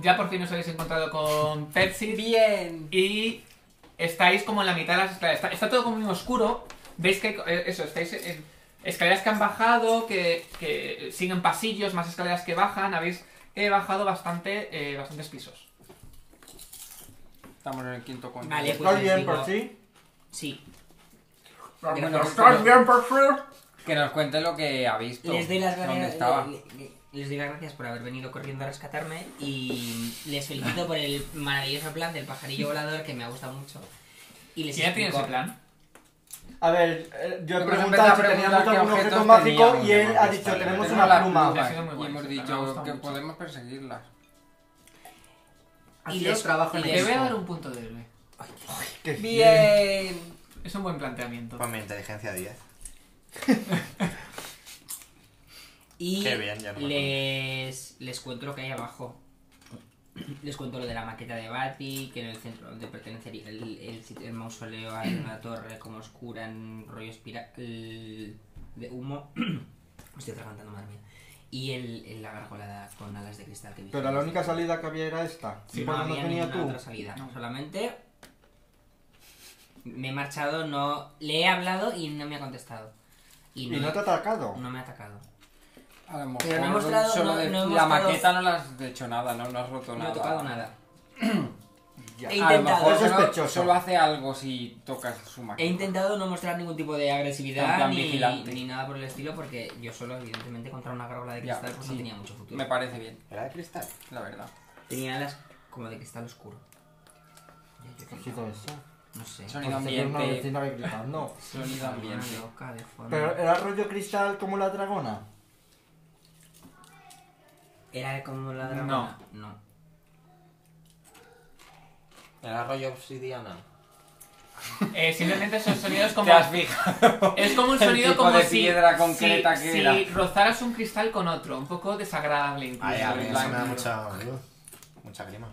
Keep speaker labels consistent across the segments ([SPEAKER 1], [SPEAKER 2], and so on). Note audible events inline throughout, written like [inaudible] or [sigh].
[SPEAKER 1] Ya por fin os habéis encontrado con Pepsi
[SPEAKER 2] Bien.
[SPEAKER 1] y estáis como en la mitad de las escaleras. Está, está todo como muy oscuro. Veis que eh, eso, estáis en escaleras que han bajado, que, que siguen pasillos, más escaleras que bajan. Habéis eh, bajado bastante, eh, bastantes pisos.
[SPEAKER 3] Estamos en el quinto coño.
[SPEAKER 2] Vale, pues
[SPEAKER 4] ¿Estás
[SPEAKER 2] les
[SPEAKER 4] bien
[SPEAKER 2] digo-
[SPEAKER 4] por sí?
[SPEAKER 2] Sí.
[SPEAKER 4] Bueno,
[SPEAKER 3] pues,
[SPEAKER 4] ¿Estás
[SPEAKER 3] pero-
[SPEAKER 4] bien por sí?
[SPEAKER 3] Que nos cuente lo que ha visto.
[SPEAKER 2] Les doy las
[SPEAKER 3] ¿Dónde
[SPEAKER 2] gracias.
[SPEAKER 3] estaba?
[SPEAKER 2] le- le- Les doy las gracias por haber venido corriendo a rescatarme y les felicito por el maravilloso plan del pajarillo volador que me ha gustado mucho. Y les
[SPEAKER 1] Si ya tienes
[SPEAKER 2] explico-
[SPEAKER 1] el plan.
[SPEAKER 4] A ver, eh,
[SPEAKER 2] pues,
[SPEAKER 4] yo he
[SPEAKER 3] Hemos
[SPEAKER 4] preguntado
[SPEAKER 3] empezado
[SPEAKER 4] si
[SPEAKER 3] a
[SPEAKER 4] teníamos
[SPEAKER 3] preguntar qué
[SPEAKER 4] algún objeto
[SPEAKER 3] objetos
[SPEAKER 4] mágico
[SPEAKER 3] teníamos,
[SPEAKER 4] y él
[SPEAKER 3] hemos
[SPEAKER 4] ha
[SPEAKER 3] visto.
[SPEAKER 4] dicho, tenemos
[SPEAKER 3] Tenemos
[SPEAKER 4] una
[SPEAKER 3] la
[SPEAKER 4] pluma.
[SPEAKER 1] pluma. Ha sido muy
[SPEAKER 3] y
[SPEAKER 1] guay,
[SPEAKER 3] hemos
[SPEAKER 1] sí, me ha
[SPEAKER 3] dicho
[SPEAKER 1] gustado
[SPEAKER 3] que
[SPEAKER 1] mucho.
[SPEAKER 3] podemos perseguirla.
[SPEAKER 2] Y
[SPEAKER 4] Hacías
[SPEAKER 2] les-
[SPEAKER 4] trabajo
[SPEAKER 2] y
[SPEAKER 4] en
[SPEAKER 1] Te
[SPEAKER 2] les-
[SPEAKER 1] voy a dar un punto de héroe.
[SPEAKER 4] Qué
[SPEAKER 2] Bien.
[SPEAKER 1] Es un buen planteamiento.
[SPEAKER 5] Ponme inteligencia 10.
[SPEAKER 2] Y
[SPEAKER 5] Qué bien, ya no me
[SPEAKER 2] les, les cuento lo que hay abajo. [clears throat] Les cuento lo de la maqueta de Bati, que en el centro donde pertenecería el, el sitio- el mausoleo
[SPEAKER 5] [clears throat]
[SPEAKER 2] hay una torre como oscura en rollo espiral de humo. [clears throat] Me estoy tragantando, madre mía. Y el, el- la gargolada con alas de cristal que vi.
[SPEAKER 4] Pero la única salida que había era esta.
[SPEAKER 1] Sí,
[SPEAKER 4] ¿Por
[SPEAKER 2] no
[SPEAKER 4] dónde
[SPEAKER 2] había
[SPEAKER 4] venía
[SPEAKER 2] ninguna
[SPEAKER 4] tú?
[SPEAKER 2] otra salida. Solamente me he marchado, no le he hablado y no me ha contestado. Y
[SPEAKER 4] Y no te ha atacado.
[SPEAKER 2] no me ha atacado.
[SPEAKER 3] A lo mejor
[SPEAKER 2] Pero no hemos dado-
[SPEAKER 3] solo
[SPEAKER 2] no-
[SPEAKER 3] de-
[SPEAKER 2] no hemos
[SPEAKER 3] la
[SPEAKER 2] dado-
[SPEAKER 3] maqueta no le has hecho nada, no, no has roto
[SPEAKER 2] No
[SPEAKER 3] nada.
[SPEAKER 2] he tocado nada.
[SPEAKER 4] Ya. Ah,
[SPEAKER 2] He
[SPEAKER 3] A lo
[SPEAKER 2] intentado.
[SPEAKER 3] mejor
[SPEAKER 4] Es
[SPEAKER 3] solo,
[SPEAKER 4] sospechoso.
[SPEAKER 3] solo hace algo si tocas su
[SPEAKER 2] He
[SPEAKER 3] maqueta.
[SPEAKER 2] intentado no mostrar ningún tipo de
[SPEAKER 3] En
[SPEAKER 2] agresividad
[SPEAKER 3] plan
[SPEAKER 2] ni,
[SPEAKER 3] vigilante.
[SPEAKER 2] ni nada por el estilo porque yo solo, evidentemente, contra una gárgola de
[SPEAKER 3] Ya,
[SPEAKER 2] cristal pues no
[SPEAKER 3] sí.
[SPEAKER 2] tenía mucho futuro.
[SPEAKER 3] Me parece bien,
[SPEAKER 5] ¿Era de cristal?
[SPEAKER 3] la verdad.
[SPEAKER 2] Tenía alas como de cristal oscuro. Ya, yo qué
[SPEAKER 4] ¿Qué ha sido eso?
[SPEAKER 2] sé, No sé.
[SPEAKER 3] Sonido
[SPEAKER 4] Porque tenía una
[SPEAKER 3] ambiente.
[SPEAKER 4] vecina gritando.
[SPEAKER 3] Sonido ambiente.
[SPEAKER 2] Una loca de fondo.
[SPEAKER 4] Pero eh, era rollo cristal como la dragona.
[SPEAKER 2] ¿Era como la
[SPEAKER 1] No.
[SPEAKER 2] dragona? No.
[SPEAKER 5] ¿Era rollo obsidiana?
[SPEAKER 1] Eh, simplemente
[SPEAKER 3] [laughs]
[SPEAKER 1] son sonidos como.
[SPEAKER 3] ¿Te has fijado?
[SPEAKER 1] [laughs] Es como un
[SPEAKER 3] El
[SPEAKER 1] sonido
[SPEAKER 3] tipo
[SPEAKER 1] como
[SPEAKER 3] de
[SPEAKER 1] si,
[SPEAKER 3] piedra
[SPEAKER 1] si-
[SPEAKER 3] concreta que
[SPEAKER 1] si
[SPEAKER 3] era.
[SPEAKER 1] rozaras un cristal con otro, un poco desagradable incluso.
[SPEAKER 5] Ay, a mí eso me da
[SPEAKER 3] blanco.
[SPEAKER 5] mucha, uh, mucha clima.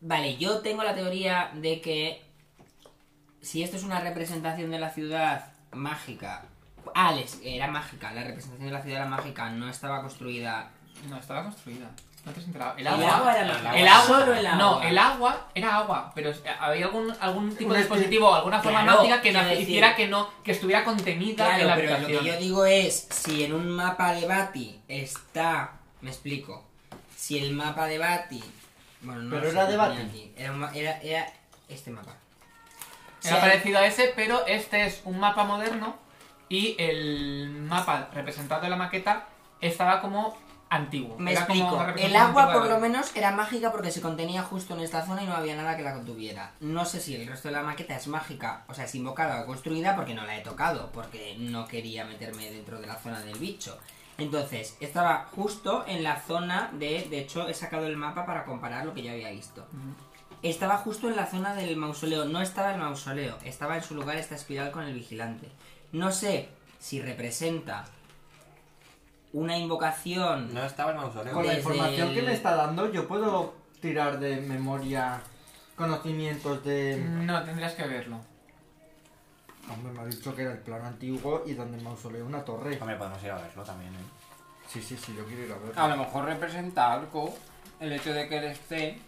[SPEAKER 2] Vale, yo tengo la teoría de que si esto es una representación de la ciudad mágica... Ah, les- era mágica, la representación de la ciudad era mágica, no estaba construida...
[SPEAKER 1] No, estaba construida. No te has enterado. El
[SPEAKER 2] El
[SPEAKER 1] agua.
[SPEAKER 2] agua, era mágica.
[SPEAKER 1] El agua-
[SPEAKER 2] Solo el agua.
[SPEAKER 1] No, el agua era agua, pero eh, había algún, algún tipo de
[SPEAKER 4] Un espe-
[SPEAKER 1] dispositivo, alguna forma
[SPEAKER 2] Claro,
[SPEAKER 1] mágica que no-
[SPEAKER 2] quiero decir-
[SPEAKER 1] hiciera que no, que estuviera contenida en
[SPEAKER 2] Claro,
[SPEAKER 1] la
[SPEAKER 2] pero lo
[SPEAKER 1] habitación.
[SPEAKER 2] que yo digo es, si en un mapa de Bati está... Me explico. Si el mapa de Bati... Bueno, no
[SPEAKER 4] Pero
[SPEAKER 2] lo
[SPEAKER 4] era
[SPEAKER 2] sé,
[SPEAKER 4] de
[SPEAKER 2] lo tenía
[SPEAKER 4] Bati.
[SPEAKER 2] aquí. Era, un ma- era, era este mapa.
[SPEAKER 1] Era
[SPEAKER 2] Sí.
[SPEAKER 1] parecido a ese, pero este es un mapa moderno y el mapa representado en la maqueta estaba como antiguo.
[SPEAKER 2] Me
[SPEAKER 1] Era como
[SPEAKER 2] explico.
[SPEAKER 1] una
[SPEAKER 2] El
[SPEAKER 1] representación
[SPEAKER 2] agua,
[SPEAKER 1] antigua
[SPEAKER 2] por
[SPEAKER 1] de
[SPEAKER 2] lo
[SPEAKER 1] la-
[SPEAKER 2] menos, era mágica porque se contenía justo en esta zona y no había nada que la contuviera. No sé si el resto de la maqueta es mágica, o sea, es invocada o construida porque no la he tocado, porque no quería meterme dentro de la zona del bicho. Entonces, estaba justo en la zona de. De hecho, he sacado el mapa para comparar lo que yo había visto.
[SPEAKER 1] Ujú.
[SPEAKER 2] Estaba justo en la zona del mausoleo, no estaba el mausoleo, estaba en su lugar esta espiral con el vigilante. No sé si representa una invocación
[SPEAKER 5] No estaba el mausoleo.
[SPEAKER 4] Con la
[SPEAKER 2] Desde
[SPEAKER 4] información que
[SPEAKER 2] el-
[SPEAKER 4] me está dando, yo puedo tirar de memoria conocimientos de...
[SPEAKER 1] No, tendrías que verlo.
[SPEAKER 4] Hombre, me ha dicho que era el plano antiguo y donde el mausoleo una torre.
[SPEAKER 5] Hombre, podemos ir a verlo también, ¿eh?
[SPEAKER 4] Sí, sí, sí, yo quiero ir a ver.
[SPEAKER 3] A
[SPEAKER 2] Ah,
[SPEAKER 3] lo mejor representa algo el hecho de que él esté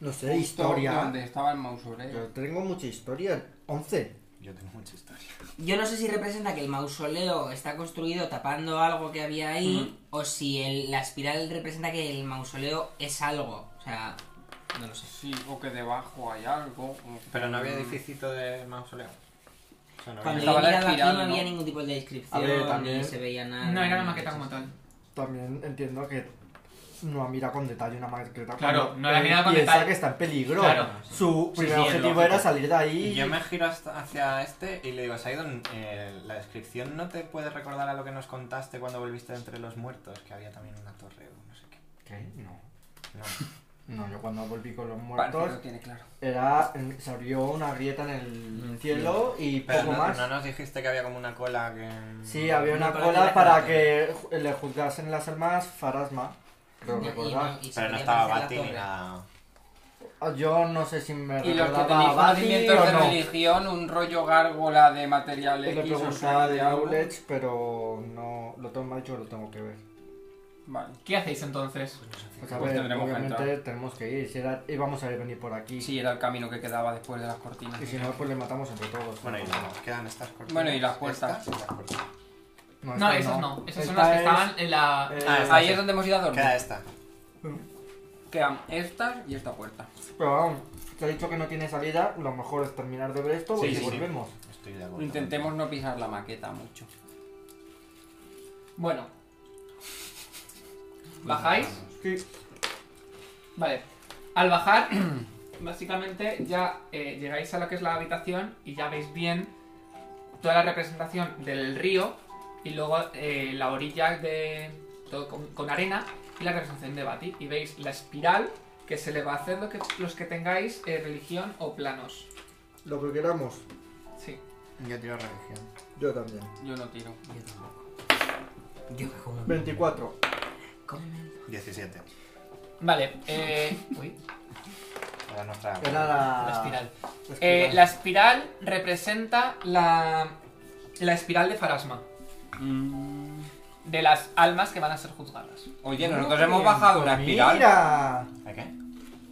[SPEAKER 4] No sé,
[SPEAKER 3] justo
[SPEAKER 4] historia.
[SPEAKER 3] donde estaba el mausoleo.
[SPEAKER 4] Yo tengo mucha historia. 11.
[SPEAKER 5] Yo tengo mucha historia.
[SPEAKER 2] Yo no sé si representa que el mausoleo está construido tapando algo que había ahí, o si el- la espiral representa que el mausoleo es algo. O sea, no lo sé.
[SPEAKER 3] Sí, o que debajo hay algo. o-
[SPEAKER 5] Pero no había edificito de mausoleo. O sea, no
[SPEAKER 2] Cuando
[SPEAKER 5] había-
[SPEAKER 2] yo
[SPEAKER 3] Estaba la
[SPEAKER 2] miraba aquí no
[SPEAKER 3] espiral, ¿no?
[SPEAKER 2] había ningún tipo de descripción,
[SPEAKER 4] A ver, también-
[SPEAKER 2] ni se veía nada.
[SPEAKER 1] No, era una
[SPEAKER 2] ni
[SPEAKER 1] maqueta
[SPEAKER 2] cosas.
[SPEAKER 1] como tal.
[SPEAKER 4] También entiendo que no ha mirado con detalle una maqueta.
[SPEAKER 1] Claro,
[SPEAKER 4] cuando
[SPEAKER 1] no la ha
[SPEAKER 4] él
[SPEAKER 1] mirado con
[SPEAKER 4] piensa
[SPEAKER 1] detalle.
[SPEAKER 4] que está en peligro.
[SPEAKER 1] Claro.
[SPEAKER 4] Su
[SPEAKER 5] Sí,
[SPEAKER 4] primer
[SPEAKER 5] sí, es
[SPEAKER 4] objetivo
[SPEAKER 5] lógico.
[SPEAKER 4] era salir de
[SPEAKER 5] Y
[SPEAKER 4] ahí.
[SPEAKER 5] yo me giro hasta- hacia este y le digo, Saidon, eh, la descripción no te puede recordar a lo que nos contaste cuando volviste de entre los muertos, que había también una torre o no sé qué.
[SPEAKER 4] ¿Qué? No.
[SPEAKER 5] No.
[SPEAKER 4] No, yo cuando volví con los
[SPEAKER 3] Parece que lo
[SPEAKER 4] muertos
[SPEAKER 3] tiene claro.
[SPEAKER 4] era se abrió una grieta en
[SPEAKER 2] En
[SPEAKER 4] el
[SPEAKER 2] el
[SPEAKER 4] cielo y
[SPEAKER 5] Pero
[SPEAKER 4] poco
[SPEAKER 5] no,
[SPEAKER 4] más.
[SPEAKER 5] no nos dijiste que había como una cola que...
[SPEAKER 4] Sí, había una,
[SPEAKER 2] Una cola
[SPEAKER 4] cola
[SPEAKER 2] de
[SPEAKER 4] para
[SPEAKER 2] carácter.
[SPEAKER 4] que ju- le juzgasen las almas farasma. Creo
[SPEAKER 2] Y- y
[SPEAKER 4] recordar.
[SPEAKER 2] no- y se
[SPEAKER 5] Pero no
[SPEAKER 2] podía
[SPEAKER 5] estaba
[SPEAKER 2] aparecer la
[SPEAKER 5] Bati ni
[SPEAKER 2] torre.
[SPEAKER 5] nada.
[SPEAKER 4] Ah, Yo no sé si me
[SPEAKER 3] Y los que
[SPEAKER 4] recordaba
[SPEAKER 3] tenéis
[SPEAKER 4] a Badi
[SPEAKER 3] conocimientos
[SPEAKER 4] o
[SPEAKER 3] de
[SPEAKER 4] no.
[SPEAKER 3] religión, un rollo gárgola de material
[SPEAKER 4] Le
[SPEAKER 3] X o
[SPEAKER 4] preguntaba
[SPEAKER 3] suerte
[SPEAKER 4] de
[SPEAKER 3] algo.
[SPEAKER 4] Aulech, pero no lo tengo mal, yo lo tengo que ver.
[SPEAKER 3] Vale.
[SPEAKER 1] ¿Qué hacéis entonces?
[SPEAKER 2] Pues nos
[SPEAKER 4] Pues
[SPEAKER 2] acercamos.
[SPEAKER 4] a
[SPEAKER 3] Pues
[SPEAKER 4] ver,
[SPEAKER 3] tendremos que
[SPEAKER 4] obviamente
[SPEAKER 3] entrar.
[SPEAKER 4] tenemos que ir. Si era- íbamos a venir por aquí.
[SPEAKER 3] Sí, era el camino que quedaba después de las cortinas.
[SPEAKER 4] Y si no, pues le matamos entre todos.
[SPEAKER 5] Bueno, y
[SPEAKER 4] no.
[SPEAKER 5] nada, nos quedan estas cortinas.
[SPEAKER 3] Bueno, y las puertas.
[SPEAKER 5] Estas y las puertas.
[SPEAKER 1] No,
[SPEAKER 4] esta
[SPEAKER 1] esas no. Esas son
[SPEAKER 4] Esta
[SPEAKER 1] las que
[SPEAKER 4] es,
[SPEAKER 1] estaban en la.
[SPEAKER 4] eh,
[SPEAKER 5] Ah, esta
[SPEAKER 3] Ahí es donde hemos ido a dormir.
[SPEAKER 5] Queda esta.
[SPEAKER 3] Quedan estas y esta puerta.
[SPEAKER 4] Pero vamos, te he dicho que no tiene salida. Lo mejor es terminar de ver esto
[SPEAKER 5] Sí,
[SPEAKER 4] y
[SPEAKER 5] sí, sí.
[SPEAKER 4] volvemos.
[SPEAKER 5] Estoy de acuerdo.
[SPEAKER 3] Intentemos no pisar la maqueta mucho.
[SPEAKER 1] Bueno. ¿Bajáis?
[SPEAKER 4] Sí.
[SPEAKER 1] Vale. Al bajar, [clears throat] básicamente ya eh, llegáis a lo que es la habitación y ya veis bien toda la representación del río y luego eh, la orilla de todo con, con arena y la representación de Bati. Y veis la espiral que se le va a hacer lo que, los que tengáis eh, religión o planos.
[SPEAKER 4] Lo que queramos,
[SPEAKER 1] Sí.
[SPEAKER 5] Yo tiro religión.
[SPEAKER 4] yo también.
[SPEAKER 3] Yo no tiro.
[SPEAKER 2] Yo tampoco. Yo que como.
[SPEAKER 4] 24.
[SPEAKER 2] como-
[SPEAKER 5] 17.
[SPEAKER 1] Vale. eh, uy,
[SPEAKER 5] Era nuestra.
[SPEAKER 4] Era la.
[SPEAKER 1] la espiral.
[SPEAKER 4] la
[SPEAKER 1] Eh,
[SPEAKER 4] espiral.
[SPEAKER 1] la espiral representa la, la espiral de Farasma,
[SPEAKER 3] Mm.
[SPEAKER 1] de las almas que van a ser juzgadas.
[SPEAKER 3] Oye, nosotros
[SPEAKER 4] pues
[SPEAKER 3] hemos bajado una espiral.
[SPEAKER 4] Mira.
[SPEAKER 5] ¿A ¿Eh, qué?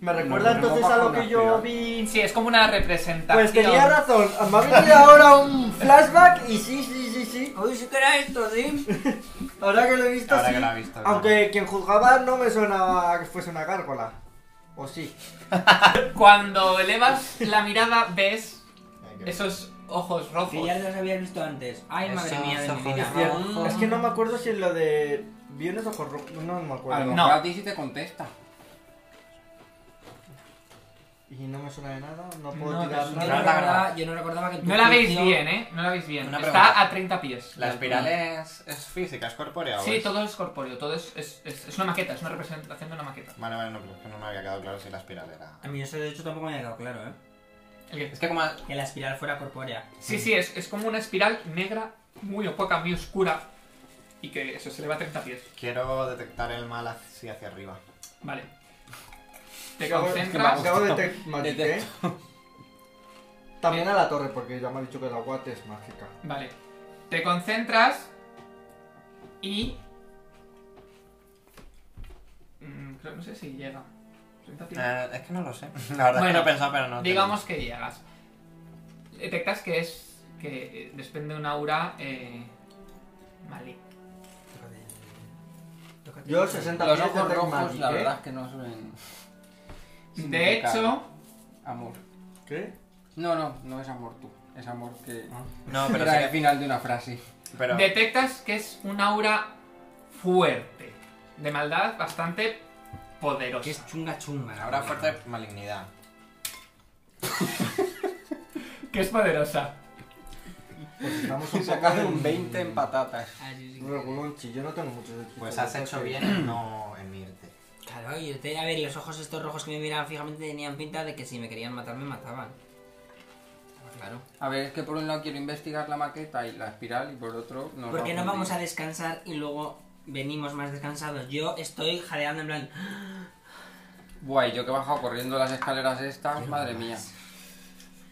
[SPEAKER 4] Me recuerda
[SPEAKER 3] No, no,
[SPEAKER 4] entonces
[SPEAKER 3] no,
[SPEAKER 4] a lo
[SPEAKER 3] baja
[SPEAKER 4] que
[SPEAKER 3] una
[SPEAKER 4] yo
[SPEAKER 3] espiral.
[SPEAKER 4] vi.
[SPEAKER 1] Sí, es como una representación.
[SPEAKER 4] Pues tenía razón. Me ha venido ahora un flashback y sí, sí, sí, sí.
[SPEAKER 2] Uy, sí que era esto, sí.
[SPEAKER 4] [laughs] Ahora que lo he visto,
[SPEAKER 5] Ahora
[SPEAKER 4] sí.
[SPEAKER 5] que la he visto. claro.
[SPEAKER 4] Aunque quien juzgaba no me sonaba que fuese una gárgola. O sí.
[SPEAKER 1] Cuando elevas la mirada ves
[SPEAKER 5] Ay, qué-
[SPEAKER 1] esos ojos
[SPEAKER 2] Que
[SPEAKER 1] rojos.
[SPEAKER 2] ya los había visto antes. Ay, madre
[SPEAKER 5] Esos
[SPEAKER 2] mía de mi
[SPEAKER 5] ojos
[SPEAKER 2] vida.
[SPEAKER 5] de
[SPEAKER 2] Mm.
[SPEAKER 4] Es que no me acuerdo si en lo de. Viernes o corrupto. No, Pues no me
[SPEAKER 3] A lo
[SPEAKER 4] acuerdo.
[SPEAKER 1] Algo.
[SPEAKER 3] mejor
[SPEAKER 1] No.
[SPEAKER 3] a ti sí te contesta.
[SPEAKER 4] Y no me suena de nada. No puedo
[SPEAKER 1] No,
[SPEAKER 4] tirar
[SPEAKER 2] Yo no,
[SPEAKER 5] Claro,
[SPEAKER 4] nada.
[SPEAKER 5] claro.
[SPEAKER 2] recordaba, yo no recordaba que tu
[SPEAKER 1] No la veis
[SPEAKER 2] juicio-
[SPEAKER 1] bien, ¿eh? No la veis bien.
[SPEAKER 5] Una
[SPEAKER 1] Está
[SPEAKER 5] pregunta.
[SPEAKER 1] a 30 pies.
[SPEAKER 5] La espiral es, es física, es corpórea. o
[SPEAKER 1] Sí,
[SPEAKER 5] es-
[SPEAKER 1] todo es corpóreo, todo es, es, es- es una maqueta, es una representación de una maqueta.
[SPEAKER 5] Vale, vale, no, pero es que no me había quedado claro si la espiral era.
[SPEAKER 2] A mí eso de hecho tampoco me había quedado claro, ¿eh?
[SPEAKER 1] El que-
[SPEAKER 5] Es que como.
[SPEAKER 2] Que la espiral fuera corpórea.
[SPEAKER 1] Sí, sí, es, es como una espiral negra, muy opaca, muy oscura, y que eso se eleva a 30 pies.
[SPEAKER 5] Quiero detectar el mal así hacia arriba.
[SPEAKER 1] Vale. Te
[SPEAKER 4] Acabo- es que me
[SPEAKER 1] concentras.
[SPEAKER 4] Acabo de te- magiqué.
[SPEAKER 3] Detecto.
[SPEAKER 4] También a la torre, porque ya me ha dicho que la guate es mágica.
[SPEAKER 1] Vale. Te concentras y... Mm, creo, no sé si llega. 30 pies.
[SPEAKER 5] Eh, es que no lo sé. [laughs] La verdad es que
[SPEAKER 1] Bueno,
[SPEAKER 5] no he pensado, pero no. te-
[SPEAKER 1] Digamos que llegas. Detectas que es... que eh, desprende un aura... Eh, maligna.
[SPEAKER 2] Tócate. Tócate.
[SPEAKER 4] Yo 60
[SPEAKER 3] Los
[SPEAKER 4] pies de
[SPEAKER 3] ojos
[SPEAKER 4] Tech
[SPEAKER 3] rojos,
[SPEAKER 4] Magic,
[SPEAKER 3] la
[SPEAKER 4] ¿eh?
[SPEAKER 3] verdad es que no suelen.
[SPEAKER 1] De
[SPEAKER 3] significar
[SPEAKER 1] hecho,
[SPEAKER 3] Amor.
[SPEAKER 4] ¿Qué?
[SPEAKER 3] No, no, no es amor tú. Es amor que. [laughs]
[SPEAKER 5] No, Ah, pero
[SPEAKER 3] Era
[SPEAKER 5] sí
[SPEAKER 3] el final de una frase.
[SPEAKER 5] que- Pero.
[SPEAKER 1] detectas que es un aura fuerte. De maldad bastante
[SPEAKER 2] Que
[SPEAKER 1] poderosa.
[SPEAKER 2] es chunga chunga.
[SPEAKER 5] Ahora fuerte malignidad.
[SPEAKER 1] Que es poderosa.
[SPEAKER 4] Pues estamos [laughs] un poco
[SPEAKER 3] Sacar un
[SPEAKER 4] en-
[SPEAKER 3] 20 en patatas.
[SPEAKER 2] Ah, sí, sí.
[SPEAKER 4] Regulonchi, yo no tengo muchos hechizos
[SPEAKER 5] Pues
[SPEAKER 4] de
[SPEAKER 5] has
[SPEAKER 4] ataque.
[SPEAKER 5] hecho bien en no en irte.
[SPEAKER 2] Claro, yo te... A ver, y los ojos estos rojos que me miraban fijamente tenían pinta de que si me querían matar, me mataban. Estaba Claro.
[SPEAKER 3] A ver, es que por un lado quiero investigar la maqueta y la espiral y por otro no.
[SPEAKER 2] Porque no vamos a descansar y luego venimos más descansados. Yo estoy jadeando en plan... "Ah,
[SPEAKER 3] Buah, y yo que he bajado corriendo las escaleras estas, madre mía.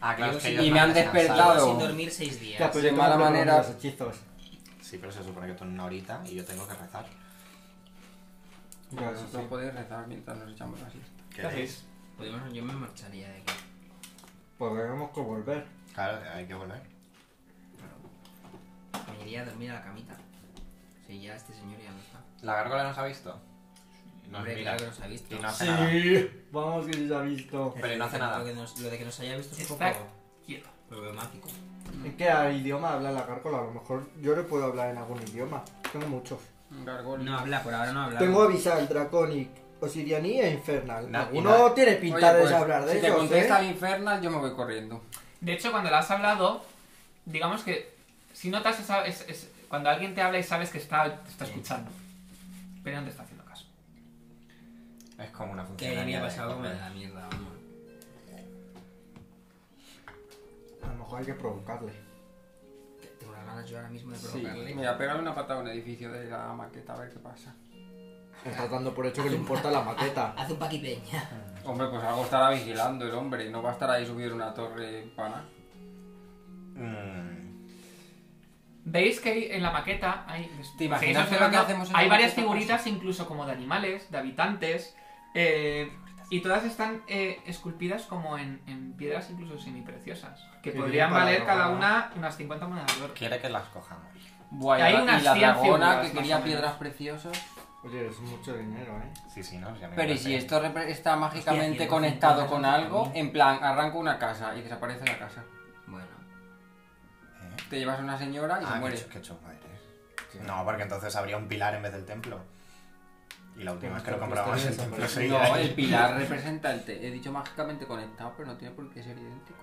[SPEAKER 5] Ah, claro,
[SPEAKER 2] Yo
[SPEAKER 5] es que
[SPEAKER 2] sí-
[SPEAKER 5] ellos
[SPEAKER 3] y
[SPEAKER 5] no
[SPEAKER 3] me han
[SPEAKER 5] descansado.
[SPEAKER 3] despertado.
[SPEAKER 2] Llevo sin dormir seis días.
[SPEAKER 4] Ya, pues
[SPEAKER 3] De
[SPEAKER 4] yo
[SPEAKER 3] mala
[SPEAKER 4] tengo que
[SPEAKER 3] manera.
[SPEAKER 4] los hechizos.
[SPEAKER 5] Sí, pero se supone que tú en una horita y yo tengo que rezar.
[SPEAKER 4] Ya, eso
[SPEAKER 3] Vosotros
[SPEAKER 4] sí.
[SPEAKER 3] podéis rezar mientras nos echamos así.
[SPEAKER 1] ¿Qué hacéis?
[SPEAKER 2] Podemos, Pues yo me marcharía de aquí.
[SPEAKER 4] Pues tenemos que volver.
[SPEAKER 5] Claro, hay que volver.
[SPEAKER 2] Me iría a dormir a la camita. Sí, ya este señor ya no está.
[SPEAKER 5] ¿La gárgola nos ha visto? Nos
[SPEAKER 2] Hombre,
[SPEAKER 5] mira.
[SPEAKER 2] claro que nos ha visto.
[SPEAKER 5] Y no hace nada.
[SPEAKER 4] Sí, vamos que se ha visto.
[SPEAKER 5] Pero no hace nada.
[SPEAKER 2] Lo, que nos- lo de que nos haya visto es un
[SPEAKER 1] Está
[SPEAKER 2] poco
[SPEAKER 1] quieto.
[SPEAKER 2] problemático.
[SPEAKER 4] ¿En qué idioma habla la cárcola? A lo mejor yo le puedo hablar en algún idioma. Tengo muchos.
[SPEAKER 3] Gargol.
[SPEAKER 2] No habla, por ahora no habla.
[SPEAKER 4] Tengo Avisal, Draconic, Osirianí e Infernal.
[SPEAKER 5] Na-
[SPEAKER 4] Alguno
[SPEAKER 5] y na-
[SPEAKER 4] tiene pinta
[SPEAKER 3] Oye,
[SPEAKER 4] de
[SPEAKER 3] pues,
[SPEAKER 4] hablar de
[SPEAKER 3] si te
[SPEAKER 4] ellos,
[SPEAKER 3] contesta
[SPEAKER 4] ¿eh?
[SPEAKER 3] el infernal, yo me voy corriendo.
[SPEAKER 1] De hecho, cuando la has hablado, digamos que si notas esa- es- es- cuando alguien te habla y sabes que está, te está escuchando, pero no te está haciendo caso.
[SPEAKER 5] Es como una
[SPEAKER 2] Que me
[SPEAKER 5] funcionaria.
[SPEAKER 2] había
[SPEAKER 5] de
[SPEAKER 2] pasado como
[SPEAKER 5] Coppel.
[SPEAKER 2] de la mierda, vamos.
[SPEAKER 4] A lo mejor hay que provocarle.
[SPEAKER 2] Tengo las ganas yo ahora mismo de
[SPEAKER 3] Sí,
[SPEAKER 2] provocarle.
[SPEAKER 3] mira, pégale una patada a un edificio de la maqueta a ver qué pasa.
[SPEAKER 4] Estás dando por hecho que le importa la maqueta.
[SPEAKER 2] Haz un paquipeña.
[SPEAKER 3] Hombre, pues algo estará vigilando el hombre, no va a estar ahí subido en una torre pana.
[SPEAKER 5] Mm.
[SPEAKER 1] Veis que hay- en la maqueta hay.
[SPEAKER 3] ¿Te
[SPEAKER 1] seguís
[SPEAKER 3] imaginas que lo
[SPEAKER 1] observando,
[SPEAKER 3] que hacemos en la
[SPEAKER 1] Hay varias
[SPEAKER 3] maqueta
[SPEAKER 1] figuritas, incluso como de animales, de habitantes. eh, y todas están eh, esculpidas como en, en piedras, incluso semipreciosas. Que
[SPEAKER 4] Qué
[SPEAKER 1] podrían
[SPEAKER 4] bien para
[SPEAKER 1] valer cada
[SPEAKER 4] robar.
[SPEAKER 1] una unas 50 monedas de oro.
[SPEAKER 5] Quiere que las cojamos.
[SPEAKER 3] Buah, y
[SPEAKER 1] Hay
[SPEAKER 3] la- y
[SPEAKER 1] unas
[SPEAKER 3] la
[SPEAKER 1] 100
[SPEAKER 3] dragona
[SPEAKER 1] figuras,
[SPEAKER 3] que
[SPEAKER 1] más o
[SPEAKER 3] quería
[SPEAKER 1] menos.
[SPEAKER 3] piedras preciosas.
[SPEAKER 4] Oye, es mucho dinero, ¿eh?
[SPEAKER 5] Sí, sí, no. si a mí me
[SPEAKER 3] Pero ¿y
[SPEAKER 5] parece
[SPEAKER 3] si
[SPEAKER 5] bien.
[SPEAKER 3] esto repre- está mágicamente
[SPEAKER 2] 150
[SPEAKER 3] conectado con
[SPEAKER 2] también.
[SPEAKER 3] algo, en plan, arranco una casa y desaparece la casa.
[SPEAKER 2] [laughs] Bueno,
[SPEAKER 5] ¿Eh?
[SPEAKER 3] Te llevas a una señora y
[SPEAKER 5] Ah,
[SPEAKER 3] se
[SPEAKER 5] qué
[SPEAKER 3] muere.
[SPEAKER 5] chu- qué chungo eres. No, porque entonces habría un pilar en vez del templo. Y la
[SPEAKER 2] Pues
[SPEAKER 5] última vez que lo comprobamos el templo ¿eh? seguía
[SPEAKER 3] No,
[SPEAKER 5] ahí.
[SPEAKER 3] el pilar representa el te. He dicho mágicamente conectado, pero no tiene por qué ser idéntico.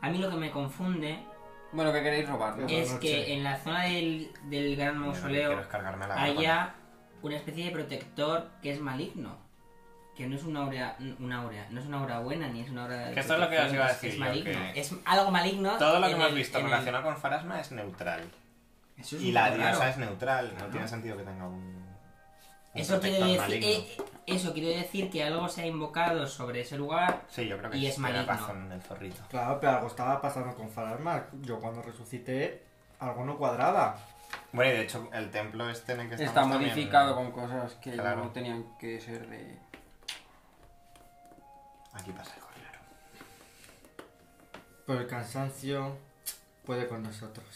[SPEAKER 2] a mí lo que me confunde
[SPEAKER 3] Bueno, ¿qué queréis robar? no?
[SPEAKER 4] Buenas
[SPEAKER 2] es
[SPEAKER 4] noches.
[SPEAKER 2] que en la zona del, del gran
[SPEAKER 5] Yo lo que quiero
[SPEAKER 2] mausoleo
[SPEAKER 5] es cargarme a la dragona.
[SPEAKER 2] haya una especie de protector que es maligno. Que no es una aura, una aura, no es una aura buena ni es una aura de
[SPEAKER 5] Que esto es lo que os iba
[SPEAKER 2] protección,
[SPEAKER 5] a decir
[SPEAKER 2] Es
[SPEAKER 5] yo,
[SPEAKER 2] maligno.
[SPEAKER 5] que
[SPEAKER 2] Es algo maligno.
[SPEAKER 5] Todo lo que
[SPEAKER 2] en
[SPEAKER 5] hemos
[SPEAKER 2] el-
[SPEAKER 5] visto
[SPEAKER 2] en el-
[SPEAKER 5] relacionado con Farasma es neutral.
[SPEAKER 2] Eso es
[SPEAKER 5] Y
[SPEAKER 2] un
[SPEAKER 5] la
[SPEAKER 2] poco
[SPEAKER 5] diosa
[SPEAKER 2] raro.
[SPEAKER 5] es neutral. No tiene sentido que tenga un. un
[SPEAKER 2] Eso quiere,
[SPEAKER 5] protector
[SPEAKER 2] decir,
[SPEAKER 5] maligno.
[SPEAKER 2] eh, eso quiere decir que algo se ha invocado sobre ese lugar.
[SPEAKER 5] Sí, yo creo que
[SPEAKER 2] y es
[SPEAKER 5] tiene
[SPEAKER 2] maligno.
[SPEAKER 5] razón el zorrito.
[SPEAKER 4] Claro, pero algo estaba pasando con Fararma. Yo cuando resucité, algo no cuadraba.
[SPEAKER 5] Bueno, y de hecho, el templo este en el que estamos
[SPEAKER 3] Está
[SPEAKER 5] también-
[SPEAKER 3] modificado con cosas que
[SPEAKER 5] Claro.
[SPEAKER 3] no tenían que ser de.
[SPEAKER 5] Aquí pasa algo raro.
[SPEAKER 4] Pero el cansancio puede con nosotros.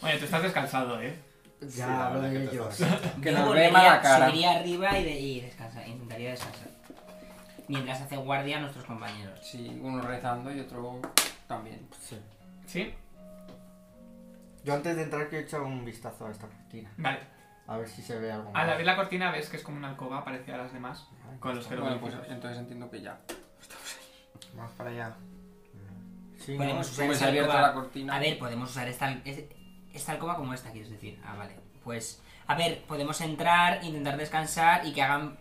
[SPEAKER 1] Bueno, tú estás descansado, ¿eh?
[SPEAKER 4] Ya
[SPEAKER 5] Sí, la
[SPEAKER 4] hablo
[SPEAKER 5] verdad
[SPEAKER 4] de
[SPEAKER 5] que te
[SPEAKER 4] ellos.
[SPEAKER 5] estás-
[SPEAKER 2] Yo
[SPEAKER 3] Que nos ve
[SPEAKER 2] volvería-
[SPEAKER 3] mala cara.
[SPEAKER 2] Subiría arriba y, de- y descansar, intentaría descansar. Mientras hace guardia a nuestros compañeros.
[SPEAKER 3] Sí, uno rezando y otro también.
[SPEAKER 4] Sí.
[SPEAKER 1] Sí.
[SPEAKER 4] Yo antes de entrar quiero echar un vistazo a esta cortina.
[SPEAKER 1] Vale.
[SPEAKER 4] A ver si se ve algo
[SPEAKER 1] Al
[SPEAKER 4] más.
[SPEAKER 1] abrir Ah, la cortina ves que es como una alcoba parecida a las demás. Con los
[SPEAKER 3] Bueno, pues
[SPEAKER 1] jeroglíficos.
[SPEAKER 3] entonces entiendo que ya.
[SPEAKER 5] Vamos para allá.
[SPEAKER 4] Sí, no,
[SPEAKER 2] Podemos
[SPEAKER 4] sí.
[SPEAKER 2] usar
[SPEAKER 3] Pues
[SPEAKER 2] esa
[SPEAKER 3] abierto
[SPEAKER 2] alcoba-
[SPEAKER 3] la cortina.
[SPEAKER 2] A ver, podemos usar esta, es- esta alcoba como esta, quieres decir. Ah, vale. Pues, a ver, podemos entrar, intentar descansar y que hagan.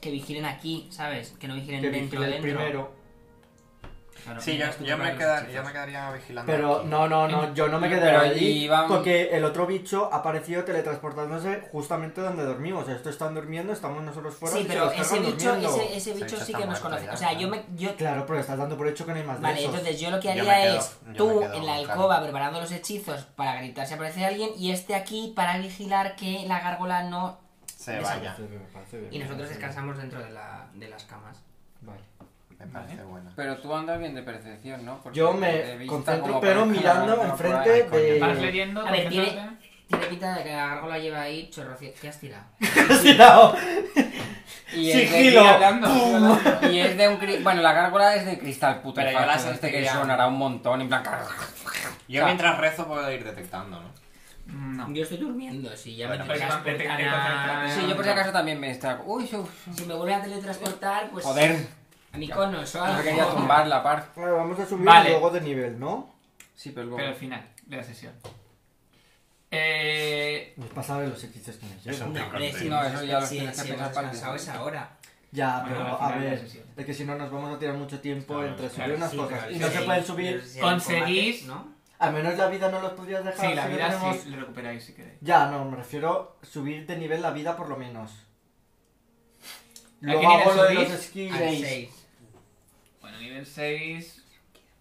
[SPEAKER 2] que vigilen aquí, ¿sabes? Que no vigilen
[SPEAKER 4] que
[SPEAKER 2] dentro
[SPEAKER 4] vigile el
[SPEAKER 2] dentro.
[SPEAKER 4] primero.
[SPEAKER 2] Claro,
[SPEAKER 5] Sí, yo,
[SPEAKER 2] mientras tú
[SPEAKER 5] yo me
[SPEAKER 2] preparas
[SPEAKER 5] quedar-
[SPEAKER 2] los
[SPEAKER 5] yo me
[SPEAKER 2] hechizos.
[SPEAKER 5] quedaría vigilando.
[SPEAKER 4] Pero
[SPEAKER 5] aquí.
[SPEAKER 4] no, no, no, yo no me
[SPEAKER 3] Pero
[SPEAKER 4] quedaré
[SPEAKER 3] allí
[SPEAKER 4] allí
[SPEAKER 3] van-
[SPEAKER 4] porque el otro bicho ha aparecido teletransportándose justamente donde dormimos. Estos están durmiendo, estamos nosotros fuera.
[SPEAKER 2] Sí,
[SPEAKER 4] y se
[SPEAKER 2] pero
[SPEAKER 4] los
[SPEAKER 2] ese
[SPEAKER 4] cargan
[SPEAKER 2] bicho,
[SPEAKER 4] durmiendo.
[SPEAKER 2] ese, ese
[SPEAKER 5] Sí,
[SPEAKER 2] bicho
[SPEAKER 5] ya
[SPEAKER 2] sí
[SPEAKER 5] está
[SPEAKER 2] que nos
[SPEAKER 5] muerto
[SPEAKER 2] conoce.
[SPEAKER 5] ya,
[SPEAKER 2] o sea,
[SPEAKER 5] ¿no?
[SPEAKER 2] yo me. Yo,
[SPEAKER 4] Claro, pero estás dando por hecho que no hay más de
[SPEAKER 2] Vale,
[SPEAKER 4] esos.
[SPEAKER 2] entonces yo lo que
[SPEAKER 5] Yo me
[SPEAKER 2] haría
[SPEAKER 5] quedo-
[SPEAKER 2] es
[SPEAKER 5] yo me
[SPEAKER 2] tú
[SPEAKER 5] quedo,
[SPEAKER 2] en la
[SPEAKER 5] claro.
[SPEAKER 2] alcoba preparando los hechizos para gritar si aparece alguien y este aquí para vigilar que la gárgola no...
[SPEAKER 5] Se
[SPEAKER 2] me
[SPEAKER 5] vaya.
[SPEAKER 4] Me parece bien,
[SPEAKER 2] Y nosotros
[SPEAKER 4] me parece bien.
[SPEAKER 2] descansamos dentro de, la, de las camas.
[SPEAKER 4] Vale.
[SPEAKER 5] Me parece bueno.
[SPEAKER 3] Pero tú andas bien de percepción, ¿no? Porque
[SPEAKER 4] Yo
[SPEAKER 3] de
[SPEAKER 4] me
[SPEAKER 3] vista,
[SPEAKER 4] concentro,
[SPEAKER 3] como
[SPEAKER 4] pero
[SPEAKER 3] parezca, no,
[SPEAKER 4] mirando
[SPEAKER 3] no,
[SPEAKER 4] enfrente
[SPEAKER 5] por ahí, coño.
[SPEAKER 1] Vas
[SPEAKER 4] de.
[SPEAKER 1] leyendo,
[SPEAKER 2] A ver, tiene-
[SPEAKER 1] concentrándote.
[SPEAKER 2] Tiene pinta de que la gárgola lleva ahí chorroci... ¿Qué has tirado?
[SPEAKER 4] Cuidado.
[SPEAKER 3] Y es de-
[SPEAKER 4] Sigilo.
[SPEAKER 1] hablando,
[SPEAKER 3] Y es de un cri- Bueno, la gárgola es de cristal puto.
[SPEAKER 5] Pero yo la
[SPEAKER 3] este que
[SPEAKER 5] sentiría-
[SPEAKER 3] sonará un montón en plan.
[SPEAKER 5] Yo mientras rezo puedo ir detectando, ¿no?
[SPEAKER 1] Mm, No.
[SPEAKER 2] Yo estoy durmiendo, si ya
[SPEAKER 5] Bueno,
[SPEAKER 2] me
[SPEAKER 1] pero
[SPEAKER 2] tendrás
[SPEAKER 1] te- te-
[SPEAKER 2] por
[SPEAKER 1] te-
[SPEAKER 2] cara-
[SPEAKER 1] te-
[SPEAKER 3] Sí, yo por si acaso también me está. Uy, uf,
[SPEAKER 2] Si me vuelve a teletransportar, pues...
[SPEAKER 3] joder.
[SPEAKER 2] A mi cono, o
[SPEAKER 3] No
[SPEAKER 2] algo.
[SPEAKER 3] quería tumbar la par.
[SPEAKER 4] Bueno, vamos a subir
[SPEAKER 1] Vale.
[SPEAKER 4] luego de nivel, ¿no?
[SPEAKER 3] Sí, pero luego.
[SPEAKER 1] Pero al final de la sesión. Eh,
[SPEAKER 4] Nos pasa de los hechizos que nos llevan.
[SPEAKER 2] No, hombre, si
[SPEAKER 3] No, eso ya lo
[SPEAKER 2] si-
[SPEAKER 3] tienes que
[SPEAKER 2] si
[SPEAKER 3] pensar
[SPEAKER 2] hemos
[SPEAKER 3] para
[SPEAKER 2] descansado
[SPEAKER 3] antes.
[SPEAKER 2] es ahora.
[SPEAKER 4] Ya,
[SPEAKER 1] Bueno,
[SPEAKER 4] pero
[SPEAKER 1] al
[SPEAKER 4] a
[SPEAKER 1] final de la
[SPEAKER 4] ver,
[SPEAKER 1] sesión.
[SPEAKER 4] de que si no nos vamos a tirar mucho tiempo
[SPEAKER 5] Claro,
[SPEAKER 4] entre subir
[SPEAKER 5] claro,
[SPEAKER 4] unas
[SPEAKER 2] Sí,
[SPEAKER 4] cosas
[SPEAKER 2] pero
[SPEAKER 4] y no
[SPEAKER 2] si
[SPEAKER 4] se
[SPEAKER 2] hay-
[SPEAKER 4] pueden
[SPEAKER 2] pero
[SPEAKER 4] subir.
[SPEAKER 2] si hay combates,
[SPEAKER 1] Conseguís-
[SPEAKER 2] ¿no?
[SPEAKER 4] A menos la vida no los podrías dejar.
[SPEAKER 1] Pues- sí, la
[SPEAKER 4] si no
[SPEAKER 1] vida
[SPEAKER 4] tenemos-
[SPEAKER 1] sí, le recuperáis si queréis.
[SPEAKER 4] Ya, no, me refiero subir de nivel la vida por lo menos. Luego
[SPEAKER 1] nivel
[SPEAKER 4] hago lo de
[SPEAKER 1] subís?
[SPEAKER 4] los skills.
[SPEAKER 2] Al seis.
[SPEAKER 1] Bueno, nivel 6.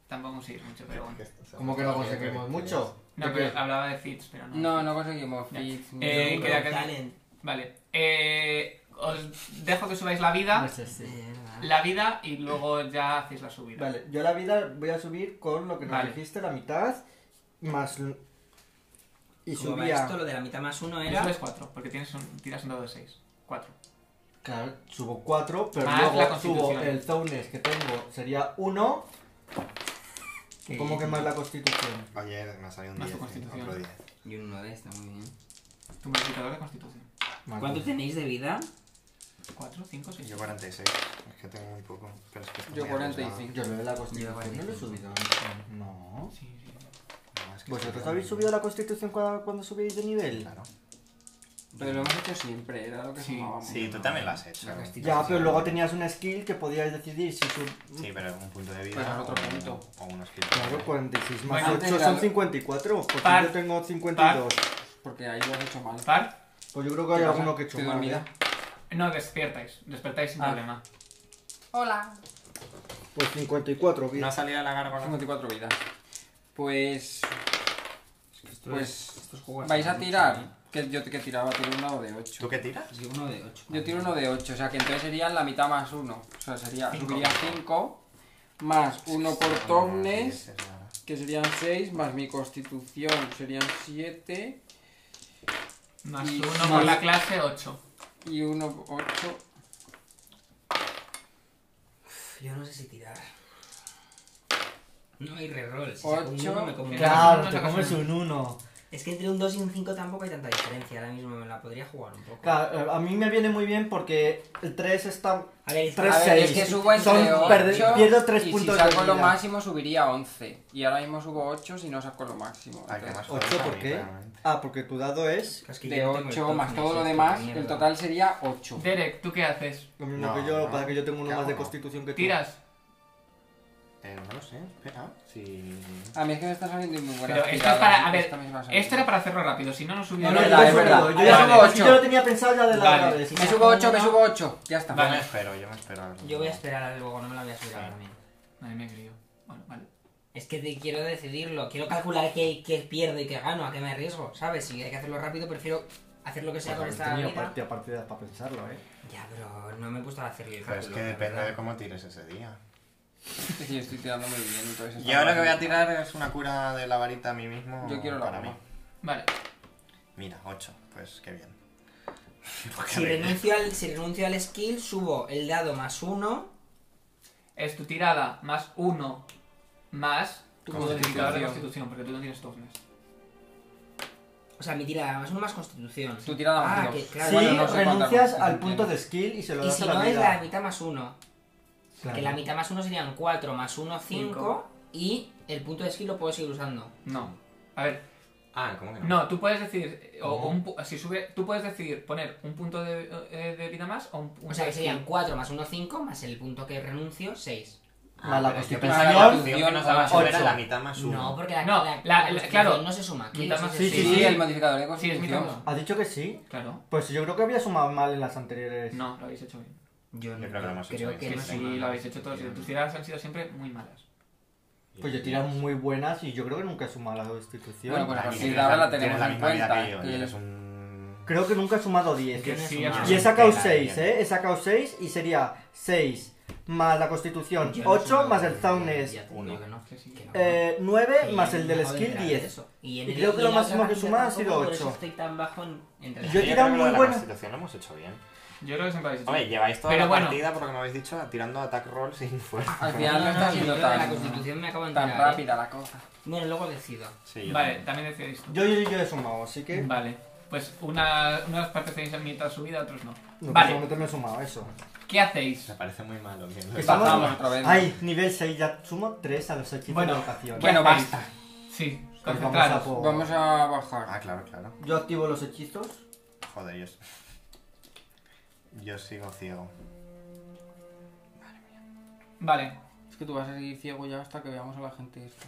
[SPEAKER 1] Tampoco conseguís mucho, pero bueno.
[SPEAKER 4] Como que no conseguimos mucho.
[SPEAKER 1] No,
[SPEAKER 4] ¿De
[SPEAKER 1] pero ah,
[SPEAKER 4] qué?
[SPEAKER 1] hablaba de fits, pero no.
[SPEAKER 3] No, no conseguimos
[SPEAKER 1] Ya.
[SPEAKER 3] fits. ni-
[SPEAKER 1] Eh,
[SPEAKER 2] No,
[SPEAKER 1] queda
[SPEAKER 2] pero
[SPEAKER 1] que-
[SPEAKER 2] talent.
[SPEAKER 1] Vale. Eh, os dejo que subáis la vida.
[SPEAKER 4] No sé, sí.
[SPEAKER 2] Verdad.
[SPEAKER 1] La vida y luego ya hacéis la subida.
[SPEAKER 4] Vale, yo la vida voy a subir con lo que nos
[SPEAKER 1] Vale.
[SPEAKER 4] dijiste, la mitad, más... l- Y
[SPEAKER 2] Como va
[SPEAKER 4] subía...
[SPEAKER 2] esto, lo de la mitad más uno
[SPEAKER 1] Tú
[SPEAKER 2] era.
[SPEAKER 1] subes 4, porque tienes un, tiras un dado de 6. 4.
[SPEAKER 4] Claro, subo 4, pero
[SPEAKER 1] Más la
[SPEAKER 4] luego
[SPEAKER 1] constitución.
[SPEAKER 4] subo el zones que tengo, sería 1. ¿Cómo que más la constitución?
[SPEAKER 5] Oye, me ha salido un
[SPEAKER 1] Más
[SPEAKER 5] 10.
[SPEAKER 1] tu constitución.
[SPEAKER 5] otro 10.
[SPEAKER 2] Y un 9 está muy bien.
[SPEAKER 1] Tu modificador de constitución.
[SPEAKER 4] Más
[SPEAKER 2] ¿Cuánto
[SPEAKER 4] dos.
[SPEAKER 2] tenéis de vida?
[SPEAKER 1] 4, 5, 6.
[SPEAKER 5] Yo 46. Es que tengo muy poco. Pero es que estoy
[SPEAKER 3] Yo
[SPEAKER 5] muy
[SPEAKER 3] 45.
[SPEAKER 4] Yo lo de la
[SPEAKER 2] Yo
[SPEAKER 4] constitución no lo he
[SPEAKER 2] 45.
[SPEAKER 4] subido. No.
[SPEAKER 1] Sí, sí.
[SPEAKER 5] abusado. No, es que
[SPEAKER 4] ¿Vosotros
[SPEAKER 5] estoy-
[SPEAKER 4] habéis subido la constitución cua- cuando subís de nivel?
[SPEAKER 5] Claro.
[SPEAKER 3] Pero lo hemos hecho siempre, era lo que
[SPEAKER 1] Sí.
[SPEAKER 3] sumábamos.
[SPEAKER 5] Sí, tú también lo has hecho.
[SPEAKER 2] La constitución.
[SPEAKER 4] Ya, pero luego tenías un skill que podías decidir si sub...
[SPEAKER 5] Sí, pero un punto de vida.
[SPEAKER 3] Pues es otro
[SPEAKER 5] o-
[SPEAKER 3] punto.
[SPEAKER 5] O unos
[SPEAKER 4] Claro, 46 más
[SPEAKER 1] Bueno,
[SPEAKER 4] 8
[SPEAKER 3] antes
[SPEAKER 4] son
[SPEAKER 3] era-
[SPEAKER 4] 54, porque
[SPEAKER 1] Par.
[SPEAKER 4] pues yo tengo 52.
[SPEAKER 3] Porque ahí lo has hecho mal.
[SPEAKER 1] Par.
[SPEAKER 4] Pues yo creo que hay
[SPEAKER 3] ¿Qué pasa?
[SPEAKER 4] alguno que
[SPEAKER 3] Estoy
[SPEAKER 4] chumar.
[SPEAKER 3] dormida.
[SPEAKER 4] ¿eh?
[SPEAKER 1] No, despiertáis. Despertáis sin
[SPEAKER 3] Ah.
[SPEAKER 1] problema.
[SPEAKER 2] Hola.
[SPEAKER 4] Pues 54, bien.
[SPEAKER 5] Una salida de la gárgola.
[SPEAKER 3] 54 vidas. Pues.
[SPEAKER 2] Esto
[SPEAKER 3] Pues,
[SPEAKER 2] estos juegos
[SPEAKER 3] Vais a
[SPEAKER 2] mucho,
[SPEAKER 3] tirar.
[SPEAKER 2] ¿eh?
[SPEAKER 3] Que yo que tiraba, tiro uno de
[SPEAKER 5] ¿Tú
[SPEAKER 3] 8.
[SPEAKER 5] qué tiras?
[SPEAKER 2] Yo uno de ocho.
[SPEAKER 3] Yo tiro uno de 8, o sea que entonces serían la mitad más 1. O sea, sería, subiría 5 más 1 por
[SPEAKER 5] eh.
[SPEAKER 3] Tornes, que serían 6, más mi constitución serían 7
[SPEAKER 1] Más
[SPEAKER 3] Y-
[SPEAKER 1] uno por
[SPEAKER 3] y-
[SPEAKER 1] la clase, 8.
[SPEAKER 3] y 1, 8.
[SPEAKER 2] Uf, Yo no sé si tirar. No hay reroll. Si
[SPEAKER 3] Ocho.
[SPEAKER 2] saco un uno, me como un
[SPEAKER 1] Claro.
[SPEAKER 2] uno.
[SPEAKER 1] te comes
[SPEAKER 4] un 1.
[SPEAKER 2] Es que entre un 2 y un 5 tampoco hay tanta diferencia. Ahora mismo me la podría jugar un poco.
[SPEAKER 4] Claro, eh, a mí me viene muy bien porque el 3 está.
[SPEAKER 2] A ver, es-
[SPEAKER 4] Tres,
[SPEAKER 3] A ver, es
[SPEAKER 4] seis.
[SPEAKER 3] que subo entre
[SPEAKER 4] Son- perde-
[SPEAKER 3] 8
[SPEAKER 4] pierdo tres
[SPEAKER 3] y
[SPEAKER 4] puntos
[SPEAKER 3] si saco
[SPEAKER 4] de
[SPEAKER 3] lo
[SPEAKER 4] vida.
[SPEAKER 3] máximo subiría 11. Y ahora mismo subo 8 si no saco lo máximo.
[SPEAKER 5] Ay, qué más
[SPEAKER 3] Entonces,
[SPEAKER 4] 8,
[SPEAKER 5] jodas a
[SPEAKER 4] ¿por
[SPEAKER 5] mí,
[SPEAKER 4] qué?
[SPEAKER 5] realmente.
[SPEAKER 4] Ah, porque tu dado es
[SPEAKER 2] es que yo
[SPEAKER 3] de
[SPEAKER 2] no tengo el
[SPEAKER 3] 8
[SPEAKER 2] token,
[SPEAKER 3] más todo
[SPEAKER 2] es
[SPEAKER 3] lo
[SPEAKER 2] esta
[SPEAKER 3] demás,
[SPEAKER 2] mierda.
[SPEAKER 3] el total sería 8.
[SPEAKER 1] Derek, ¿tú qué haces?
[SPEAKER 4] lo mismo
[SPEAKER 5] No,
[SPEAKER 4] que yo,
[SPEAKER 5] no.
[SPEAKER 4] para que yo tengo uno
[SPEAKER 5] Claro,
[SPEAKER 4] más de
[SPEAKER 5] no.
[SPEAKER 4] constitución que tú.
[SPEAKER 1] ¿Tiras?
[SPEAKER 5] Eh, no lo sé, espera. Si.
[SPEAKER 3] A mí es que me está saliendo muy buena. ¿eh?
[SPEAKER 1] Pero esto es para. A ver, esto era para hacerlo rápido, si no, no
[SPEAKER 4] No,
[SPEAKER 1] subía.
[SPEAKER 4] no,
[SPEAKER 3] Es
[SPEAKER 4] yo
[SPEAKER 3] verdad, es
[SPEAKER 4] subo
[SPEAKER 3] verdad.
[SPEAKER 4] todo, Yo,
[SPEAKER 3] Ahí
[SPEAKER 4] ya
[SPEAKER 3] vale.
[SPEAKER 4] subo-
[SPEAKER 3] Ocho.
[SPEAKER 4] yo lo tenía pensado ya de la
[SPEAKER 1] Vale.
[SPEAKER 4] vez.
[SPEAKER 3] Me subo 8, me subo 8. Ya está.
[SPEAKER 5] Yo me espero, yo me espero. al-
[SPEAKER 2] Yo voy a esperar a luego, no me la voy a subir ahora mismo.
[SPEAKER 1] Madre mía, querido. Bueno, vale.
[SPEAKER 2] Es que te- quiero decidirlo, quiero calcular qué, qué pierdo y qué gano, a qué me arriesgo, ¿sabes? Si hay que hacerlo rápido, prefiero hacer lo que sea con
[SPEAKER 4] Pues
[SPEAKER 2] esta
[SPEAKER 4] tenido
[SPEAKER 2] vida.
[SPEAKER 4] partida, partida para pensarlo, eh.
[SPEAKER 2] Ya, pero no me gusta hacer el
[SPEAKER 5] Pero
[SPEAKER 2] cálculo.
[SPEAKER 5] es que
[SPEAKER 2] la
[SPEAKER 5] depende
[SPEAKER 2] verdad.
[SPEAKER 5] de cómo tires ese día.
[SPEAKER 3] Es que yo estoy tirando muy bien, entonces...
[SPEAKER 5] Yo ahora que voy a tirar es una cura de la varita a mí mismo.
[SPEAKER 3] Yo quiero la
[SPEAKER 5] para
[SPEAKER 3] goma.
[SPEAKER 5] mí.
[SPEAKER 1] Vale.
[SPEAKER 5] Mira, 8. Pues qué bien. [laughs]
[SPEAKER 2] Si renuncio, al, si renuncio al skill, subo el dado más uno.
[SPEAKER 1] Es tu tirada más uno más tu
[SPEAKER 5] Constitución.
[SPEAKER 1] modificador de constitución, porque tú no tienes toughness.
[SPEAKER 2] O sea, mi tirada más uno más constitución.
[SPEAKER 3] Tu tirada más
[SPEAKER 2] ah,
[SPEAKER 3] dos.
[SPEAKER 2] que- claro,
[SPEAKER 4] sí,
[SPEAKER 2] bueno,
[SPEAKER 3] no sé
[SPEAKER 4] renuncias
[SPEAKER 3] cuántas
[SPEAKER 4] al
[SPEAKER 3] veces
[SPEAKER 4] punto de
[SPEAKER 3] tienes.
[SPEAKER 4] skill y se lo
[SPEAKER 2] Y
[SPEAKER 4] das
[SPEAKER 2] si
[SPEAKER 4] a la
[SPEAKER 2] no es
[SPEAKER 4] vida.
[SPEAKER 2] la mitad más uno.
[SPEAKER 4] Claro.
[SPEAKER 2] Que la mitad más uno serían 4 más 1, 5.
[SPEAKER 1] Cinco.
[SPEAKER 2] Y el punto de skill lo puedo seguir usando.
[SPEAKER 1] No. A ver,
[SPEAKER 5] Ah, ¿cómo que no?
[SPEAKER 1] no, tú puedes decir. eh, O, o
[SPEAKER 5] ¿Cómo?
[SPEAKER 1] un pu- si sube, tú puedes decidir poner un punto de, eh, de vida más o un punto
[SPEAKER 2] O sea,
[SPEAKER 1] de
[SPEAKER 2] que serían
[SPEAKER 1] skill.
[SPEAKER 2] 4 más 1, 5. Más el punto que renuncio, 6.
[SPEAKER 4] Más la
[SPEAKER 2] Ah,
[SPEAKER 5] pero es que
[SPEAKER 4] constitución.
[SPEAKER 5] pensaba que la opción que nos daba solo era
[SPEAKER 4] Ocho.
[SPEAKER 5] la mitad más uno.
[SPEAKER 2] No, porque la,
[SPEAKER 1] No,
[SPEAKER 2] la-
[SPEAKER 1] la-
[SPEAKER 2] la
[SPEAKER 1] la-
[SPEAKER 2] constitución
[SPEAKER 1] claro.
[SPEAKER 2] no se suma aquí.
[SPEAKER 1] Mitad
[SPEAKER 2] no
[SPEAKER 1] más-
[SPEAKER 2] se
[SPEAKER 4] sí,
[SPEAKER 3] Sí,
[SPEAKER 2] suma.
[SPEAKER 4] sí.
[SPEAKER 3] el modificador de
[SPEAKER 1] Sí, es mi
[SPEAKER 3] constitución.
[SPEAKER 1] turno.
[SPEAKER 4] ¿Ha dicho que sí?
[SPEAKER 1] Claro.
[SPEAKER 4] Pues yo creo que había sumado mal en las anteriores.
[SPEAKER 1] No, lo habéis hecho bien.
[SPEAKER 2] Yo no
[SPEAKER 5] creo que lo hemos
[SPEAKER 2] creo
[SPEAKER 5] hecho
[SPEAKER 2] que
[SPEAKER 5] bien.
[SPEAKER 1] Que
[SPEAKER 2] no
[SPEAKER 5] Sí,
[SPEAKER 2] se
[SPEAKER 1] sí,
[SPEAKER 2] suma.
[SPEAKER 1] lo habéis hecho todos. y Tus tiradas han sido siempre muy malas.
[SPEAKER 4] Pues yo tiras muy buenas y yo creo que nunca he sumado la constitución.
[SPEAKER 3] Bueno, pues-
[SPEAKER 5] Ah,
[SPEAKER 3] a
[SPEAKER 5] y
[SPEAKER 3] partir de
[SPEAKER 5] tienes
[SPEAKER 3] ahora la
[SPEAKER 5] tienes
[SPEAKER 3] tenemos en
[SPEAKER 5] misma vida
[SPEAKER 3] cuenta,
[SPEAKER 5] que yo,
[SPEAKER 3] que-
[SPEAKER 5] y eres un...
[SPEAKER 4] Creo que nunca he sumado 10.
[SPEAKER 1] Que
[SPEAKER 2] no
[SPEAKER 1] sí,
[SPEAKER 2] suma.
[SPEAKER 1] has-
[SPEAKER 4] Y he sacado
[SPEAKER 5] Tela,
[SPEAKER 4] 6,
[SPEAKER 5] bien.
[SPEAKER 4] ¿eh? He sacado 6 y sería 6 más la constitución,
[SPEAKER 2] Yo no
[SPEAKER 4] 8
[SPEAKER 2] sumo
[SPEAKER 4] más
[SPEAKER 2] la-
[SPEAKER 4] el Zaunes,
[SPEAKER 2] ya te digo que no,
[SPEAKER 1] Que sí.
[SPEAKER 2] que no.
[SPEAKER 4] eh, 9
[SPEAKER 2] Que
[SPEAKER 4] más
[SPEAKER 2] yo
[SPEAKER 4] el
[SPEAKER 2] no me
[SPEAKER 4] del
[SPEAKER 2] acabo de
[SPEAKER 4] skill
[SPEAKER 2] enterar
[SPEAKER 4] 10.
[SPEAKER 2] de eso. Y,
[SPEAKER 4] Y creo que lo
[SPEAKER 2] la
[SPEAKER 4] máximo
[SPEAKER 2] otra
[SPEAKER 4] que suma
[SPEAKER 2] partida
[SPEAKER 4] ha sido
[SPEAKER 2] tampoco, por eso
[SPEAKER 4] ocho.
[SPEAKER 2] Estoy tan bajo en, entre las-
[SPEAKER 4] Yo he
[SPEAKER 5] creo
[SPEAKER 4] tirado
[SPEAKER 5] que lo
[SPEAKER 4] muy
[SPEAKER 5] de la
[SPEAKER 4] buena.
[SPEAKER 5] constitución lo hemos hecho bien.
[SPEAKER 1] Yo creo que siempre lo habéis hecho
[SPEAKER 5] Hombre,
[SPEAKER 1] bien.
[SPEAKER 5] lleváis toda
[SPEAKER 1] Pero
[SPEAKER 5] la
[SPEAKER 1] bueno.
[SPEAKER 5] partida, por lo que me habéis dicho, tirando attack roll sin fuerza.
[SPEAKER 3] Al
[SPEAKER 2] No,
[SPEAKER 3] final no
[SPEAKER 2] no,
[SPEAKER 3] está
[SPEAKER 2] no, yo
[SPEAKER 3] siendo
[SPEAKER 2] creo que la
[SPEAKER 3] tan,
[SPEAKER 2] constitución me acabo de
[SPEAKER 3] tan
[SPEAKER 2] enterar, ¿eh?
[SPEAKER 3] rápida la cosa.
[SPEAKER 2] Bueno, luego decido.
[SPEAKER 5] Sí, yo
[SPEAKER 1] Vale,
[SPEAKER 5] también.
[SPEAKER 1] también decidís tú.
[SPEAKER 4] Yo, yo, yo he sumado, así que.
[SPEAKER 1] Vale. Pues una, unas partes tenéis en mitad subida, otros no.
[SPEAKER 4] No, pues
[SPEAKER 1] Vale,
[SPEAKER 4] no te me he sumado eso.
[SPEAKER 1] ¿qué hacéis?
[SPEAKER 5] Me parece muy malo. bien.
[SPEAKER 4] Estamos-
[SPEAKER 3] Bajamos otra vez.
[SPEAKER 4] Ay, nivel 6, ya sumo 3 a los hechizos
[SPEAKER 1] Bueno,
[SPEAKER 4] de vocación.
[SPEAKER 1] ¿qué
[SPEAKER 3] Bueno,
[SPEAKER 1] hacéis?
[SPEAKER 3] basta.
[SPEAKER 1] Sí,
[SPEAKER 4] Pues vamos a
[SPEAKER 1] concentraros.
[SPEAKER 4] por-
[SPEAKER 3] Vamos a
[SPEAKER 5] Ah,
[SPEAKER 3] bajar.
[SPEAKER 5] claro, claro.
[SPEAKER 4] Yo activo los hechizos.
[SPEAKER 5] Joder, yo... Yo sigo ciego.
[SPEAKER 1] Vale,
[SPEAKER 3] Es que tú vas a seguir ciego ya hasta que veamos a la gente esta.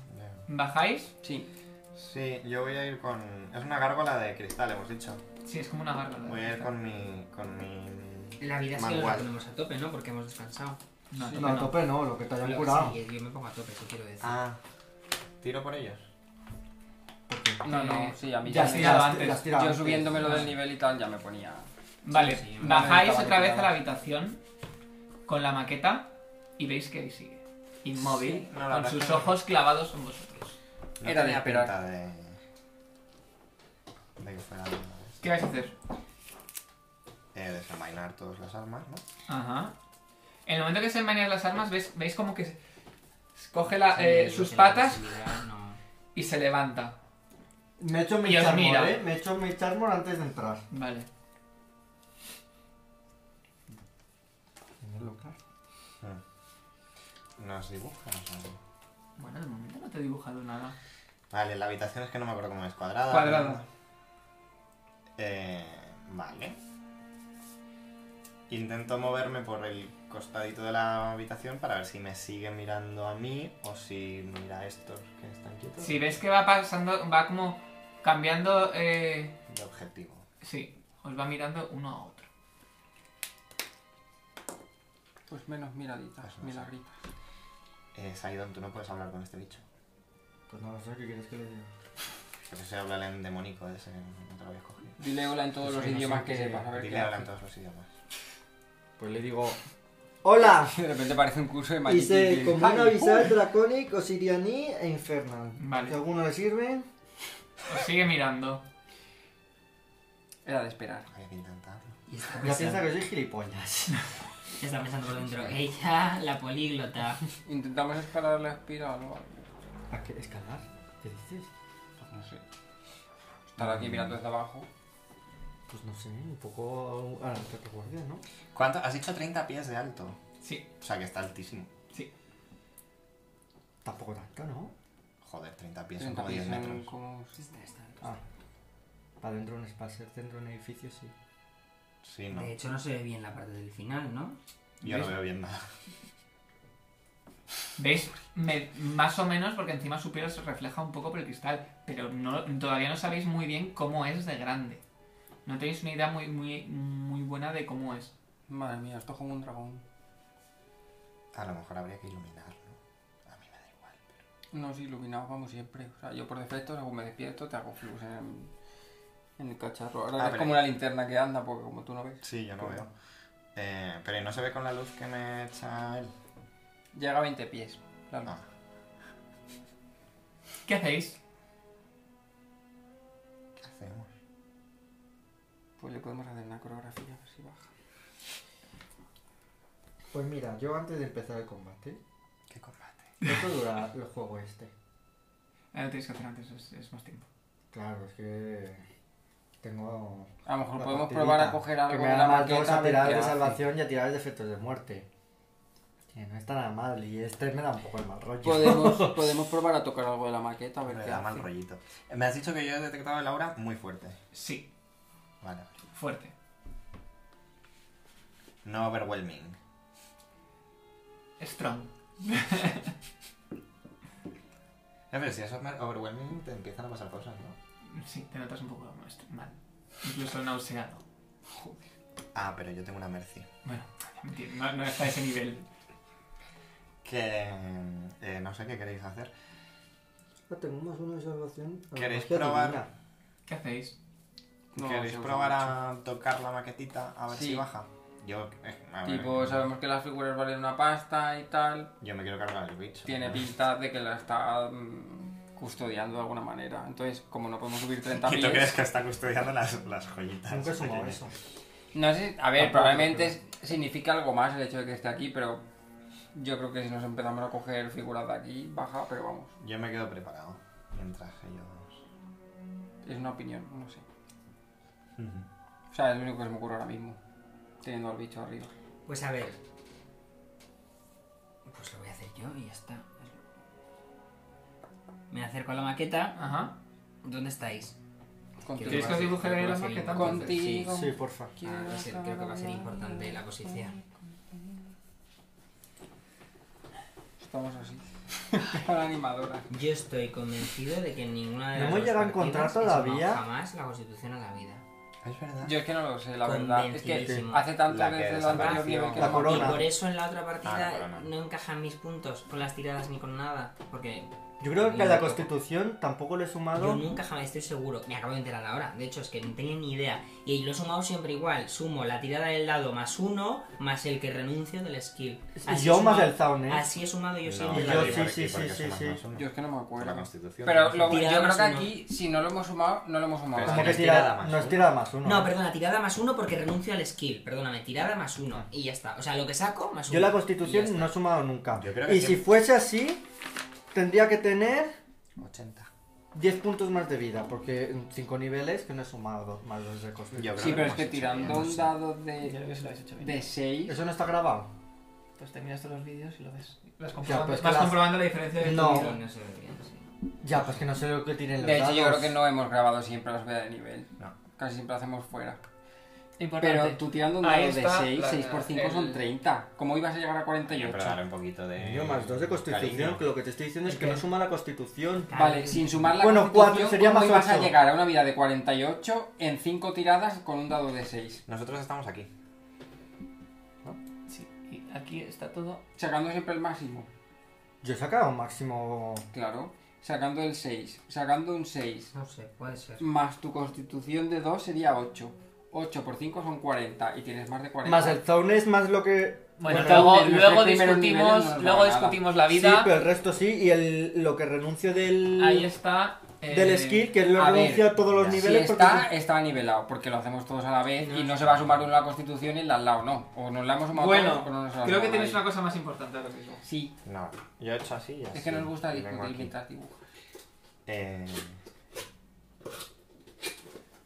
[SPEAKER 1] ¿bajáis?
[SPEAKER 3] Sí.
[SPEAKER 5] Sí, yo voy a ir con... Es una gárgola de cristal, hemos dicho.
[SPEAKER 1] Sí, es como una gárgola.
[SPEAKER 5] Voy a ir con mi... Con mi...
[SPEAKER 2] La vida es que nos
[SPEAKER 5] Manual.
[SPEAKER 2] la ponemos a tope, ¿no? Porque hemos descansado.
[SPEAKER 1] No, a tope
[SPEAKER 4] No, a
[SPEAKER 1] no.
[SPEAKER 4] tope no, lo que te hayan
[SPEAKER 2] Pero
[SPEAKER 4] curado.
[SPEAKER 2] sí, yo me pongo a tope, eso quiero decir.
[SPEAKER 5] Ah. ¿Tiro por ellos?
[SPEAKER 3] No,
[SPEAKER 1] Eh,
[SPEAKER 3] no, sí, a mí
[SPEAKER 4] Ya
[SPEAKER 3] ya,
[SPEAKER 4] has
[SPEAKER 3] me-
[SPEAKER 1] sí, tirado
[SPEAKER 4] tirado
[SPEAKER 1] antes.
[SPEAKER 4] antes. Las tirado
[SPEAKER 3] Yo
[SPEAKER 4] antes.
[SPEAKER 3] subiéndome lo del nivel y tal ya me ponía...
[SPEAKER 1] Vale,
[SPEAKER 2] Sí, sí, me
[SPEAKER 1] bajáis
[SPEAKER 3] estaba
[SPEAKER 1] otra vez a la
[SPEAKER 3] recuperando.
[SPEAKER 1] habitación con la maqueta y veis que ahí sigue. Inmóvil,
[SPEAKER 5] Sí, no, la
[SPEAKER 1] con
[SPEAKER 5] verdad es
[SPEAKER 1] sus
[SPEAKER 5] que no.
[SPEAKER 1] ojos clavados en vosotros.
[SPEAKER 5] No
[SPEAKER 3] Era de
[SPEAKER 5] tenía
[SPEAKER 3] esperar.
[SPEAKER 5] pinta de... De que fuera...
[SPEAKER 1] ¿Qué vais a hacer?
[SPEAKER 5] Eh, desenvainar todas las armas, ¿no?
[SPEAKER 1] Ajá. En el momento que se envainan las armas, veis, veis como que se- coge la-
[SPEAKER 2] Sí,
[SPEAKER 1] eh,
[SPEAKER 2] yo
[SPEAKER 1] sus
[SPEAKER 2] que la
[SPEAKER 1] patas
[SPEAKER 2] agresividad no-
[SPEAKER 4] [laughs]
[SPEAKER 1] y se levanta.
[SPEAKER 4] Me he hecho mi
[SPEAKER 1] Y os
[SPEAKER 4] charmor,
[SPEAKER 1] mira.
[SPEAKER 4] eh. Me he hecho mi charmor antes de entrar.
[SPEAKER 1] Vale.
[SPEAKER 5] Hmm. Nos dibujan. o sea.
[SPEAKER 1] Bueno, de momento no te he dibujado nada.
[SPEAKER 5] Vale, la habitación es que no me acuerdo cómo es. Cuadrada.
[SPEAKER 1] Cuadrada.
[SPEAKER 5] Eh, vale. Intento moverme por el costadito de la habitación para ver si me sigue mirando a mí o si mira a estos que están quietos.
[SPEAKER 1] Si ves que va pasando, va como cambiando. Eh,
[SPEAKER 5] De objetivo.
[SPEAKER 1] sí, os va mirando uno a otro.
[SPEAKER 3] Pues menos miraditas, milagritas.
[SPEAKER 5] Eh, Saidon, tú no puedes hablar con este bicho.
[SPEAKER 4] Pues no lo sé, ¿qué quieres que le diga?
[SPEAKER 5] Por eso habla en demónico ese, no te lo habías cogido.
[SPEAKER 3] Dile hola en todos los
[SPEAKER 5] Sí, no
[SPEAKER 3] idiomas
[SPEAKER 5] sé
[SPEAKER 3] que
[SPEAKER 5] qué-
[SPEAKER 3] sepas. A ver qué
[SPEAKER 5] Dile habla en
[SPEAKER 3] hace.
[SPEAKER 5] todos los idiomas.
[SPEAKER 4] Pues
[SPEAKER 3] [laughs]
[SPEAKER 4] le digo... ¡Hola!
[SPEAKER 3] De repente parece un curso de Magic
[SPEAKER 4] Dice,
[SPEAKER 3] Kingdom. uh,
[SPEAKER 4] común avisar Draconic, Osirianí e Infernal.
[SPEAKER 1] Vale.
[SPEAKER 4] Si a alguno le sirve,
[SPEAKER 1] Os sigue mirando.
[SPEAKER 3] Era de esperar.
[SPEAKER 5] Había que intentarlo.
[SPEAKER 2] Y está
[SPEAKER 4] ya piensa
[SPEAKER 2] pensando,
[SPEAKER 4] que soy gilipollas. [laughs]
[SPEAKER 2] está pensando por dentro. Ella, la políglota.
[SPEAKER 3] Intentamos escalar la espiral o algo.
[SPEAKER 4] ¿A qué? ¿Escalar? ¿Qué dices?
[SPEAKER 3] Pues no sé. Estar
[SPEAKER 4] Mm.
[SPEAKER 3] aquí mirando desde abajo.
[SPEAKER 4] Pues no sé, un poco a la retaguardia, ¿no?
[SPEAKER 5] ¿Cuánto? Has dicho 30 pies de alto.
[SPEAKER 1] Sí,
[SPEAKER 5] O sea que está altísimo.
[SPEAKER 1] sí.
[SPEAKER 4] Tampoco tanto, ¿no?
[SPEAKER 5] Joder, 30 pies son
[SPEAKER 3] 30
[SPEAKER 5] como 10
[SPEAKER 3] pies en
[SPEAKER 5] metros.
[SPEAKER 3] como...
[SPEAKER 2] Está, está.
[SPEAKER 4] Ah. Para dentro de un espacio, dentro de un edificio, sí.
[SPEAKER 5] Sí, no.
[SPEAKER 2] De hecho, no se ve bien la parte del final, ¿no?
[SPEAKER 5] Yo no veo bien nada.
[SPEAKER 1] ¿Veis? Me- más o menos porque encima su piel se refleja un poco por el cristal, pero no, todavía no sabéis muy bien cómo es de grande. No tenéis una idea muy, muy, muy buena de cómo es.
[SPEAKER 3] Madre mía, esto es como un dragón.
[SPEAKER 5] A lo mejor habría que iluminar, ¿no? A mí me da igual, pero...
[SPEAKER 3] Nos iluminados vamos siempre. O sea, yo por defecto, luego me despierto, te hago flux en, en el cacharro. Ahora
[SPEAKER 5] Ah,
[SPEAKER 3] es
[SPEAKER 5] pero-
[SPEAKER 3] como una linterna que anda, porque como tú no ves.
[SPEAKER 5] Sí, yo no veo. Eh, pero ¿y no se ve con la luz que me echa él?
[SPEAKER 3] Llega a 20 pies. La luz.
[SPEAKER 5] Ah.
[SPEAKER 1] ¿Qué hacéis?
[SPEAKER 5] ¿Qué hacemos?
[SPEAKER 3] Pues le podemos hacer una coreografía, a ver si baja.
[SPEAKER 4] Pues mira, yo antes de empezar el combate,
[SPEAKER 5] ¿Qué combate?
[SPEAKER 4] ¿cuánto dura el juego este?
[SPEAKER 1] Eh, Lo tenéis que hacer antes, es, es más tiempo.
[SPEAKER 4] Claro, es que tengo...
[SPEAKER 3] A lo mejor
[SPEAKER 4] la
[SPEAKER 3] podemos
[SPEAKER 4] partidita,
[SPEAKER 3] probar a coger algo
[SPEAKER 4] que me
[SPEAKER 3] de
[SPEAKER 4] da
[SPEAKER 3] la
[SPEAKER 4] más dos
[SPEAKER 3] maqueta.
[SPEAKER 4] a
[SPEAKER 3] a ver
[SPEAKER 4] tiradas
[SPEAKER 3] qué
[SPEAKER 4] de
[SPEAKER 3] hace.
[SPEAKER 4] salvación y a tiradas de efectos de muerte. Que no está nada mal, y este me da un poco el mal rollo.
[SPEAKER 5] [laughs]
[SPEAKER 3] Podemos, podemos probar a tocar algo de la maqueta, a ver
[SPEAKER 5] Me
[SPEAKER 3] qué
[SPEAKER 5] da mal
[SPEAKER 3] hace.
[SPEAKER 5] rollito. Eh, Me has dicho que yo he detectado el aura muy fuerte.
[SPEAKER 1] Sí,
[SPEAKER 5] Vale.
[SPEAKER 1] fuerte.
[SPEAKER 5] No overwhelming.
[SPEAKER 1] Strong.
[SPEAKER 5] Eh, pero si es over- overwhelming te empiezan a pasar cosas, ¿no?
[SPEAKER 1] Sí, te notas un poco más mal. Incluso nauseado.
[SPEAKER 5] Ah, pero yo tengo una mercy.
[SPEAKER 1] Bueno, mentira, no, no está a ese nivel.
[SPEAKER 5] Que... eh, no sé qué queréis hacer.
[SPEAKER 4] Ah, tengo más uno de salvación. a la
[SPEAKER 5] ¿Queréis
[SPEAKER 4] magia
[SPEAKER 5] probar?
[SPEAKER 4] divina.
[SPEAKER 1] ¿Qué hacéis?
[SPEAKER 3] No,
[SPEAKER 5] ¿Queréis
[SPEAKER 3] se usa
[SPEAKER 5] probar
[SPEAKER 3] mucho.
[SPEAKER 5] a tocar la maquetita a ver
[SPEAKER 3] Sí.
[SPEAKER 5] si baja? Yo... eh, a ver,
[SPEAKER 3] Tipo, sabemos que las figuras valen una pasta y tal.
[SPEAKER 5] Yo me quiero cargar el bicho.
[SPEAKER 3] Tiene pinta de que la está mm, custodiando de alguna manera. Entonces, como no podemos subir 30
[SPEAKER 5] ¿Y tú crees
[SPEAKER 3] pies...
[SPEAKER 5] que está custodiando las, las joyitas?
[SPEAKER 4] Nunca he sumado
[SPEAKER 5] pequeñas?
[SPEAKER 4] eso.
[SPEAKER 3] No sé, a ver,
[SPEAKER 4] Tampoco,
[SPEAKER 3] probablemente es- significa algo más el hecho de que esté aquí, pero yo creo que si nos empezamos a coger figuras de aquí, baja, pero vamos.
[SPEAKER 5] Yo me quedo preparado mientras ellos...
[SPEAKER 3] Es una opinión, no sé. O sea, es lo único que se me ocurre ahora mismo, teniendo al bicho arriba.
[SPEAKER 2] Pues a ver. Pues lo voy a hacer yo y ya está. Me acerco a la maqueta.
[SPEAKER 1] Ajá.
[SPEAKER 2] ¿Dónde estáis?
[SPEAKER 3] Contigo.
[SPEAKER 1] ¿Quieres que os dibuje
[SPEAKER 2] Creo
[SPEAKER 1] la
[SPEAKER 2] va a ser
[SPEAKER 1] maqueta?
[SPEAKER 2] importante.
[SPEAKER 3] Contigo.
[SPEAKER 4] Sí, porfa.
[SPEAKER 2] Sí. Ah, va a ser- creo que va a ser importante la posición.
[SPEAKER 3] Estamos así. [laughs] Para la animadora.
[SPEAKER 2] Yo estoy convencido de que en ninguna de las
[SPEAKER 4] No hemos
[SPEAKER 2] dos
[SPEAKER 4] llegado a
[SPEAKER 2] partidas
[SPEAKER 4] encontrar
[SPEAKER 2] he sumado
[SPEAKER 4] todavía.
[SPEAKER 2] jamás la constitución a la vida.
[SPEAKER 5] Es verdad.
[SPEAKER 3] Yo es que no lo sé, la verdad. Es que
[SPEAKER 2] Convencidísimo.
[SPEAKER 3] hace tanto
[SPEAKER 5] La que
[SPEAKER 3] desde el
[SPEAKER 5] desapareció.
[SPEAKER 3] anterior nivel que
[SPEAKER 4] La
[SPEAKER 3] no-
[SPEAKER 4] corona.
[SPEAKER 2] Y por eso en la otra partida
[SPEAKER 5] Ah, la corona.
[SPEAKER 2] no encajan mis puntos con las tiradas ni con nada. Porque
[SPEAKER 4] Yo creo que
[SPEAKER 2] Ni
[SPEAKER 4] a la
[SPEAKER 2] loco.
[SPEAKER 4] constitución tampoco le he
[SPEAKER 2] yo
[SPEAKER 4] sumado.
[SPEAKER 2] nunca jamás estoy seguro. Me acabo de enterar ahora. De hecho, es que no tenía ni idea. Y lo he sumado siempre igual. Sumo la tirada del dado más uno, más el que renuncio del skill.
[SPEAKER 4] Y
[SPEAKER 2] Así
[SPEAKER 4] yo
[SPEAKER 2] he
[SPEAKER 4] más
[SPEAKER 2] sumado-
[SPEAKER 4] el Zaun, ¿eh?
[SPEAKER 2] Así he sumado yo siempre
[SPEAKER 4] yo
[SPEAKER 2] la
[SPEAKER 4] sí,
[SPEAKER 2] vida.
[SPEAKER 4] sí, sí, sí, sí.
[SPEAKER 3] Yo es que no me
[SPEAKER 5] Por
[SPEAKER 3] acuerdo.
[SPEAKER 5] la constitución.
[SPEAKER 3] Pero
[SPEAKER 5] ¿no?
[SPEAKER 3] lo- yo
[SPEAKER 2] Tirada
[SPEAKER 3] creo que
[SPEAKER 2] más uno.
[SPEAKER 3] aquí, si no lo hemos sumado, no lo hemos sumado.
[SPEAKER 4] Como
[SPEAKER 5] Pero es
[SPEAKER 4] que
[SPEAKER 5] que nos tira
[SPEAKER 4] tira,
[SPEAKER 5] más
[SPEAKER 4] nos
[SPEAKER 5] uno.
[SPEAKER 4] tira más uno.
[SPEAKER 2] No, perdona, tirada más uno porque renuncio al skill. Perdóname, tirada más uno. Y ya está. O sea, lo que saco más uno.
[SPEAKER 4] Yo la
[SPEAKER 2] Y ya
[SPEAKER 4] constitución
[SPEAKER 2] está.
[SPEAKER 4] no he sumado nunca.
[SPEAKER 5] Yo creo que
[SPEAKER 4] Y si
[SPEAKER 5] siempre-
[SPEAKER 4] fuese así, tendría que tener
[SPEAKER 5] 80.
[SPEAKER 4] 10 puntos más de vida, porque 5 niveles que no he sumado dos más dos de constitución.
[SPEAKER 5] Yo creo
[SPEAKER 3] Sí, pero es
[SPEAKER 5] hemos
[SPEAKER 3] que
[SPEAKER 5] hecho
[SPEAKER 3] tirando
[SPEAKER 5] bien.
[SPEAKER 3] un dado
[SPEAKER 6] Yo creo que
[SPEAKER 3] de,
[SPEAKER 6] se lo has hecho bien.
[SPEAKER 3] de 6.
[SPEAKER 4] ¿Eso no está grabado?
[SPEAKER 6] Pues terminas todos los vídeos y lo ves.
[SPEAKER 1] Vas
[SPEAKER 4] Ya,
[SPEAKER 1] comprobando,
[SPEAKER 4] pues que
[SPEAKER 1] vas
[SPEAKER 4] las-
[SPEAKER 1] comprobando la diferencia de tu
[SPEAKER 4] No.
[SPEAKER 1] nivel.
[SPEAKER 2] se ve bien, sí.
[SPEAKER 4] Ya, pues que no sé lo que tienen los
[SPEAKER 3] De hecho, yo
[SPEAKER 4] dados.
[SPEAKER 3] creo que no hemos grabado siempre las veas de nivel.
[SPEAKER 5] No.
[SPEAKER 3] Casi siempre hacemos fuera.
[SPEAKER 6] Importante.
[SPEAKER 3] Pero tú tirando un
[SPEAKER 6] Ahí
[SPEAKER 3] dado de
[SPEAKER 6] está
[SPEAKER 3] 6,
[SPEAKER 6] la-
[SPEAKER 3] 6 por 5 son
[SPEAKER 6] el-
[SPEAKER 3] 30. ¿Cómo ibas a llegar a
[SPEAKER 5] Yo, Pero darle
[SPEAKER 3] 48?
[SPEAKER 5] un poquito de...
[SPEAKER 4] Eh, Yo más dos de constitución,
[SPEAKER 5] cariño.
[SPEAKER 4] que lo que te estoy diciendo es que no suma la constitución.
[SPEAKER 3] Vale, sin sumar la
[SPEAKER 4] Bueno,
[SPEAKER 3] constitución,
[SPEAKER 4] cuatro, sería
[SPEAKER 3] ¿cómo
[SPEAKER 4] más
[SPEAKER 3] ibas a
[SPEAKER 4] ocho.
[SPEAKER 3] llegar a una vida de 48 en 5 tiradas con un dado de 6?
[SPEAKER 5] Nosotros estamos aquí.
[SPEAKER 6] Sí, y aquí está todo.
[SPEAKER 3] Sacando siempre el máximo.
[SPEAKER 4] Yo he sacado máximo...
[SPEAKER 3] Claro. sacando el 6, sacando un 6,
[SPEAKER 2] No sé, puede ser.
[SPEAKER 3] más tu constitución de 2 sería 8. 8 por 5 son 40 y tienes más de 40.
[SPEAKER 4] Más el Zone es más lo que.
[SPEAKER 6] Bueno,
[SPEAKER 3] Bueno,
[SPEAKER 6] luego,
[SPEAKER 3] los
[SPEAKER 6] luego
[SPEAKER 3] tres primeros niveles no
[SPEAKER 6] discutimos,
[SPEAKER 3] nos
[SPEAKER 6] luego
[SPEAKER 3] vale nada.
[SPEAKER 6] discutimos la
[SPEAKER 4] Sí,
[SPEAKER 6] vida.
[SPEAKER 4] pero el resto sí. Y el, lo que renuncio del.
[SPEAKER 6] Ahí está. eh,
[SPEAKER 4] Del skill, que lo
[SPEAKER 3] a ver,
[SPEAKER 4] renuncio a todos los
[SPEAKER 5] ya.
[SPEAKER 3] Si
[SPEAKER 4] niveles. porque
[SPEAKER 3] está, está nivelado, porque lo hacemos todos a la vez y no se va a sumar uno a la constitución y la al lado no. O nos la hemos sumado
[SPEAKER 1] Bueno,
[SPEAKER 3] todos o no nos la
[SPEAKER 1] creo que
[SPEAKER 3] sumamos
[SPEAKER 1] tenéis una
[SPEAKER 3] nadie.
[SPEAKER 1] cosa más importante ahora mismo.
[SPEAKER 3] Sí,
[SPEAKER 5] No, yo he hecho así y así.
[SPEAKER 3] es que nos gusta
[SPEAKER 5] y vengo
[SPEAKER 3] discutir
[SPEAKER 5] aquí.
[SPEAKER 3] mientras dibuja.
[SPEAKER 5] Eh,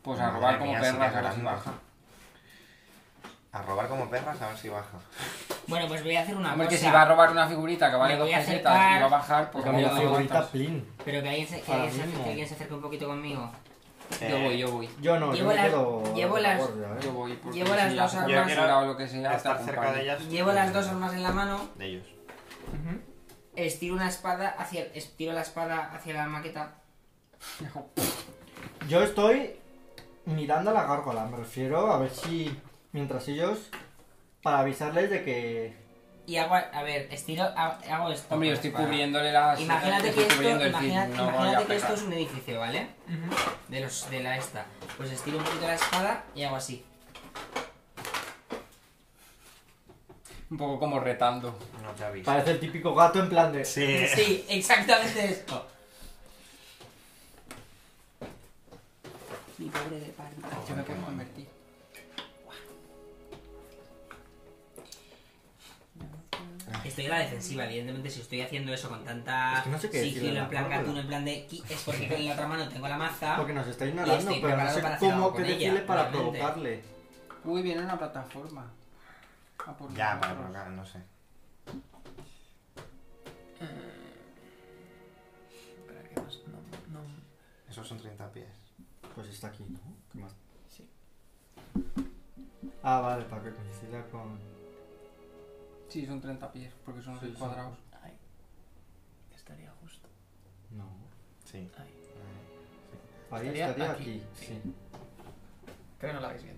[SPEAKER 3] Pues a
[SPEAKER 5] Madre
[SPEAKER 3] robar como
[SPEAKER 5] mía,
[SPEAKER 3] perras
[SPEAKER 5] sigue
[SPEAKER 3] a ver si
[SPEAKER 5] grabando.
[SPEAKER 3] baja.
[SPEAKER 5] a robar como perras a ver si baja.
[SPEAKER 2] Bueno, pues voy a hacer una
[SPEAKER 3] Hombre, que
[SPEAKER 2] cosa.
[SPEAKER 3] si va a robar una figurita que vale
[SPEAKER 2] Me
[SPEAKER 3] dos
[SPEAKER 2] voy a
[SPEAKER 3] pesetas
[SPEAKER 2] acercar.
[SPEAKER 3] y va a bajar, pues
[SPEAKER 4] Cambio
[SPEAKER 3] no
[SPEAKER 4] de
[SPEAKER 3] lo
[SPEAKER 4] figurita,
[SPEAKER 3] aguantas.
[SPEAKER 4] plin.
[SPEAKER 2] Pero que alguien se, que
[SPEAKER 4] Ahora
[SPEAKER 2] alguien se-
[SPEAKER 4] mismo.
[SPEAKER 2] que alguien se acerque un poquito conmigo.
[SPEAKER 3] Yo
[SPEAKER 5] Eh,
[SPEAKER 3] voy, yo voy.
[SPEAKER 4] Yo no,
[SPEAKER 2] Llevo
[SPEAKER 4] yo me
[SPEAKER 2] las-
[SPEAKER 4] quedo.
[SPEAKER 2] llevo las-
[SPEAKER 4] gorda, ¿eh?
[SPEAKER 3] Yo voy, porque
[SPEAKER 2] Llevo las
[SPEAKER 3] si
[SPEAKER 2] dos
[SPEAKER 3] haces
[SPEAKER 2] armas.
[SPEAKER 3] una
[SPEAKER 5] Yo
[SPEAKER 3] basura
[SPEAKER 5] quiero
[SPEAKER 3] o lo que sea, te
[SPEAKER 5] Estar cerca
[SPEAKER 3] acompaño.
[SPEAKER 5] de ellas.
[SPEAKER 2] Llevo las dos armas en la mano,
[SPEAKER 5] De ellos.
[SPEAKER 2] estiro una espada hacia, estiro la espada hacia la maqueta.
[SPEAKER 4] Yo estoy mirando a la gárgola, me refiero a ver si. Mientras ellos. Para avisarles de que.
[SPEAKER 2] Y hago, a ver, estiro, ha- hago esto. con
[SPEAKER 3] Hombre, yo
[SPEAKER 2] la
[SPEAKER 3] estoy
[SPEAKER 2] espada.
[SPEAKER 3] cubriéndole las...
[SPEAKER 2] Pues Imagínate
[SPEAKER 3] estoy
[SPEAKER 2] que esto,
[SPEAKER 3] cubriendo el feed,
[SPEAKER 2] imagina-
[SPEAKER 3] no voy a
[SPEAKER 2] imagínate que
[SPEAKER 3] pecar.
[SPEAKER 2] esto es un edificio, ¿vale? De los de la esta. Pues estiro un poquito la espada y hago así.
[SPEAKER 3] Un poco como retando.
[SPEAKER 5] No te aviso.
[SPEAKER 4] Parece el típico gato en plan de.
[SPEAKER 5] Sí.
[SPEAKER 2] Sí, exactamente esto. Mi pobre de pan.
[SPEAKER 3] Yo me puedo convertir.
[SPEAKER 2] Estoy a la defensiva, evidentemente, si estoy haciendo eso con tanta
[SPEAKER 4] Es que no sé qué decirle
[SPEAKER 2] sigilo,
[SPEAKER 4] a la
[SPEAKER 2] en plan
[SPEAKER 4] cámara.
[SPEAKER 2] gatuno, en plan de ki- es porque con la otra mano tengo la maza.
[SPEAKER 4] Porque nos está
[SPEAKER 2] Y
[SPEAKER 4] ignorando,
[SPEAKER 2] estoy
[SPEAKER 4] pero no
[SPEAKER 2] preparado
[SPEAKER 4] sé
[SPEAKER 2] para hacer
[SPEAKER 4] cómo
[SPEAKER 2] algo
[SPEAKER 4] que
[SPEAKER 2] con ella,
[SPEAKER 4] decirle para
[SPEAKER 2] obviamente.
[SPEAKER 4] provocarle.
[SPEAKER 3] Uy, viene una plataforma. A por
[SPEAKER 5] Ya, para
[SPEAKER 3] nosotros.
[SPEAKER 5] provocar, no sé.
[SPEAKER 1] Espera, ¿qué más? No, no.
[SPEAKER 5] Esos son 30 pies.
[SPEAKER 4] Pues está aquí, ¿no? ¿Qué más?
[SPEAKER 1] Sí.
[SPEAKER 4] Ah, vale, para que coincida con.
[SPEAKER 3] Sí, son 30 pies, porque son
[SPEAKER 4] Sí,
[SPEAKER 3] seis
[SPEAKER 4] sí.
[SPEAKER 3] cuadrados.
[SPEAKER 1] Ay, estaría justo.
[SPEAKER 4] No.
[SPEAKER 5] Sí.
[SPEAKER 1] Ay,
[SPEAKER 4] Ahí
[SPEAKER 1] Estaría
[SPEAKER 4] estaría,
[SPEAKER 1] aquí,
[SPEAKER 4] aquí.
[SPEAKER 1] sí.
[SPEAKER 4] sí.
[SPEAKER 1] creo que no la veis bien.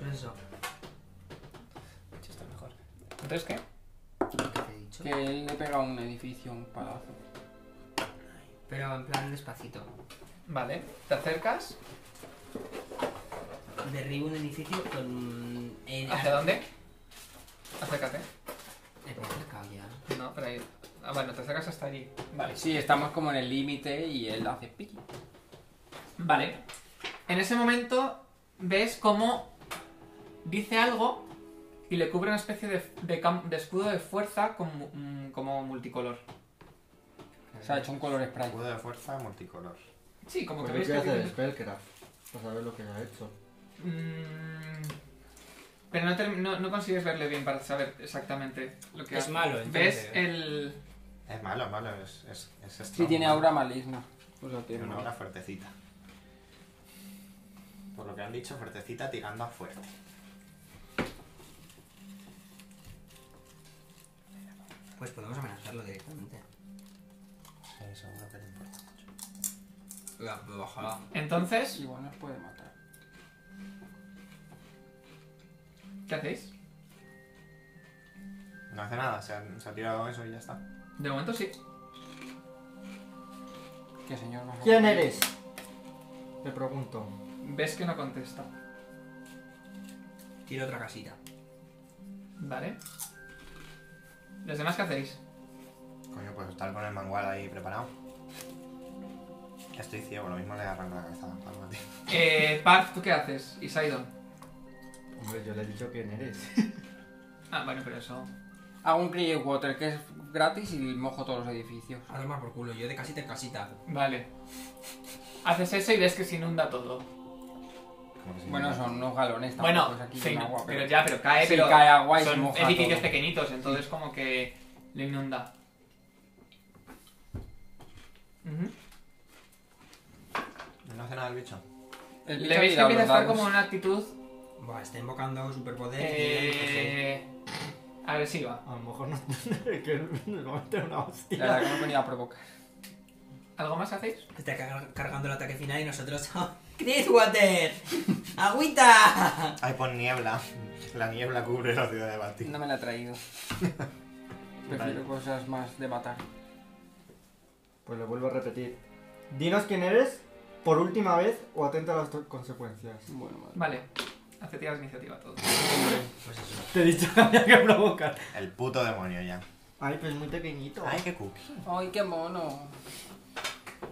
[SPEAKER 2] Pues eso,
[SPEAKER 1] De hecho, está mejor. Entonces, ¿qué?
[SPEAKER 2] lo que te he dicho.
[SPEAKER 3] Que él le pega a un edificio, un palazo.
[SPEAKER 2] Pero en plan despacito.
[SPEAKER 1] Vale, te acercas.
[SPEAKER 2] Derribo un edificio con. eh,
[SPEAKER 1] ¿Hacia dónde? Acércate.
[SPEAKER 2] eh, me he acercado ya.
[SPEAKER 1] No, pero ahí. Ah, bueno, te acercas hasta allí. Vale.
[SPEAKER 3] Sí, estamos como en el límite y él hace piqui.
[SPEAKER 1] Vale. En ese momento ves cómo dice algo y le cubre una especie de, de cam- de escudo de fuerza con mu- mm, como multicolor.
[SPEAKER 3] Se ha hecho un color spray.
[SPEAKER 5] Escudo de fuerza multicolor.
[SPEAKER 1] Sí, como que veis
[SPEAKER 4] Pues voy a
[SPEAKER 1] que
[SPEAKER 4] hacer
[SPEAKER 1] tiene-
[SPEAKER 4] Spellcraft. Para saber lo que ha hecho.
[SPEAKER 1] Mm, Pero no, term- no, no consigues verle bien para saber exactamente lo que
[SPEAKER 2] Es
[SPEAKER 1] hace.
[SPEAKER 2] malo, entonces.
[SPEAKER 1] ¿Ves el...?
[SPEAKER 5] Es malo, malo, es, es, es
[SPEAKER 3] Sí,
[SPEAKER 5] strong,
[SPEAKER 3] tiene
[SPEAKER 5] ¿no?
[SPEAKER 3] aura maligna. O sea,
[SPEAKER 5] Tiene
[SPEAKER 3] tiene
[SPEAKER 5] una
[SPEAKER 3] aura.
[SPEAKER 5] aura fuertecita. Por lo que han dicho, fuertecita tirando a fuerte.
[SPEAKER 2] Pues podemos amenazarlo directamente.
[SPEAKER 5] Sí, seguro que te importa mucho.
[SPEAKER 2] La, ojalá.
[SPEAKER 1] Entonces,
[SPEAKER 3] Igual nos puede matar.
[SPEAKER 1] ¿qué hacéis?
[SPEAKER 5] No hace nada, se ha, se ha tirado eso y ya está.
[SPEAKER 1] De momento sí.
[SPEAKER 3] ¿Qué señor más
[SPEAKER 4] ¿Quién
[SPEAKER 3] guapo.
[SPEAKER 4] eres? Le pregunto.
[SPEAKER 1] Ves que no contesta.
[SPEAKER 2] Tiro otra casita.
[SPEAKER 1] Vale. ¿Los demás qué hacéis?
[SPEAKER 5] Coño, pues estar con el mangual ahí preparado. Estoy ciego, lo mismo le arranco la cabeza a Palma, tío.
[SPEAKER 1] Eh, Parf, ¿tú qué haces? Y Sidon.
[SPEAKER 4] Hombre, yo le he dicho quién eres. [laughs]
[SPEAKER 1] Ah, bueno, pero eso...
[SPEAKER 3] Hago un Create Water que es gratis y mojo todos los edificios.
[SPEAKER 2] Ahora más por culo, yo de casita en casita.
[SPEAKER 1] Vale. Haces eso y ves que se inunda todo.
[SPEAKER 5] Como que se
[SPEAKER 3] Bueno,
[SPEAKER 5] llama.
[SPEAKER 3] son unos galones.
[SPEAKER 1] Bueno,
[SPEAKER 3] tampoco es aquí
[SPEAKER 1] se
[SPEAKER 3] con
[SPEAKER 1] inu-
[SPEAKER 3] agua,
[SPEAKER 1] pero ya, pero cae,
[SPEAKER 3] Sí,
[SPEAKER 1] pero
[SPEAKER 3] cae agua y se
[SPEAKER 1] son
[SPEAKER 3] moja
[SPEAKER 1] edificios
[SPEAKER 3] todo.
[SPEAKER 1] pequeñitos, entonces como que le inunda. Ujú.
[SPEAKER 5] No hace nada el bicho.
[SPEAKER 3] El bicho
[SPEAKER 1] Le veis que
[SPEAKER 3] tira
[SPEAKER 1] empieza a
[SPEAKER 3] los
[SPEAKER 1] estar
[SPEAKER 3] dados.
[SPEAKER 1] como en una actitud...
[SPEAKER 2] Buah, está invocando superpoderes. y-
[SPEAKER 1] Eh, agresiva.
[SPEAKER 4] A lo mejor no que nos va a meter una
[SPEAKER 3] La
[SPEAKER 4] hostia.
[SPEAKER 3] verdad que me ponía a provocar.
[SPEAKER 1] ¿Algo más hacéis?
[SPEAKER 2] Está car- cargando el ataque final y nosotros. "Oh, ¡Chris Water! ¡Agüita!
[SPEAKER 5] pues Ay, pon niebla. La niebla cubre la ciudad de
[SPEAKER 3] [laughs]
[SPEAKER 5] Bati.
[SPEAKER 3] No me la ha traído. Prefiero cosas más de matar.
[SPEAKER 4] Pues lo vuelvo a repetir. Dinos quién eres por última vez o atenta a las to- consecuencias.
[SPEAKER 3] Bueno, madre.
[SPEAKER 1] Vale. Aceptivas iniciativa todos.
[SPEAKER 5] Pues eso.
[SPEAKER 4] Te he dicho que había que provocar.
[SPEAKER 5] El puto demonio ya.
[SPEAKER 4] Ay, pero es muy pequeñito.
[SPEAKER 5] Ay, qué cookie.
[SPEAKER 3] Ay, qué mono. [laughs]